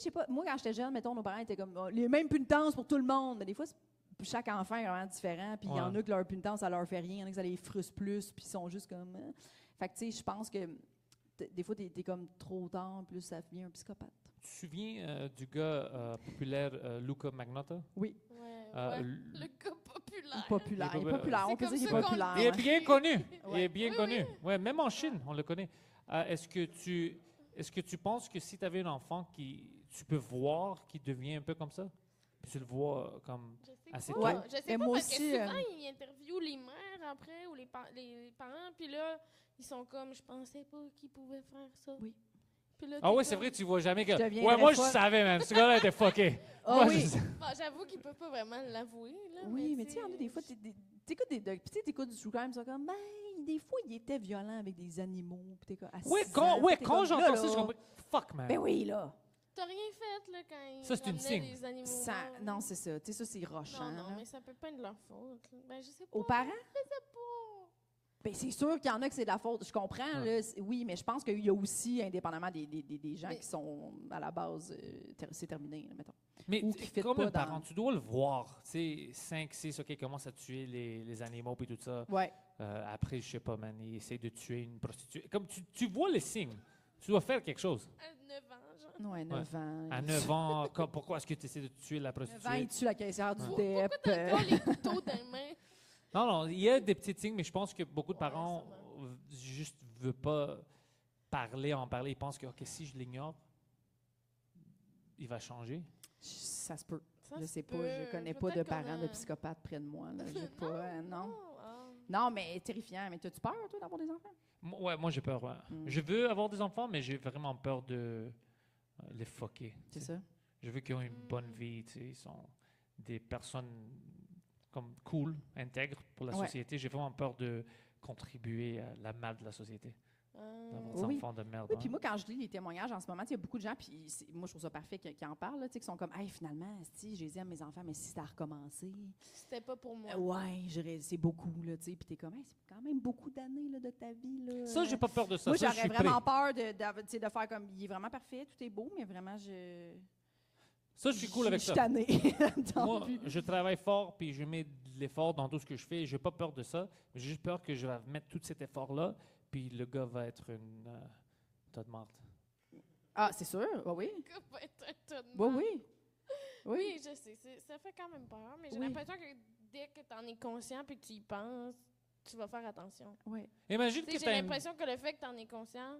[SPEAKER 3] sais, je sais pas. Moi, quand j'étais jeune, mettons, nos parents étaient comme oh, les mêmes punaises pour tout le monde. Mais des fois, c'est- chaque enfant est vraiment différent. Puis il y en
[SPEAKER 5] Ouais.
[SPEAKER 3] a que leur punaises, ça leur fait rien. Il y en a que ça les frustre plus. Puis ils sont juste comme. hein. Fait que tu sais, je pense que. t- Des fois, t'es es comme trop tard, plus ça devient un psychopathe.
[SPEAKER 5] Tu te souviens euh, du gars euh, populaire euh, Luca Magnotta?
[SPEAKER 6] Ouais, ouais.
[SPEAKER 5] Euh, l-
[SPEAKER 6] Le cas populaire.
[SPEAKER 3] Populaire. Il est populaire. On peut
[SPEAKER 6] Ah, C'est
[SPEAKER 3] dire qu'il est
[SPEAKER 6] comme ça qu'on le
[SPEAKER 3] populaire.
[SPEAKER 5] Il est
[SPEAKER 3] Ah, ouais.
[SPEAKER 5] bien connu. Il
[SPEAKER 3] Ouais.
[SPEAKER 5] est bien
[SPEAKER 6] Oui,
[SPEAKER 5] connu. Ouais, même en Chine, on le connaît. Euh, est-ce que tu est-ce que tu penses que si tu avais un enfant qui tu peux voir qui devient un peu comme ça Puis tu le vois euh, comme
[SPEAKER 6] Je sais
[SPEAKER 5] Ah, c'est
[SPEAKER 6] pas.
[SPEAKER 5] toi?
[SPEAKER 6] Je sais
[SPEAKER 3] Mais
[SPEAKER 6] pas
[SPEAKER 3] moi
[SPEAKER 6] parce
[SPEAKER 3] aussi,
[SPEAKER 6] que
[SPEAKER 3] euh,
[SPEAKER 6] souvent, ils interviewent les mères après ou les, par- les parents, puis là, ils sont comme, je pensais pas qu'ils pouvaient faire ça.
[SPEAKER 3] Oui.
[SPEAKER 6] Puis là,
[SPEAKER 5] Ah
[SPEAKER 6] t'es
[SPEAKER 5] ouais, c'est
[SPEAKER 6] comme-
[SPEAKER 5] vrai, tu vois jamais que
[SPEAKER 3] Je deviendrais
[SPEAKER 5] Ouais, moi je
[SPEAKER 3] folle.
[SPEAKER 5] savais même, ce gars-là était fucké.
[SPEAKER 3] Ah
[SPEAKER 5] Moi, je
[SPEAKER 3] oui.
[SPEAKER 5] sais.
[SPEAKER 6] Bon, bah, J'avoue qu'ils peuvent pas vraiment l'avouer. là,
[SPEAKER 3] Oui, mais tu sais, il y en a des fois,
[SPEAKER 6] je-
[SPEAKER 3] t'es- des- t'écoutes des, doc- puis tu sais, t'écoutes du true crime, ils sont comme, ben, des fois, il était violent avec des animaux, puis t'es comme, à
[SPEAKER 5] Ouais,
[SPEAKER 3] six ans,
[SPEAKER 5] quand
[SPEAKER 3] puis
[SPEAKER 5] ouais,
[SPEAKER 3] t'es
[SPEAKER 5] quand
[SPEAKER 3] comme,
[SPEAKER 5] j'entends
[SPEAKER 3] là,
[SPEAKER 5] ça, je
[SPEAKER 3] là,
[SPEAKER 5] comprends fuck man.
[SPEAKER 3] Ben oui, là.
[SPEAKER 6] T'as rien fait, là, quand ils
[SPEAKER 5] Ça, c'est une
[SPEAKER 6] ramenaient
[SPEAKER 5] signe.
[SPEAKER 6] les animaux
[SPEAKER 3] Ça-
[SPEAKER 6] morts.
[SPEAKER 3] non, c'est ça. Tu sais, ça, c'est rochant.
[SPEAKER 6] Non, non,
[SPEAKER 3] là.
[SPEAKER 6] mais ça peut pas être de leur faute. Ben, je sais pas.
[SPEAKER 3] Aux parents?
[SPEAKER 6] pas.
[SPEAKER 3] Ben, c'est sûr qu'il y en a que c'est de la faute. Je comprends,
[SPEAKER 5] Ouais.
[SPEAKER 3] là, c'est- oui, mais je pense qu'il y a aussi, indépendamment des, des, des, des gens
[SPEAKER 6] Mais-
[SPEAKER 3] qui sont à la base, euh, ter- c'est terminé, là, mettons.
[SPEAKER 5] Mais
[SPEAKER 3] Ou
[SPEAKER 5] t-
[SPEAKER 3] qui fit
[SPEAKER 5] comme
[SPEAKER 3] pas
[SPEAKER 5] un parent,
[SPEAKER 3] dans-
[SPEAKER 5] tu dois le voir, tu sais, 5 6 OK, il commence à tuer les, les animaux puis tout ça.
[SPEAKER 3] Ouais.
[SPEAKER 5] Euh, après, je sais pas man, il essaie de tuer une prostituée. Comme tu, tu vois les signes. Tu dois faire quelque chose.
[SPEAKER 6] À 9 ans, genre.
[SPEAKER 3] Ouais, 9 ans.
[SPEAKER 5] À
[SPEAKER 3] il-
[SPEAKER 5] 9 ans, comme- pourquoi est-ce que tu essaies de tuer la
[SPEAKER 3] neuf ans, il
[SPEAKER 5] prostituée?
[SPEAKER 3] tue la caissière du
[SPEAKER 5] Ouais.
[SPEAKER 3] DEP. euh,
[SPEAKER 6] T'as les couteaux dans les mains.
[SPEAKER 5] Non, non, il y a des petits signes, mais je pense que beaucoup de
[SPEAKER 6] Ouais,
[SPEAKER 5] parents euh, juste ne veulent pas parler, en parler. Ils pensent que OK, si je l'ignore, il va changer.
[SPEAKER 3] Ça se peut.
[SPEAKER 6] Ça
[SPEAKER 3] Je
[SPEAKER 6] se
[SPEAKER 3] sais pas,
[SPEAKER 6] peut.
[SPEAKER 3] je connais pas de
[SPEAKER 6] Peut-être qu'on
[SPEAKER 5] euh,
[SPEAKER 3] parents de
[SPEAKER 6] a-
[SPEAKER 3] psychopathes près de moi. Là. J'ai pas, euh, non.
[SPEAKER 6] Oh, ah.
[SPEAKER 3] Non, mais terrifiant. Mais t'as-tu peur, toi, d'avoir des enfants?
[SPEAKER 5] Moi- ouais, moi, j'ai peur. ouais.
[SPEAKER 3] Mm.
[SPEAKER 5] Je veux avoir des enfants, mais j'ai vraiment peur de euh, les fucker. tu
[SPEAKER 3] C'est
[SPEAKER 5] sais.
[SPEAKER 3] ça.
[SPEAKER 5] Je veux qu'ils aient une bonne vie. tu sais, Ils sont des personnes comme cool, intègres pour la
[SPEAKER 3] Ouais.
[SPEAKER 5] société. J'ai vraiment peur de contribuer à la mal de la société,
[SPEAKER 6] Euh,
[SPEAKER 5] d'avoir
[SPEAKER 3] Oui.
[SPEAKER 5] des enfants de merde.
[SPEAKER 3] Oui,
[SPEAKER 5] hein.
[SPEAKER 3] puis moi, quand je lis les témoignages en ce moment, tu sais, il y a beaucoup de gens, puis c'est- moi, je trouve ça parfait qu'ils qui en parlent, là, tu sais, qui sont comme, hey, finalement, si, je les aime, mes enfants, mais si ça a recommencé,
[SPEAKER 6] C'était pas pour moi.
[SPEAKER 3] euh, ouais, j'aurais- c'est beaucoup, là, tu sais, puis t'es comme, Hey, c'est quand même beaucoup d'années, là, de ta vie, là.
[SPEAKER 5] Ça, j'ai pas peur de ça.
[SPEAKER 3] Moi,
[SPEAKER 5] Ça, je
[SPEAKER 3] j'aurais
[SPEAKER 5] suis prêt.
[SPEAKER 3] vraiment peur de, d'av- tu sais, de faire comme, il est vraiment parfait, tout est beau, mais vraiment, je.
[SPEAKER 5] Ça, je suis cool avec
[SPEAKER 3] je
[SPEAKER 5] ça.
[SPEAKER 3] suis tannée. Tant
[SPEAKER 5] Moi,
[SPEAKER 3] pis.
[SPEAKER 5] je travaille fort, puis je mets de l'effort dans tout ce que je fais. J'ai pas peur de ça. J'ai juste peur que je vais mettre tout cet effort-là, puis le gars va être une euh, tas de marde.
[SPEAKER 3] Ah, c'est sûr, oui, oui.
[SPEAKER 6] Le gars va être un tas de
[SPEAKER 3] Oui,
[SPEAKER 6] marde.
[SPEAKER 3] Bah oui. Oui.
[SPEAKER 6] Oui, je sais. c'est- Ça fait quand même peur, mais j'ai
[SPEAKER 3] Oui.
[SPEAKER 6] l'impression que dès que t'en es conscient puis que tu y penses, tu vas faire attention.
[SPEAKER 3] Ouais.
[SPEAKER 5] Imagine
[SPEAKER 6] Tu
[SPEAKER 5] que
[SPEAKER 6] sais,
[SPEAKER 5] tu
[SPEAKER 6] j'ai l'impression que le fait que t'en es conscient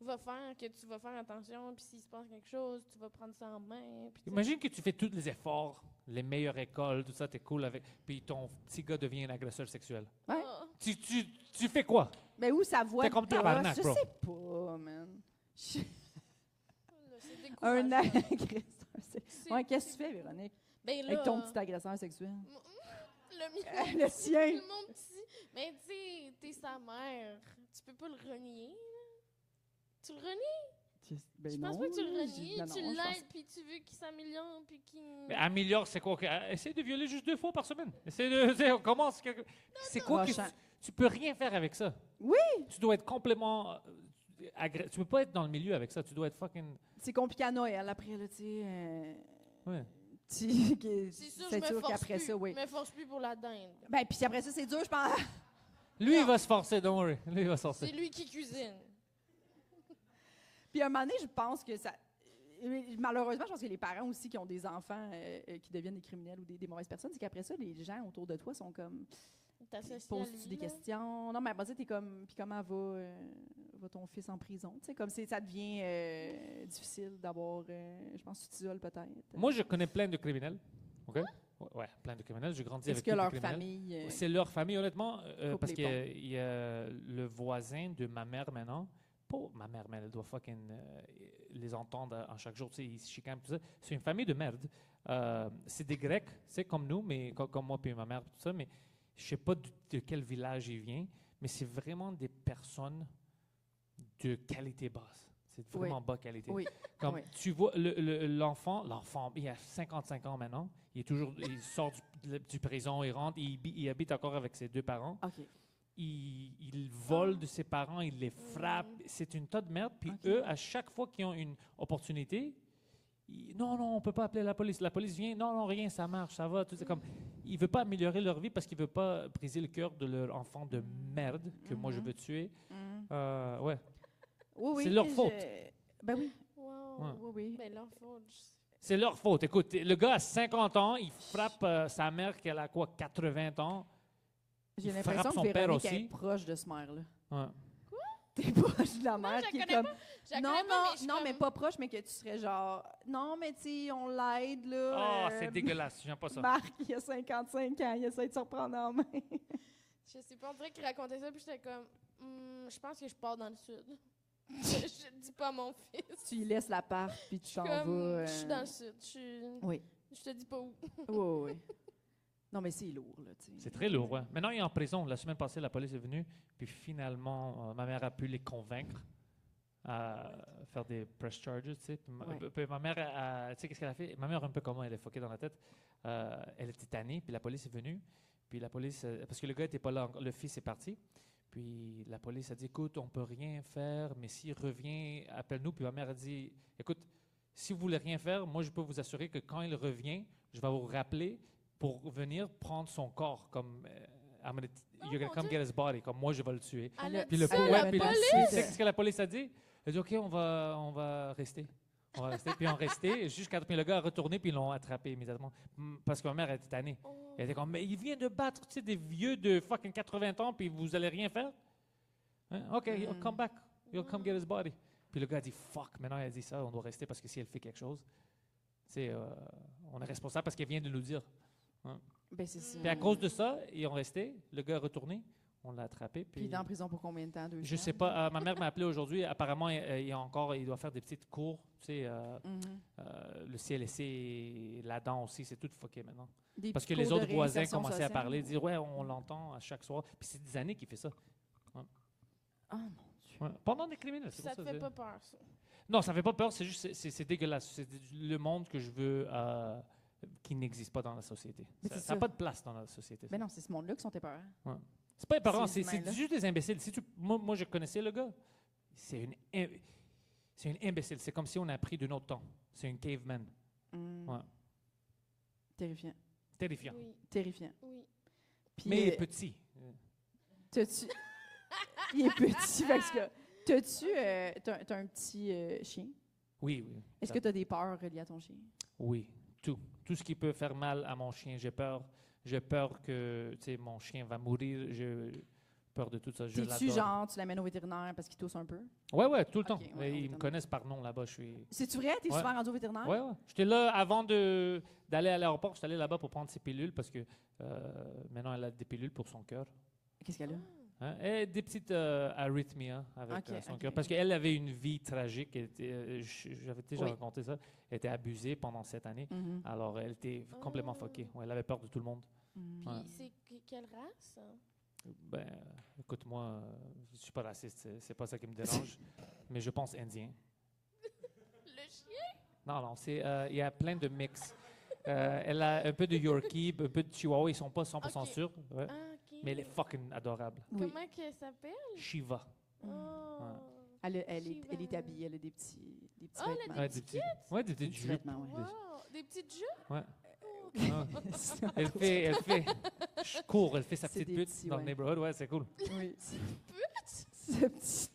[SPEAKER 6] va faire que tu vas faire attention, puis s'il se passe quelque chose, tu vas prendre ça en main. puis tu-
[SPEAKER 5] Imagine que tu fais tous les efforts, les meilleures écoles, tout ça, t'es cool avec. Puis ton petit gars devient un agresseur sexuel.
[SPEAKER 3] Ouais.
[SPEAKER 6] Ah.
[SPEAKER 5] Tu, tu, tu fais quoi?
[SPEAKER 3] Mais où ça voit
[SPEAKER 5] T'es comme
[SPEAKER 3] de gosse,
[SPEAKER 5] tabarnak,
[SPEAKER 3] Je
[SPEAKER 5] bro.
[SPEAKER 3] sais pas, man. Je-
[SPEAKER 6] Là, c'est
[SPEAKER 3] Un
[SPEAKER 6] décourageant.
[SPEAKER 3] agresseur sexuel.
[SPEAKER 6] C'est-
[SPEAKER 3] Ouais, qu'est-ce que tu
[SPEAKER 6] c'est-
[SPEAKER 3] fais, Véronique?
[SPEAKER 6] Ben là,
[SPEAKER 3] Avec ton petit agresseur sexuel.
[SPEAKER 6] mon- le mien.
[SPEAKER 3] Euh, le sien.
[SPEAKER 6] Mon petit. Mais tu sais, t'es sa mère. Tu peux pas le renier. là. Tu le renies?
[SPEAKER 3] Je- ben
[SPEAKER 6] je pense
[SPEAKER 3] non,
[SPEAKER 6] pas que tu le
[SPEAKER 3] là, j'ai-
[SPEAKER 6] renies.
[SPEAKER 3] non, non,
[SPEAKER 6] tu
[SPEAKER 3] je pense-
[SPEAKER 6] l'aides, puis tu veux qu'il s'améliore, puis qu'il...
[SPEAKER 5] Mais ah, améliore, c'est quoi? que- euh, Essaye de violer juste deux fois par semaine. Essaye de. tu sais, on commence. quelque- C'est quoi que tu,
[SPEAKER 3] Rochant.
[SPEAKER 5] tu peux rien faire avec ça?
[SPEAKER 3] Oui!
[SPEAKER 5] Tu dois être complètement. euh, agré- Tu peux pas être dans le milieu avec ça. Tu dois être fucking.
[SPEAKER 3] C'est compliqué à Noël après, là, tu sais. euh,
[SPEAKER 5] Ouais.
[SPEAKER 3] tu- que-
[SPEAKER 6] C'est sûr, je me force
[SPEAKER 3] qu'après
[SPEAKER 6] plus.
[SPEAKER 3] ça, oui.
[SPEAKER 6] Je me force plus pour la dinde.
[SPEAKER 3] Ben, puis après ça, c'est dur, je pense.
[SPEAKER 5] Lui, il va se forcer, don't worry. Lui, il va se
[SPEAKER 6] C'est
[SPEAKER 5] forcer.
[SPEAKER 6] lui qui cuisine.
[SPEAKER 3] Puis à un moment donné, je pense que ça. euh, Malheureusement, je pense que les parents aussi qui ont des enfants euh, euh, qui deviennent des criminels ou des, des mauvaises personnes, c'est qu'après ça, les gens autour de toi sont comme.
[SPEAKER 6] T'associes à lui,
[SPEAKER 3] Poses-tu des
[SPEAKER 6] là.
[SPEAKER 3] questions? Non, mais après ça, t'es comme. Puis comment va, euh, va ton fils en prison? Tu sais, comme c'est, ça devient euh, difficile d'avoir. euh, je pense que tu t'isoles peut-être.
[SPEAKER 5] Moi, je connais plein de criminels. OK? Ouais, plein de criminels. J'ai grandi
[SPEAKER 3] Est-ce
[SPEAKER 5] avec
[SPEAKER 3] que
[SPEAKER 5] tous des
[SPEAKER 3] leur
[SPEAKER 5] criminels.
[SPEAKER 3] famille. euh,
[SPEAKER 5] C'est leur famille, honnêtement, euh,
[SPEAKER 3] Coupe
[SPEAKER 5] parce
[SPEAKER 3] les
[SPEAKER 5] qu'il y, a- il y a le voisin de ma mère maintenant. Pas ma mère, mais elle doit fucking euh, les entendre à- en chaque jour. Tu sais, ils se chicanent, tout ça. C'est une famille de merde. Euh, c'est des Grecs, c'est comme nous, mais co- comme moi puis ma mère, tout ça. Mais je sais pas du- de quel village ils viennent, mais c'est vraiment des personnes de qualité basse. C'est
[SPEAKER 3] Oui.
[SPEAKER 5] vraiment bas qualité.
[SPEAKER 3] Oui.
[SPEAKER 5] Comme
[SPEAKER 3] Oui.
[SPEAKER 5] tu vois le- le- l'enfant, l'enfant, il a 55 ans maintenant. Il est toujours, il sort du, de la- du prison, il rentre, il, bi- il habite encore avec ses deux parents.
[SPEAKER 3] OK.
[SPEAKER 5] Il, il vole de ses parents, il les frappe. C'est une tas de merde. Puis
[SPEAKER 3] Ok.
[SPEAKER 5] eux, à chaque fois qu'ils ont une opportunité, ils- non, non, on peut pas appeler la police. La police vient, non, non, rien, ça marche, ça va. Tout ça comme, il veut pas améliorer leur vie parce qu'il veut pas briser le cœur de leur enfant de merde que moi je
[SPEAKER 3] Mhm.
[SPEAKER 5] veux tuer.
[SPEAKER 3] Mm.
[SPEAKER 5] Euh, ouais.
[SPEAKER 3] Oui, oui,
[SPEAKER 5] C'est leur
[SPEAKER 3] je-
[SPEAKER 5] faute.
[SPEAKER 3] Ben oui.
[SPEAKER 6] Wow.
[SPEAKER 5] Ouais.
[SPEAKER 3] Oui, oui.
[SPEAKER 6] Ben, l'enfant, je-
[SPEAKER 5] C'est leur faute. Écoute, le gars a 50 ans, il frappe euh, sa mère qui elle a quoi, 80 ans.
[SPEAKER 3] J'ai
[SPEAKER 5] il
[SPEAKER 3] l'impression
[SPEAKER 5] frappe
[SPEAKER 3] que
[SPEAKER 5] son père
[SPEAKER 3] Véronique
[SPEAKER 5] aussi.
[SPEAKER 3] est proche de ce maire-là.
[SPEAKER 5] Ouais.
[SPEAKER 3] T'es proche de la
[SPEAKER 6] Non,
[SPEAKER 3] mère
[SPEAKER 6] je la
[SPEAKER 3] qui est
[SPEAKER 6] connais
[SPEAKER 3] comme.
[SPEAKER 6] je la
[SPEAKER 3] non,
[SPEAKER 6] connais
[SPEAKER 3] non,
[SPEAKER 6] pas, mais je suis
[SPEAKER 3] non, mais
[SPEAKER 6] comme-
[SPEAKER 3] pas proche, mais que tu serais genre. Non, mais tu sais, on l'aide, là.
[SPEAKER 5] Ah,
[SPEAKER 3] euh,
[SPEAKER 5] c'est dégueulasse, j'aime pas ça.
[SPEAKER 3] Marc, il a 55 ans, il essaie de se reprendre en main.
[SPEAKER 6] Je sais pas, on dirait qu'il racontait ça, puis j'étais comme, Hmm, je pense que je pars dans le sud. je, je dis pas à mon fils.
[SPEAKER 3] tu lui laisses la part, puis tu t'en vas.
[SPEAKER 6] Comme,
[SPEAKER 3] euh,
[SPEAKER 6] je suis dans le sud. Je, suis-
[SPEAKER 3] Oui.
[SPEAKER 6] je te dis pas où.
[SPEAKER 3] Oui, oui, oui. Non, mais c'est lourd, là, tu sais.
[SPEAKER 5] C'est très lourd. ouais. Maintenant, il est en prison. La semaine passée, la police est venue, puis finalement, euh, ma mère a pu les convaincre à faire des press charges, tu sais. Puis ma, euh,
[SPEAKER 3] Ouais.
[SPEAKER 5] puis ma mère, a- a- tu sais, qu'est-ce qu'elle a fait Ma mère, un peu comment elle est foquée dans la tête. Euh, elle était tannée, puis la police est venue, puis la police, euh, parce que le gars n'était pas là, encore, le fils est parti. Puis la police a dit, écoute, on peut rien faire, mais s'il revient, appelle-nous. Puis ma mère a dit, écoute, si vous voulez rien faire, moi, je peux vous assurer que quand il revient, je vais vous rappeler pour venir prendre son corps comme euh, I'm gonna t-
[SPEAKER 6] Oh,
[SPEAKER 5] you're gonna
[SPEAKER 6] mon
[SPEAKER 5] come
[SPEAKER 6] Dieu.
[SPEAKER 5] get his body comme moi je vais le tuer.
[SPEAKER 6] Elle a
[SPEAKER 3] Puis
[SPEAKER 5] Puis
[SPEAKER 6] dit
[SPEAKER 5] le
[SPEAKER 6] ça,
[SPEAKER 5] pauvre-
[SPEAKER 3] la
[SPEAKER 5] ouais, puis le-
[SPEAKER 3] police?
[SPEAKER 5] tu sais ce que la police a dit Elle dit OK, on va on va rester. On va rester puis on restait jusqu'à puis le gars a retourné puis ils l'ont attrapé immédiatement Mm, parce que ma mère était tannée.
[SPEAKER 6] Oh.
[SPEAKER 5] Elle était comme mais il vient de battre tu sais des vieux de fucking 80 ans puis vous allez rien faire Hein? OK, you'll
[SPEAKER 3] Mm.
[SPEAKER 5] come back. You'll come get his body. Puis le gars a dit fuck, maintenant elle a dit ça, on doit rester parce que si elle fait quelque chose, tu sais, euh, on est responsable parce qu'elle vient de nous dire.
[SPEAKER 3] Ben, c'est ça.
[SPEAKER 5] Puis à cause de ça, ils ont resté. Le gars est retourné. On l'a attrapé.
[SPEAKER 3] Puis il
[SPEAKER 5] Puis,
[SPEAKER 3] est en prison pour combien de temps? Deux
[SPEAKER 5] je
[SPEAKER 3] ans?
[SPEAKER 5] sais pas. euh, ma mère m'a appelé aujourd'hui. Apparemment, il, euh, il a encore, il doit faire des petites cours. Tu sais, euh,
[SPEAKER 3] Mhm.
[SPEAKER 5] euh, le CLSC, la dent aussi, c'est tout fucké maintenant.
[SPEAKER 3] Des
[SPEAKER 5] Parce que
[SPEAKER 3] petits
[SPEAKER 5] les
[SPEAKER 3] cours de
[SPEAKER 5] autres voisins
[SPEAKER 3] réinsertion
[SPEAKER 5] commençaient à
[SPEAKER 3] sociale.
[SPEAKER 5] parler, dire ouais, on l'entend à chaque soir. Puis c'est des années qu'il fait ça.
[SPEAKER 3] Ah, mon Dieu.
[SPEAKER 5] Ouais. Pendant des criminels. c'est pour
[SPEAKER 6] Ça te
[SPEAKER 5] ça,
[SPEAKER 6] fait
[SPEAKER 5] c'est-
[SPEAKER 6] pas peur, ça.
[SPEAKER 5] Non, ça fait pas peur. C'est juste, c'est- c'est c'est dégueulasse. C'est du- le monde que je veux. euh, qui n'existe pas dans la société.
[SPEAKER 3] Mais
[SPEAKER 5] Ça
[SPEAKER 3] c'est
[SPEAKER 5] n'a
[SPEAKER 3] ça.
[SPEAKER 5] pas de place dans la société. ça.
[SPEAKER 3] Ben non, c'est ce monde-là qui sont épeurants.
[SPEAKER 5] C'est pas les parents,
[SPEAKER 3] Ces
[SPEAKER 5] c'est c'est
[SPEAKER 3] humains-là.
[SPEAKER 5] juste des imbéciles. Si tu, moi, moi, je connaissais le gars. C'est une, im- c'est une imbécile. C'est comme si on a pris de notre temps. C'est une caveman.
[SPEAKER 3] Mm.
[SPEAKER 5] Ouais.
[SPEAKER 3] Terrifiant.
[SPEAKER 5] Terrifiant.
[SPEAKER 6] Oui,
[SPEAKER 3] Terrifiant.
[SPEAKER 6] oui.
[SPEAKER 3] Puis,
[SPEAKER 5] Mais il est
[SPEAKER 3] euh,
[SPEAKER 5] petit.
[SPEAKER 3] T'as-tu. Il est petit, parce que. T'as-tu. euh, t'as t'as un petit euh, chien?
[SPEAKER 5] Oui, oui.
[SPEAKER 3] Est-ce que t'as des peurs reliées à ton chien?
[SPEAKER 5] Oui, tout. Tout ce qui peut faire mal à mon chien, j'ai peur. J'ai peur que tu sais, mon chien va mourir. J'ai peur de tout ça. Je
[SPEAKER 3] T'es-tu
[SPEAKER 5] l'adore.
[SPEAKER 3] genre, tu l'amènes au vétérinaire parce qu'il tousse un peu?
[SPEAKER 5] Ouais, ouais, tout le
[SPEAKER 3] Ok,
[SPEAKER 5] temps.
[SPEAKER 3] ouais, on Ah.
[SPEAKER 5] Ils me
[SPEAKER 3] t'aime.
[SPEAKER 5] connaissent par nom là-bas. Je suis.
[SPEAKER 3] C'est-tu vrai? T'es
[SPEAKER 5] Ouais.
[SPEAKER 3] souvent rendu au vétérinaire?
[SPEAKER 5] Ouais, ouais. J'étais là avant de d'aller à l'aéroport. J'étais allé là-bas pour prendre ses pilules parce que euh, maintenant elle a des pilules pour son cœur.
[SPEAKER 3] Qu'est-ce qu'elle a?
[SPEAKER 5] Hein, et des petites euh, arythmies hein, avec
[SPEAKER 3] Ok,
[SPEAKER 5] euh, son
[SPEAKER 3] ok,
[SPEAKER 5] cœur. Parce
[SPEAKER 3] ok.
[SPEAKER 5] qu'elle avait une vie tragique. elle était, euh, j- J'avais déjà
[SPEAKER 3] Oui.
[SPEAKER 5] raconté ça. Elle était abusée pendant cette année.
[SPEAKER 3] Mhm.
[SPEAKER 5] Alors, elle était complètement
[SPEAKER 3] Oh.
[SPEAKER 6] Ah.
[SPEAKER 5] foquée. elle avait peur de tout le monde.
[SPEAKER 3] Mhm.
[SPEAKER 6] Puis
[SPEAKER 5] Ouais.
[SPEAKER 6] c'est que- quelle race? hein?
[SPEAKER 5] Ben, euh, écoute-moi, euh, je suis pas raciste. c'est- C'est pas ça qui me dérange. mais je pense indien.
[SPEAKER 6] Le chien?
[SPEAKER 5] Non, non, c'est, euh, il y a plein de mix. Euh, elle a un peu de Yorkie, un peu de Chihuahua. Ils sont pas 100%
[SPEAKER 6] Ok.
[SPEAKER 5] sûrs. ouais.
[SPEAKER 6] Ah, OK.
[SPEAKER 5] Mais elle est fucking adorable.
[SPEAKER 3] Oui.
[SPEAKER 6] Comment qu'elle s'appelle?
[SPEAKER 5] Shiva.
[SPEAKER 6] Oh.
[SPEAKER 3] Elle, a- elle, est, elle est
[SPEAKER 6] Shiva.
[SPEAKER 3] habillée, elle a des petits, des petits
[SPEAKER 6] Oh, elle
[SPEAKER 3] vêtements.
[SPEAKER 6] a
[SPEAKER 5] Ouais, des petits, Ah ouais, des
[SPEAKER 3] Des
[SPEAKER 5] petites
[SPEAKER 3] petits
[SPEAKER 5] jupes.
[SPEAKER 3] vêtements, ouais.
[SPEAKER 6] Wow! Des petites jupes?
[SPEAKER 5] Ouais. Elle fait, elle fait, je cours, elle fait sa
[SPEAKER 3] C'est
[SPEAKER 5] petite
[SPEAKER 3] des
[SPEAKER 5] pute
[SPEAKER 3] petits,
[SPEAKER 5] dans
[SPEAKER 3] ouais.
[SPEAKER 5] le neighborhood, ouais, c'est cool.
[SPEAKER 3] Oui. Ce petit-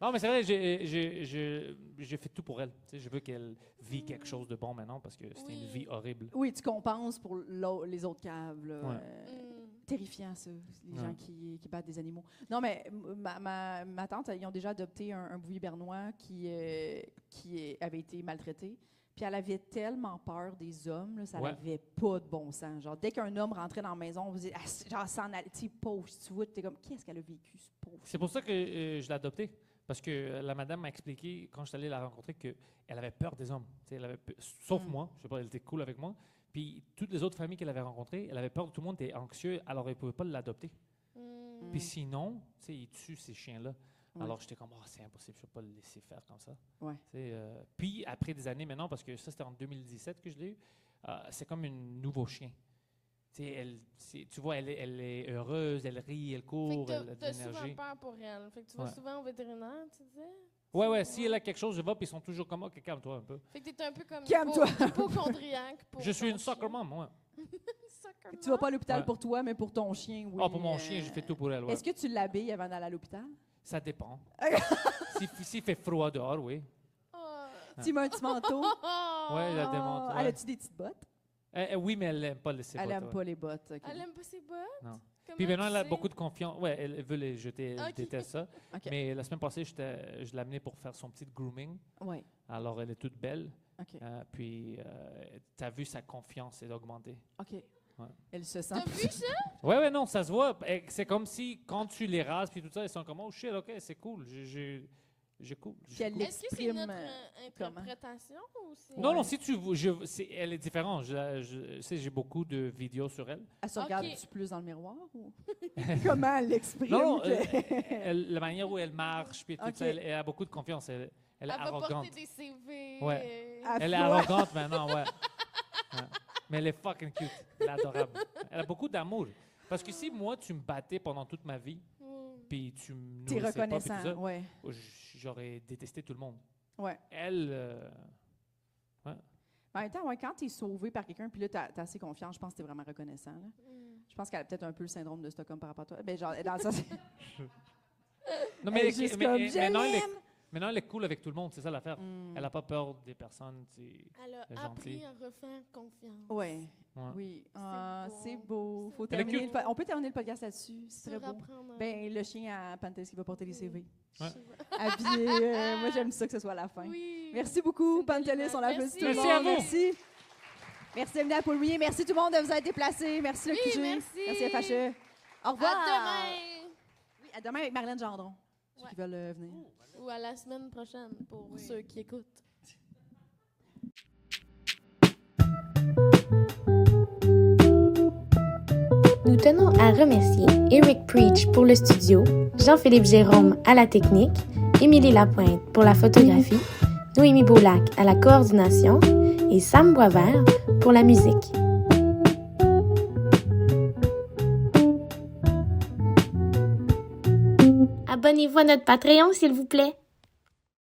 [SPEAKER 5] Non, mais c'est vrai, j'ai- j'ai- j'ai j'ai fait tout pour elle. Tu sais, je veux qu'elle vit quelque chose de bon maintenant parce que c'était
[SPEAKER 6] Oui.
[SPEAKER 5] une vie horrible.
[SPEAKER 3] Oui, tu compenses pour l'au- les autres caves. là.
[SPEAKER 5] Ouais.
[SPEAKER 3] Euh,
[SPEAKER 6] Hmm.
[SPEAKER 5] Mm.
[SPEAKER 3] Terrifiant, ça, les gens
[SPEAKER 5] Ouais.
[SPEAKER 3] qui, qui battent des animaux. Non, mais m- ma, ma- ma tante, ils ont déjà adopté un, un bouilli bernois qui, euh, qui euh, avait été maltraité. Puis elle avait tellement peur des hommes, là, ça
[SPEAKER 5] Ouais.
[SPEAKER 3] n'avait pas de bon sens. Genre, dès qu'un homme rentrait dans la maison, on faisait, ah, c'est- genre, s'en allait, tu sais, pauvre, tu vois, t'es comme, qu'est-ce qu'elle a vécu, ce pauvre?
[SPEAKER 5] C'est pour ça que euh, je l'ai adoptée. Parce que euh, la madame m'a expliqué, quand je suis allé la rencontrer, qu'elle avait peur des hommes. Tu sais, elle avait pe- sauf
[SPEAKER 3] Mm.
[SPEAKER 5] moi, je sais pas, elle était cool avec moi. Puis toutes les autres familles qu'elle avait rencontrées, elle avait peur de tout le monde, était anxieux, alors elle ne pouvait pas l'adopter.
[SPEAKER 6] Hmm.
[SPEAKER 5] Puis sinon, tu sais, ils tuent ces chiens-là.
[SPEAKER 3] Ouais.
[SPEAKER 5] Alors j'étais comme, oh, c'est impossible, je ne peux pas le laisser faire comme ça.
[SPEAKER 3] Ouais.
[SPEAKER 5] Tu sais, euh, puis après des années maintenant, parce que ça c'était en 2017 que je l'ai eu, euh, c'est comme un nouveau chien. Tu sais, elle, c'est- tu vois, elle, est- elle est heureuse, elle rit, elle
[SPEAKER 6] Fait
[SPEAKER 5] court,
[SPEAKER 6] que
[SPEAKER 5] elle a
[SPEAKER 6] t'as-
[SPEAKER 5] euh, de
[SPEAKER 6] t'as souvent
[SPEAKER 5] l'énergie.
[SPEAKER 6] peur pour elle. Fait que tu vas
[SPEAKER 5] Ouais.
[SPEAKER 6] souvent au vétérinaire, tu disais.
[SPEAKER 5] Ouais, ouais, si elle a quelque chose, je vais, puis ils sont toujours comme, ok, calme-toi un peu.
[SPEAKER 6] Fait que t'es un peu comme
[SPEAKER 3] Calme-toi.
[SPEAKER 6] hypo- hypochondriaque pour
[SPEAKER 5] je suis
[SPEAKER 6] ton
[SPEAKER 5] une soccer
[SPEAKER 6] chien.
[SPEAKER 5] mom, moi.
[SPEAKER 6] Soccer
[SPEAKER 3] Tu vas
[SPEAKER 6] mom.
[SPEAKER 3] pas à l'hôpital
[SPEAKER 5] Ouais.
[SPEAKER 3] pour toi, mais pour ton chien, oui. euh,
[SPEAKER 5] Ah, pour mon chien, je fais tout pour elle. ouais.
[SPEAKER 3] Est-ce que tu l'habilles avant d'aller à l'hôpital?
[SPEAKER 5] Ça dépend. S'il s'il fait froid dehors, oui.
[SPEAKER 6] Ah.
[SPEAKER 3] Tu mets un petit manteau?
[SPEAKER 6] Ah.
[SPEAKER 5] Ouais, la démonte.
[SPEAKER 3] Ah,
[SPEAKER 5] ouais.
[SPEAKER 3] Elle a-tu des petites bottes?
[SPEAKER 5] Eh, eh, oui, mais elle n'aime pas le
[SPEAKER 3] Elle aime pas les bottes. ok.
[SPEAKER 6] Elle aime pas ses bottes?
[SPEAKER 5] Non.
[SPEAKER 6] Comment
[SPEAKER 5] Puis maintenant,
[SPEAKER 6] tu
[SPEAKER 5] elle a
[SPEAKER 6] sais?
[SPEAKER 5] beaucoup de confiance. Ouais, elle elle veut les jeter, elle
[SPEAKER 6] Ok.
[SPEAKER 5] déteste ça.
[SPEAKER 3] Ok.
[SPEAKER 5] Mais la semaine passée, j'étais- je l'ai amenée pour faire son petit grooming.
[SPEAKER 3] Ouais.
[SPEAKER 5] Alors, elle est toute belle.
[SPEAKER 3] OK.
[SPEAKER 5] Euh, puis, tu as vu sa confiance est augmentée.
[SPEAKER 3] OK.
[SPEAKER 5] Ouais.
[SPEAKER 3] Elle se sent.
[SPEAKER 6] T'as vu ça?
[SPEAKER 5] Ouais, ouais, non, ça se voit. Eh, C'est comme si, quand tu les rases, puis tout ça, ils sont comme, oh shit, ok, c'est cool. Je, je, je cool. je
[SPEAKER 3] Puis elle
[SPEAKER 5] cool.
[SPEAKER 6] Est-ce que c'est
[SPEAKER 3] l'exprime,
[SPEAKER 6] notre
[SPEAKER 3] euh,
[SPEAKER 6] euh,
[SPEAKER 3] comment?
[SPEAKER 6] interprétation ou c'est.
[SPEAKER 5] Non, non, si tu vois, je, c'est- elle est différente. Je, je- tu sais, j'ai beaucoup de vidéos sur elle.
[SPEAKER 3] Elle se
[SPEAKER 6] Ok.
[SPEAKER 3] regarde-tu plus dans le miroir? Ou... Comment elle l'exprime?
[SPEAKER 5] Non, non,
[SPEAKER 3] que-
[SPEAKER 5] euh, elle- la manière où elle marche, puis tout
[SPEAKER 3] Ok.
[SPEAKER 5] ça, elle, elle a beaucoup de confiance. Elle, elle
[SPEAKER 6] Elle
[SPEAKER 5] est
[SPEAKER 6] va
[SPEAKER 5] arrogante.
[SPEAKER 6] porter des CV.
[SPEAKER 5] Ouais.
[SPEAKER 6] euh,
[SPEAKER 3] À
[SPEAKER 5] Elle est
[SPEAKER 3] toi.
[SPEAKER 5] arrogante maintenant, ouais. Ouais. Mais elle est fucking cute. Elle est adorable. Elle a beaucoup d'amour. Parce que si moi, tu me battais pendant toute ma vie,
[SPEAKER 6] hmm.
[SPEAKER 5] puis tu me
[SPEAKER 3] T'es
[SPEAKER 5] nourrissais pas, puis tout
[SPEAKER 3] reconnaissant,
[SPEAKER 5] ça,
[SPEAKER 3] ouais.
[SPEAKER 5] j- j'aurais détesté tout le monde.
[SPEAKER 3] Ouais.
[SPEAKER 5] Elle, euh,
[SPEAKER 3] En même temps, ouais, quand t'es sauvé par quelqu'un, puis là, t'as as assez confiance, je pense que t'es vraiment reconnaissant. là.
[SPEAKER 6] Hmm.
[SPEAKER 3] Je pense qu'elle a peut-être un peu le syndrome de Stockholm par rapport à toi. Ben, genre, dans le sens-
[SPEAKER 5] Non,
[SPEAKER 3] elle
[SPEAKER 5] mais,
[SPEAKER 3] est juste
[SPEAKER 5] mais-
[SPEAKER 3] comme,
[SPEAKER 5] mais-
[SPEAKER 3] je
[SPEAKER 5] maintenant, elle est,
[SPEAKER 3] l'aime!
[SPEAKER 5] maintenant, elle est cool avec tout le monde, c'est ça l'affaire.
[SPEAKER 3] Mm.
[SPEAKER 5] Elle n'a pas peur des personnes. tu-
[SPEAKER 6] Elle a
[SPEAKER 5] Elle est
[SPEAKER 6] appris
[SPEAKER 5] gentille.
[SPEAKER 6] à refaire confiance.
[SPEAKER 3] Ouais.
[SPEAKER 5] Ouais.
[SPEAKER 3] Oui.
[SPEAKER 6] C'est
[SPEAKER 3] Ah,
[SPEAKER 6] beau.
[SPEAKER 3] c'est beau. Faut
[SPEAKER 5] Elle est
[SPEAKER 3] terminer le
[SPEAKER 5] cute.
[SPEAKER 3] po- On peut terminer le podcast là-dessus. C'est
[SPEAKER 6] Sur
[SPEAKER 3] très beau.
[SPEAKER 6] apprendre à-
[SPEAKER 3] Ben, le chien à Panthès qui va porter les CV.
[SPEAKER 5] Ouais.
[SPEAKER 3] Habillé. euh, moi, j'aime ça que ce soit à la fin.
[SPEAKER 6] Oui.
[SPEAKER 3] Merci beaucoup,
[SPEAKER 6] C'est belle
[SPEAKER 3] Pantelis.
[SPEAKER 6] image.
[SPEAKER 3] On l'applaudit tout le
[SPEAKER 6] Merci.
[SPEAKER 3] monde.
[SPEAKER 5] Merci à vous.
[SPEAKER 3] Merci. Merci, Amina Paul Mouillé. Merci tout le monde de vous être déplacés. Merci, le
[SPEAKER 6] Oui,
[SPEAKER 3] QG.
[SPEAKER 6] merci.
[SPEAKER 3] FHE. Au
[SPEAKER 6] À
[SPEAKER 3] revoir.
[SPEAKER 6] demain!
[SPEAKER 3] Oui, à demain avec Marlène Gendron. Ceux
[SPEAKER 6] Ouais.
[SPEAKER 3] qui veulent euh, venir.
[SPEAKER 6] Ou à la semaine prochaine pour ceux qui écoutent.
[SPEAKER 7] Nous tenons à remercier Eric Preach pour le studio, Jean-Philippe Jérôme à la technique, Émilie Lapointe pour la photographie, Noémie Boulac à la coordination et Sam Boisvert pour la musique. Abonnez-vous à notre Patreon, s'il vous plaît.